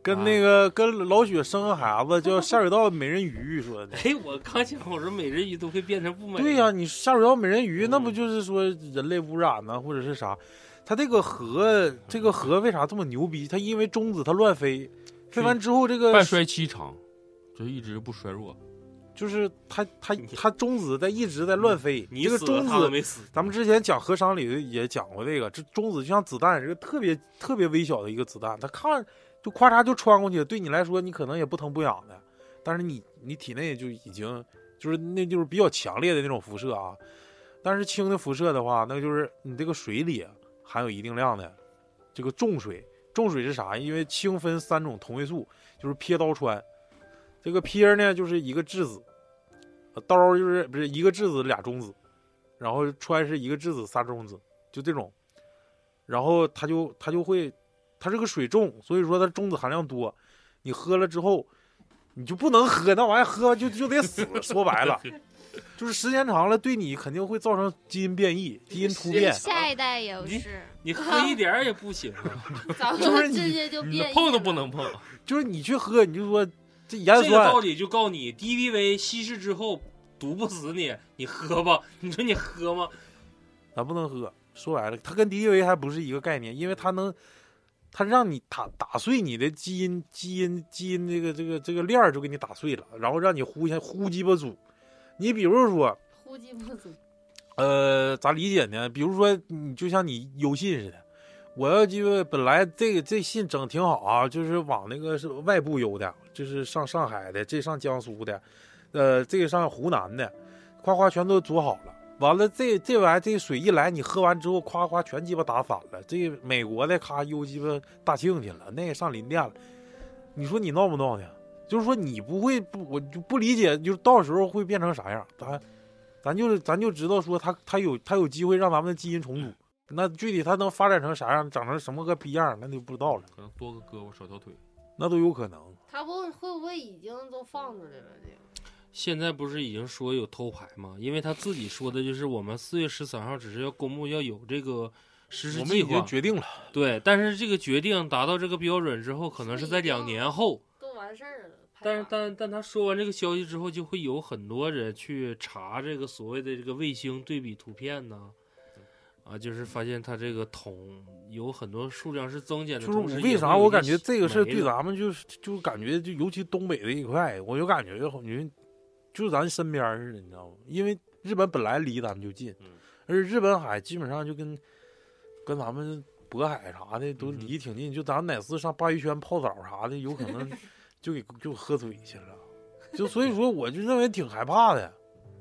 [SPEAKER 2] 跟
[SPEAKER 6] 啊
[SPEAKER 2] 那个跟老雪生个孩子叫下水道美人鱼说的。
[SPEAKER 1] 哎，我刚想我说美人鱼都会变成不美。
[SPEAKER 2] 对呀、你下水道美人鱼，那不
[SPEAKER 1] 嗯
[SPEAKER 2] 就是说人类污染呢，或者是啥？它这个河，这个河为啥这么牛逼？它因为中子它乱飞，飞完之后这个
[SPEAKER 4] 半衰期长，就一直不衰弱。
[SPEAKER 2] 就是它它它中子在一直在乱飞，
[SPEAKER 1] 你
[SPEAKER 2] 这个
[SPEAKER 1] 死了
[SPEAKER 2] 中
[SPEAKER 1] 他都
[SPEAKER 2] 子。
[SPEAKER 1] 没死，
[SPEAKER 2] 咱们之前讲核商里也讲过这个，这中子就像子弹，是个特别特别微小的一个子弹，它看就咔嚓就穿过去，对你来说你可能也不疼不痒的，但是你你体内就已经就是那就是比较强烈的那种辐射啊。但是氢的辐射的话，那就是你这个水里啊含有一定量的这个重水，重水是啥？因为氢分三种同位素，就是撇刀川，这个撇呢就是一个质子，呃刀就是不是一个质子俩中子，然后川是一个质子仨中子，就这种，然后它就它就会，它是个水重，所以说它中子含量多，你喝了之后，你就不能喝那玩意儿，喝完就就得死，说白了，就是时间长了对你肯定会造成基因变异、基因突变，
[SPEAKER 7] 下一代也
[SPEAKER 1] 你
[SPEAKER 7] 是，
[SPEAKER 1] 你喝一点儿也不行啊，
[SPEAKER 6] 咱
[SPEAKER 2] 就是
[SPEAKER 6] 们
[SPEAKER 2] 你
[SPEAKER 6] 直接就 变异
[SPEAKER 1] 碰都不
[SPEAKER 6] 了。
[SPEAKER 1] 能 碰。
[SPEAKER 2] 就是你去喝，你就说这啊盐
[SPEAKER 1] 这
[SPEAKER 2] 酸。
[SPEAKER 1] 个道理就告你，DVV 稀释之后毒不死你，你喝吧。你说你喝吗？
[SPEAKER 2] 咱不能喝。说白了，它跟 DUA 还不是一个概念，因为它能，它让你打打碎你的基因基因基因这个这个这个链儿就给你打碎了，然后让你呼一下呼鸡巴组。你比如说，
[SPEAKER 6] 呼吸不足，
[SPEAKER 2] 呃，咋理解呢？比如说，你就像你邮信似的，我要鸡巴本来这个这信整挺好啊，就是往那个是外部邮的，就是上上海的，这上江苏的，呃，这个上湖南的，夸夸全都组好了。完了，这这玩意儿这水一来，你喝完之后，夸夸全鸡巴打散了。这美国的咔邮鸡巴大庆去了，那个上林甸了。你说你闹不闹呢？就是说你不会不，我就不理解，就是到时候会变成啥样？咱咱就是咱就知道说它它有它有机会让咱们的基因重组，那具体它能发展成啥样，长成什么个逼样，那就不知道了，
[SPEAKER 4] 可能多个胳膊少条腿。
[SPEAKER 2] 那都有可能。
[SPEAKER 6] 他不会不会已经都放出来了？这个
[SPEAKER 1] 现在不是已经说有偷排吗？因为他自己说的就是我们四月十三号只是要公布要有这个实施
[SPEAKER 2] 我们
[SPEAKER 1] 计
[SPEAKER 2] 已经
[SPEAKER 1] 划，
[SPEAKER 2] 决定了，
[SPEAKER 1] 对。但是这个决定达到这个标准之后，可能是在两年后。
[SPEAKER 6] 都完事儿了。拍
[SPEAKER 1] 但是
[SPEAKER 6] 完
[SPEAKER 1] 但但他说完这个消息之后，就会有很多人去查这个所谓的这个卫星对比图片呢，啊，就是发现它这个桶有很多数量是增减的。
[SPEAKER 2] 就是
[SPEAKER 1] 同时也
[SPEAKER 2] 为啥
[SPEAKER 1] 会有
[SPEAKER 2] 我
[SPEAKER 1] 一些
[SPEAKER 2] 感觉这个事儿
[SPEAKER 1] 没
[SPEAKER 2] 对
[SPEAKER 1] 了
[SPEAKER 2] 咱们就是就感觉就尤其东北这一块，我就感觉好像就咱身边似的，你知道吗？因为日本本来离咱们就近
[SPEAKER 1] 嗯，
[SPEAKER 2] 而日本海基本上就跟跟咱们渤海啥的
[SPEAKER 1] 嗯
[SPEAKER 2] 都离挺近，就咱哪次上鲅鱼圈泡澡啥的，有可能 就给就喝醉去了，就所以说我就认为挺害怕的。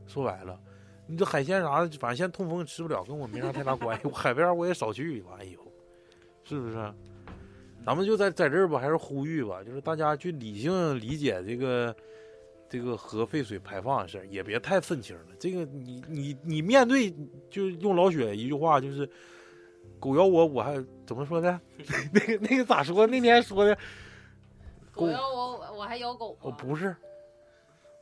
[SPEAKER 2] 说白了，你这海鲜啥的，反正现在痛风吃不了，跟我没啥太大关系。我海边我也少去，完以后是不是？咱们就在在这儿吧，还是呼吁吧，就是大家去理性理解这个这个核废水排放的事儿，也别太愤青了。这个你你你面对，就是用老雪一句话，就是狗咬我，我还怎么说呢？ 那个那个咋说？那天说的，
[SPEAKER 6] 狗咬我，我我还咬狗
[SPEAKER 2] 哦，
[SPEAKER 6] 吗
[SPEAKER 2] 不是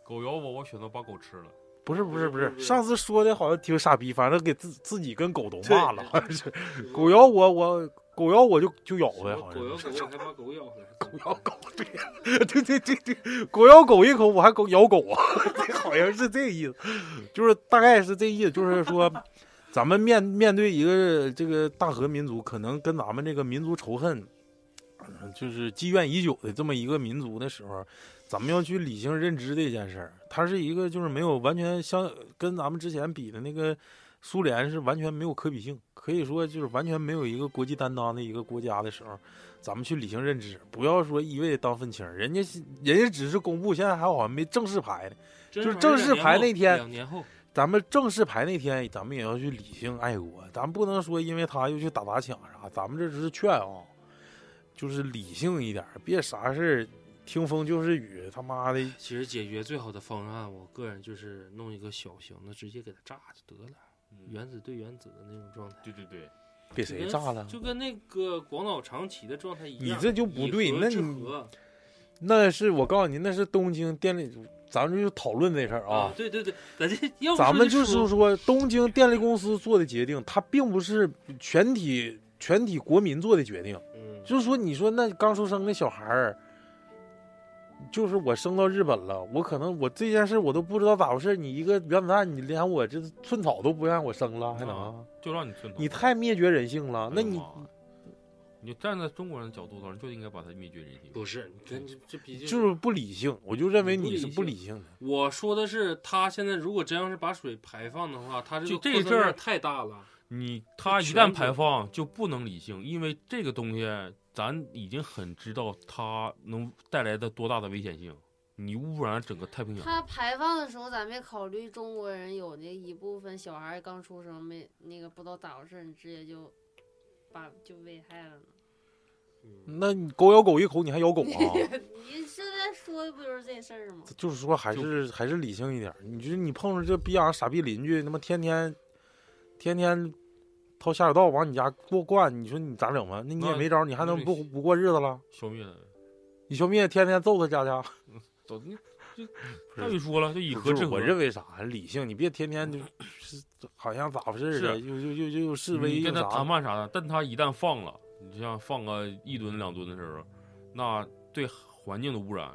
[SPEAKER 4] 狗咬我，我选择把狗吃了。
[SPEAKER 2] 不是不是不
[SPEAKER 1] 不是
[SPEAKER 2] 是
[SPEAKER 1] 不，是
[SPEAKER 2] 上次说的好像挺傻逼，反正给自自己跟狗都骂了，好像是
[SPEAKER 1] 嗯
[SPEAKER 2] 狗咬我，我狗咬我就就咬呗，好像
[SPEAKER 1] 狗咬
[SPEAKER 2] 是。
[SPEAKER 1] 狗，我还把狗咬了。
[SPEAKER 2] 狗咬狗，对呀，对对对对，狗咬狗一口，我还狗咬狗啊， 这好像是这意思，就是大概是这意思，就是说，咱们面面对一个这个大和民族，可能跟咱们这个民族仇恨，嗯就是积怨已久的这么一个民族的时候，咱们要去理性认知这件事儿，它是一个就是没有完全相跟咱们之前比的那个苏联是完全没有可比性，可以说就是完全没有一个国际担当的一个国家的时候。咱们去理性认知，不要说一味地当愤青儿。人家是人家只是公布，现在还好像没正式排呢。就是正式排那天
[SPEAKER 1] 两年后，
[SPEAKER 2] 咱们正式排那天，咱们也要去理性爱国，咱们不能说因为他又去打砸抢啥。咱们这只是劝啊、就是理性一点儿，别啥事儿听风就是雨，他妈的
[SPEAKER 1] 其实解决最好的方案，我个人就是弄一个小型的，直接给它炸就得了，原子对原子的那种状态。
[SPEAKER 4] 嗯对对对，
[SPEAKER 2] 给
[SPEAKER 1] 就
[SPEAKER 2] 谁
[SPEAKER 1] 跟
[SPEAKER 2] 炸了？
[SPEAKER 1] 就跟那个广岛长崎的状态一
[SPEAKER 2] 你
[SPEAKER 1] 样。
[SPEAKER 2] 这就不
[SPEAKER 1] 以
[SPEAKER 2] 对
[SPEAKER 1] 核
[SPEAKER 2] 那
[SPEAKER 1] 制
[SPEAKER 2] 你
[SPEAKER 1] 核
[SPEAKER 2] 那是我告诉你，那是东京电力，咱们就讨论这事儿啊
[SPEAKER 1] 啊，对对对，咱这 要不
[SPEAKER 2] 咱
[SPEAKER 1] 说
[SPEAKER 2] 们啊就
[SPEAKER 1] 得
[SPEAKER 2] 是
[SPEAKER 1] 出
[SPEAKER 2] 说，东京电力公司做的决定，它并不是全体全体国民做的决定。
[SPEAKER 1] 嗯，
[SPEAKER 2] 就是说，你说那刚出生的小孩儿，就是我生到日本了，我可能我这件事我都不知道咋回事。你一个原子弹，你连我这寸草都不让我生了，还能啊？
[SPEAKER 4] 就让你寸头。
[SPEAKER 2] 你太灭绝人性了。啊那你
[SPEAKER 4] 哎呀妈呀你站在中国人的角度上，就应该把它灭绝人性。
[SPEAKER 1] 不是，你看这这毕竟
[SPEAKER 2] 就是不理性，我就认为
[SPEAKER 1] 你不
[SPEAKER 2] 你
[SPEAKER 1] 理
[SPEAKER 2] 是不
[SPEAKER 1] 性
[SPEAKER 2] 理性的。
[SPEAKER 1] 我说的是，他现在如果真要是把水排放的话，他这
[SPEAKER 4] 就
[SPEAKER 1] 个
[SPEAKER 4] 这
[SPEAKER 1] 扩散
[SPEAKER 4] 事儿
[SPEAKER 1] 面太大了。
[SPEAKER 4] 你它一旦排放就不能理性，因为这个东西咱已经很知道它能带来的多大的危险性。你污染整个太平洋，
[SPEAKER 6] 它排放的时候，咱没考虑中国人有那一部分小孩刚出生没那个不知道咋回事，你直接就把就危害了呢。
[SPEAKER 2] 那你狗咬狗一口，你还咬狗啊？
[SPEAKER 6] 你现在说的不就是这事儿吗？
[SPEAKER 2] 就是说还
[SPEAKER 4] 就是
[SPEAKER 2] 还是理性一点儿。你就是你碰上这逼样傻逼邻居，他妈天天天天掏下水道往你家过灌，你说你咋整吧？那你也
[SPEAKER 4] 那
[SPEAKER 2] 没招儿，你还能
[SPEAKER 4] 那
[SPEAKER 2] 不不过日子了？
[SPEAKER 4] 消灭了。
[SPEAKER 2] 你消灭天天揍他家家，
[SPEAKER 4] 走，你这
[SPEAKER 2] 不
[SPEAKER 4] 大
[SPEAKER 2] 是
[SPEAKER 4] 宇说了，就以
[SPEAKER 2] 不
[SPEAKER 4] 核
[SPEAKER 2] 是
[SPEAKER 4] 制
[SPEAKER 2] 我
[SPEAKER 4] 核。
[SPEAKER 2] 认为啥理性，你别天天就是好像咋回事儿
[SPEAKER 4] 是
[SPEAKER 2] 的，又又又又又示威
[SPEAKER 4] 你
[SPEAKER 2] 又
[SPEAKER 4] 跟他
[SPEAKER 2] 啥
[SPEAKER 4] 谈
[SPEAKER 2] 的。
[SPEAKER 4] 判啥的，但他一旦放了，你就像放个一吨两吨的时候，那对环境的污染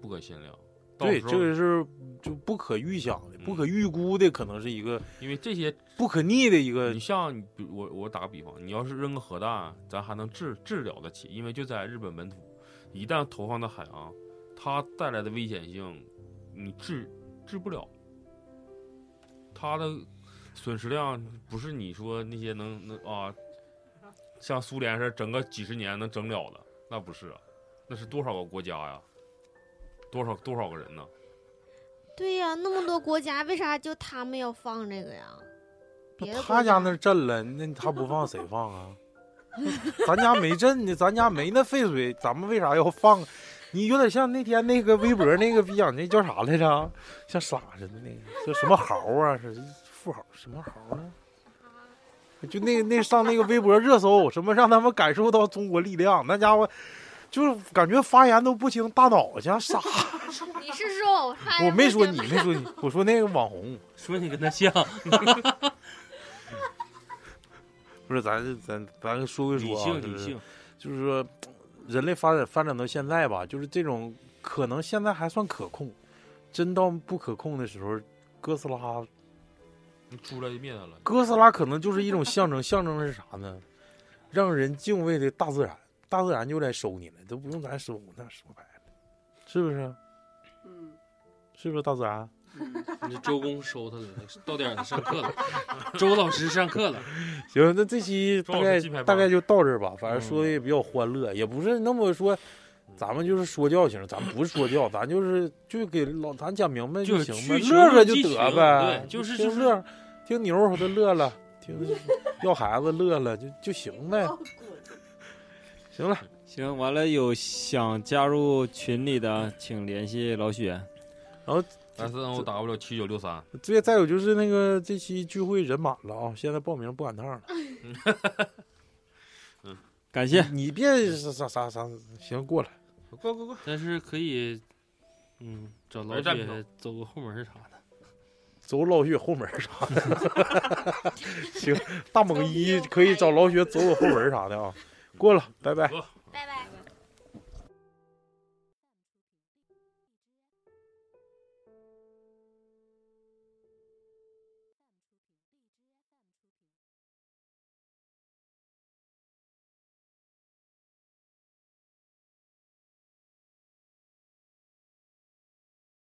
[SPEAKER 4] 不可限量。到
[SPEAKER 2] 对，
[SPEAKER 4] 时候
[SPEAKER 2] 这个是就不可预想的、不
[SPEAKER 4] 嗯
[SPEAKER 2] 可预估的，可能是一个
[SPEAKER 4] 因为这些，
[SPEAKER 2] 不可逆的一个
[SPEAKER 4] 你像你比如我我打个比方，你要是扔个核弹，咱还能治治疗得起，因为就在日本本土，一旦投放到海洋，它带来的危险性，你治治不了，它的损失量不是你说那些能能啊，像苏联似的整个几十年能整了的，那不是啊，那是多少个国家呀，多少多少个人呢？
[SPEAKER 7] 对呀、那么多国家，为啥就他们要放这个呀？别的
[SPEAKER 2] 他
[SPEAKER 7] 国
[SPEAKER 2] 家那儿震了，那他不放谁放啊？咱家没震呢，咱家没那废水，咱们为啥要放？你有点像那天那个微博那个逼养那叫啥来着？像傻似的那个叫什么豪啊？是富豪什么豪啊？就那那上那个微博热搜，什么让他们感受到中国力量，那家伙就是感觉发言都不清，大脑像傻。
[SPEAKER 6] 你是说我
[SPEAKER 7] 哎
[SPEAKER 6] 拍
[SPEAKER 2] 我没说你，没说你，我说那个网红。
[SPEAKER 1] 说你跟他像，
[SPEAKER 2] 不是，咱咱咱说归
[SPEAKER 1] 理
[SPEAKER 2] 说啊，
[SPEAKER 1] 性
[SPEAKER 2] 就
[SPEAKER 1] 理
[SPEAKER 2] 是
[SPEAKER 1] 性，
[SPEAKER 2] 就是说，人类发展发展到现在吧，就是这种可能现在还算可控，真到不可控的时候，哥斯拉，
[SPEAKER 4] 你出来就灭它了。
[SPEAKER 2] 哥斯拉可能就是一种象征， 象征是啥呢？让人敬畏的大自然，大自然就来收你了，都不用咱收，那说白了，是不是？
[SPEAKER 6] 嗯，
[SPEAKER 2] 是不是大自然？
[SPEAKER 1] 那周公收他了，到点儿了上课了，周老师上课了，
[SPEAKER 2] 行，那这期
[SPEAKER 4] 周
[SPEAKER 2] 大
[SPEAKER 4] 老师
[SPEAKER 2] 概
[SPEAKER 4] 鸡排
[SPEAKER 2] 大
[SPEAKER 4] 棒
[SPEAKER 2] 概就到这儿吧，反正说的
[SPEAKER 4] 嗯
[SPEAKER 2] 也比较欢乐，也不是那么
[SPEAKER 1] 嗯
[SPEAKER 2] 说，咱们就是说教型，咱不是说教，咱就是就给老咱讲明白
[SPEAKER 1] 就是
[SPEAKER 2] 行
[SPEAKER 1] 去
[SPEAKER 2] 呗，
[SPEAKER 1] 情
[SPEAKER 2] 乐
[SPEAKER 1] 乐
[SPEAKER 2] 呵就
[SPEAKER 1] 激
[SPEAKER 2] 得
[SPEAKER 1] 情
[SPEAKER 2] 呗，
[SPEAKER 1] 对就是就
[SPEAKER 2] 听
[SPEAKER 1] 是
[SPEAKER 2] 乐，听牛儿都乐了， 听要孩子乐了就就行
[SPEAKER 6] 哎
[SPEAKER 2] 呗，
[SPEAKER 6] 哦
[SPEAKER 2] 行了，
[SPEAKER 5] 行，完了有想加入群里的，请联系老雪。
[SPEAKER 4] S N O W 七九六三，
[SPEAKER 2] 这再有就是那个这期聚会人满了啊，现在报名不赶趟了，
[SPEAKER 5] 感谢，
[SPEAKER 2] 你别啥啥啥，行过来，
[SPEAKER 4] 过过过，
[SPEAKER 1] 但是可以，嗯，找老
[SPEAKER 4] 买站票
[SPEAKER 1] 铁走个后门儿啥的。
[SPEAKER 2] 走老雪后门儿啥 的，行，大猛一可以找老雪走走后门儿啥的啊，过了，拜拜。
[SPEAKER 4] 过。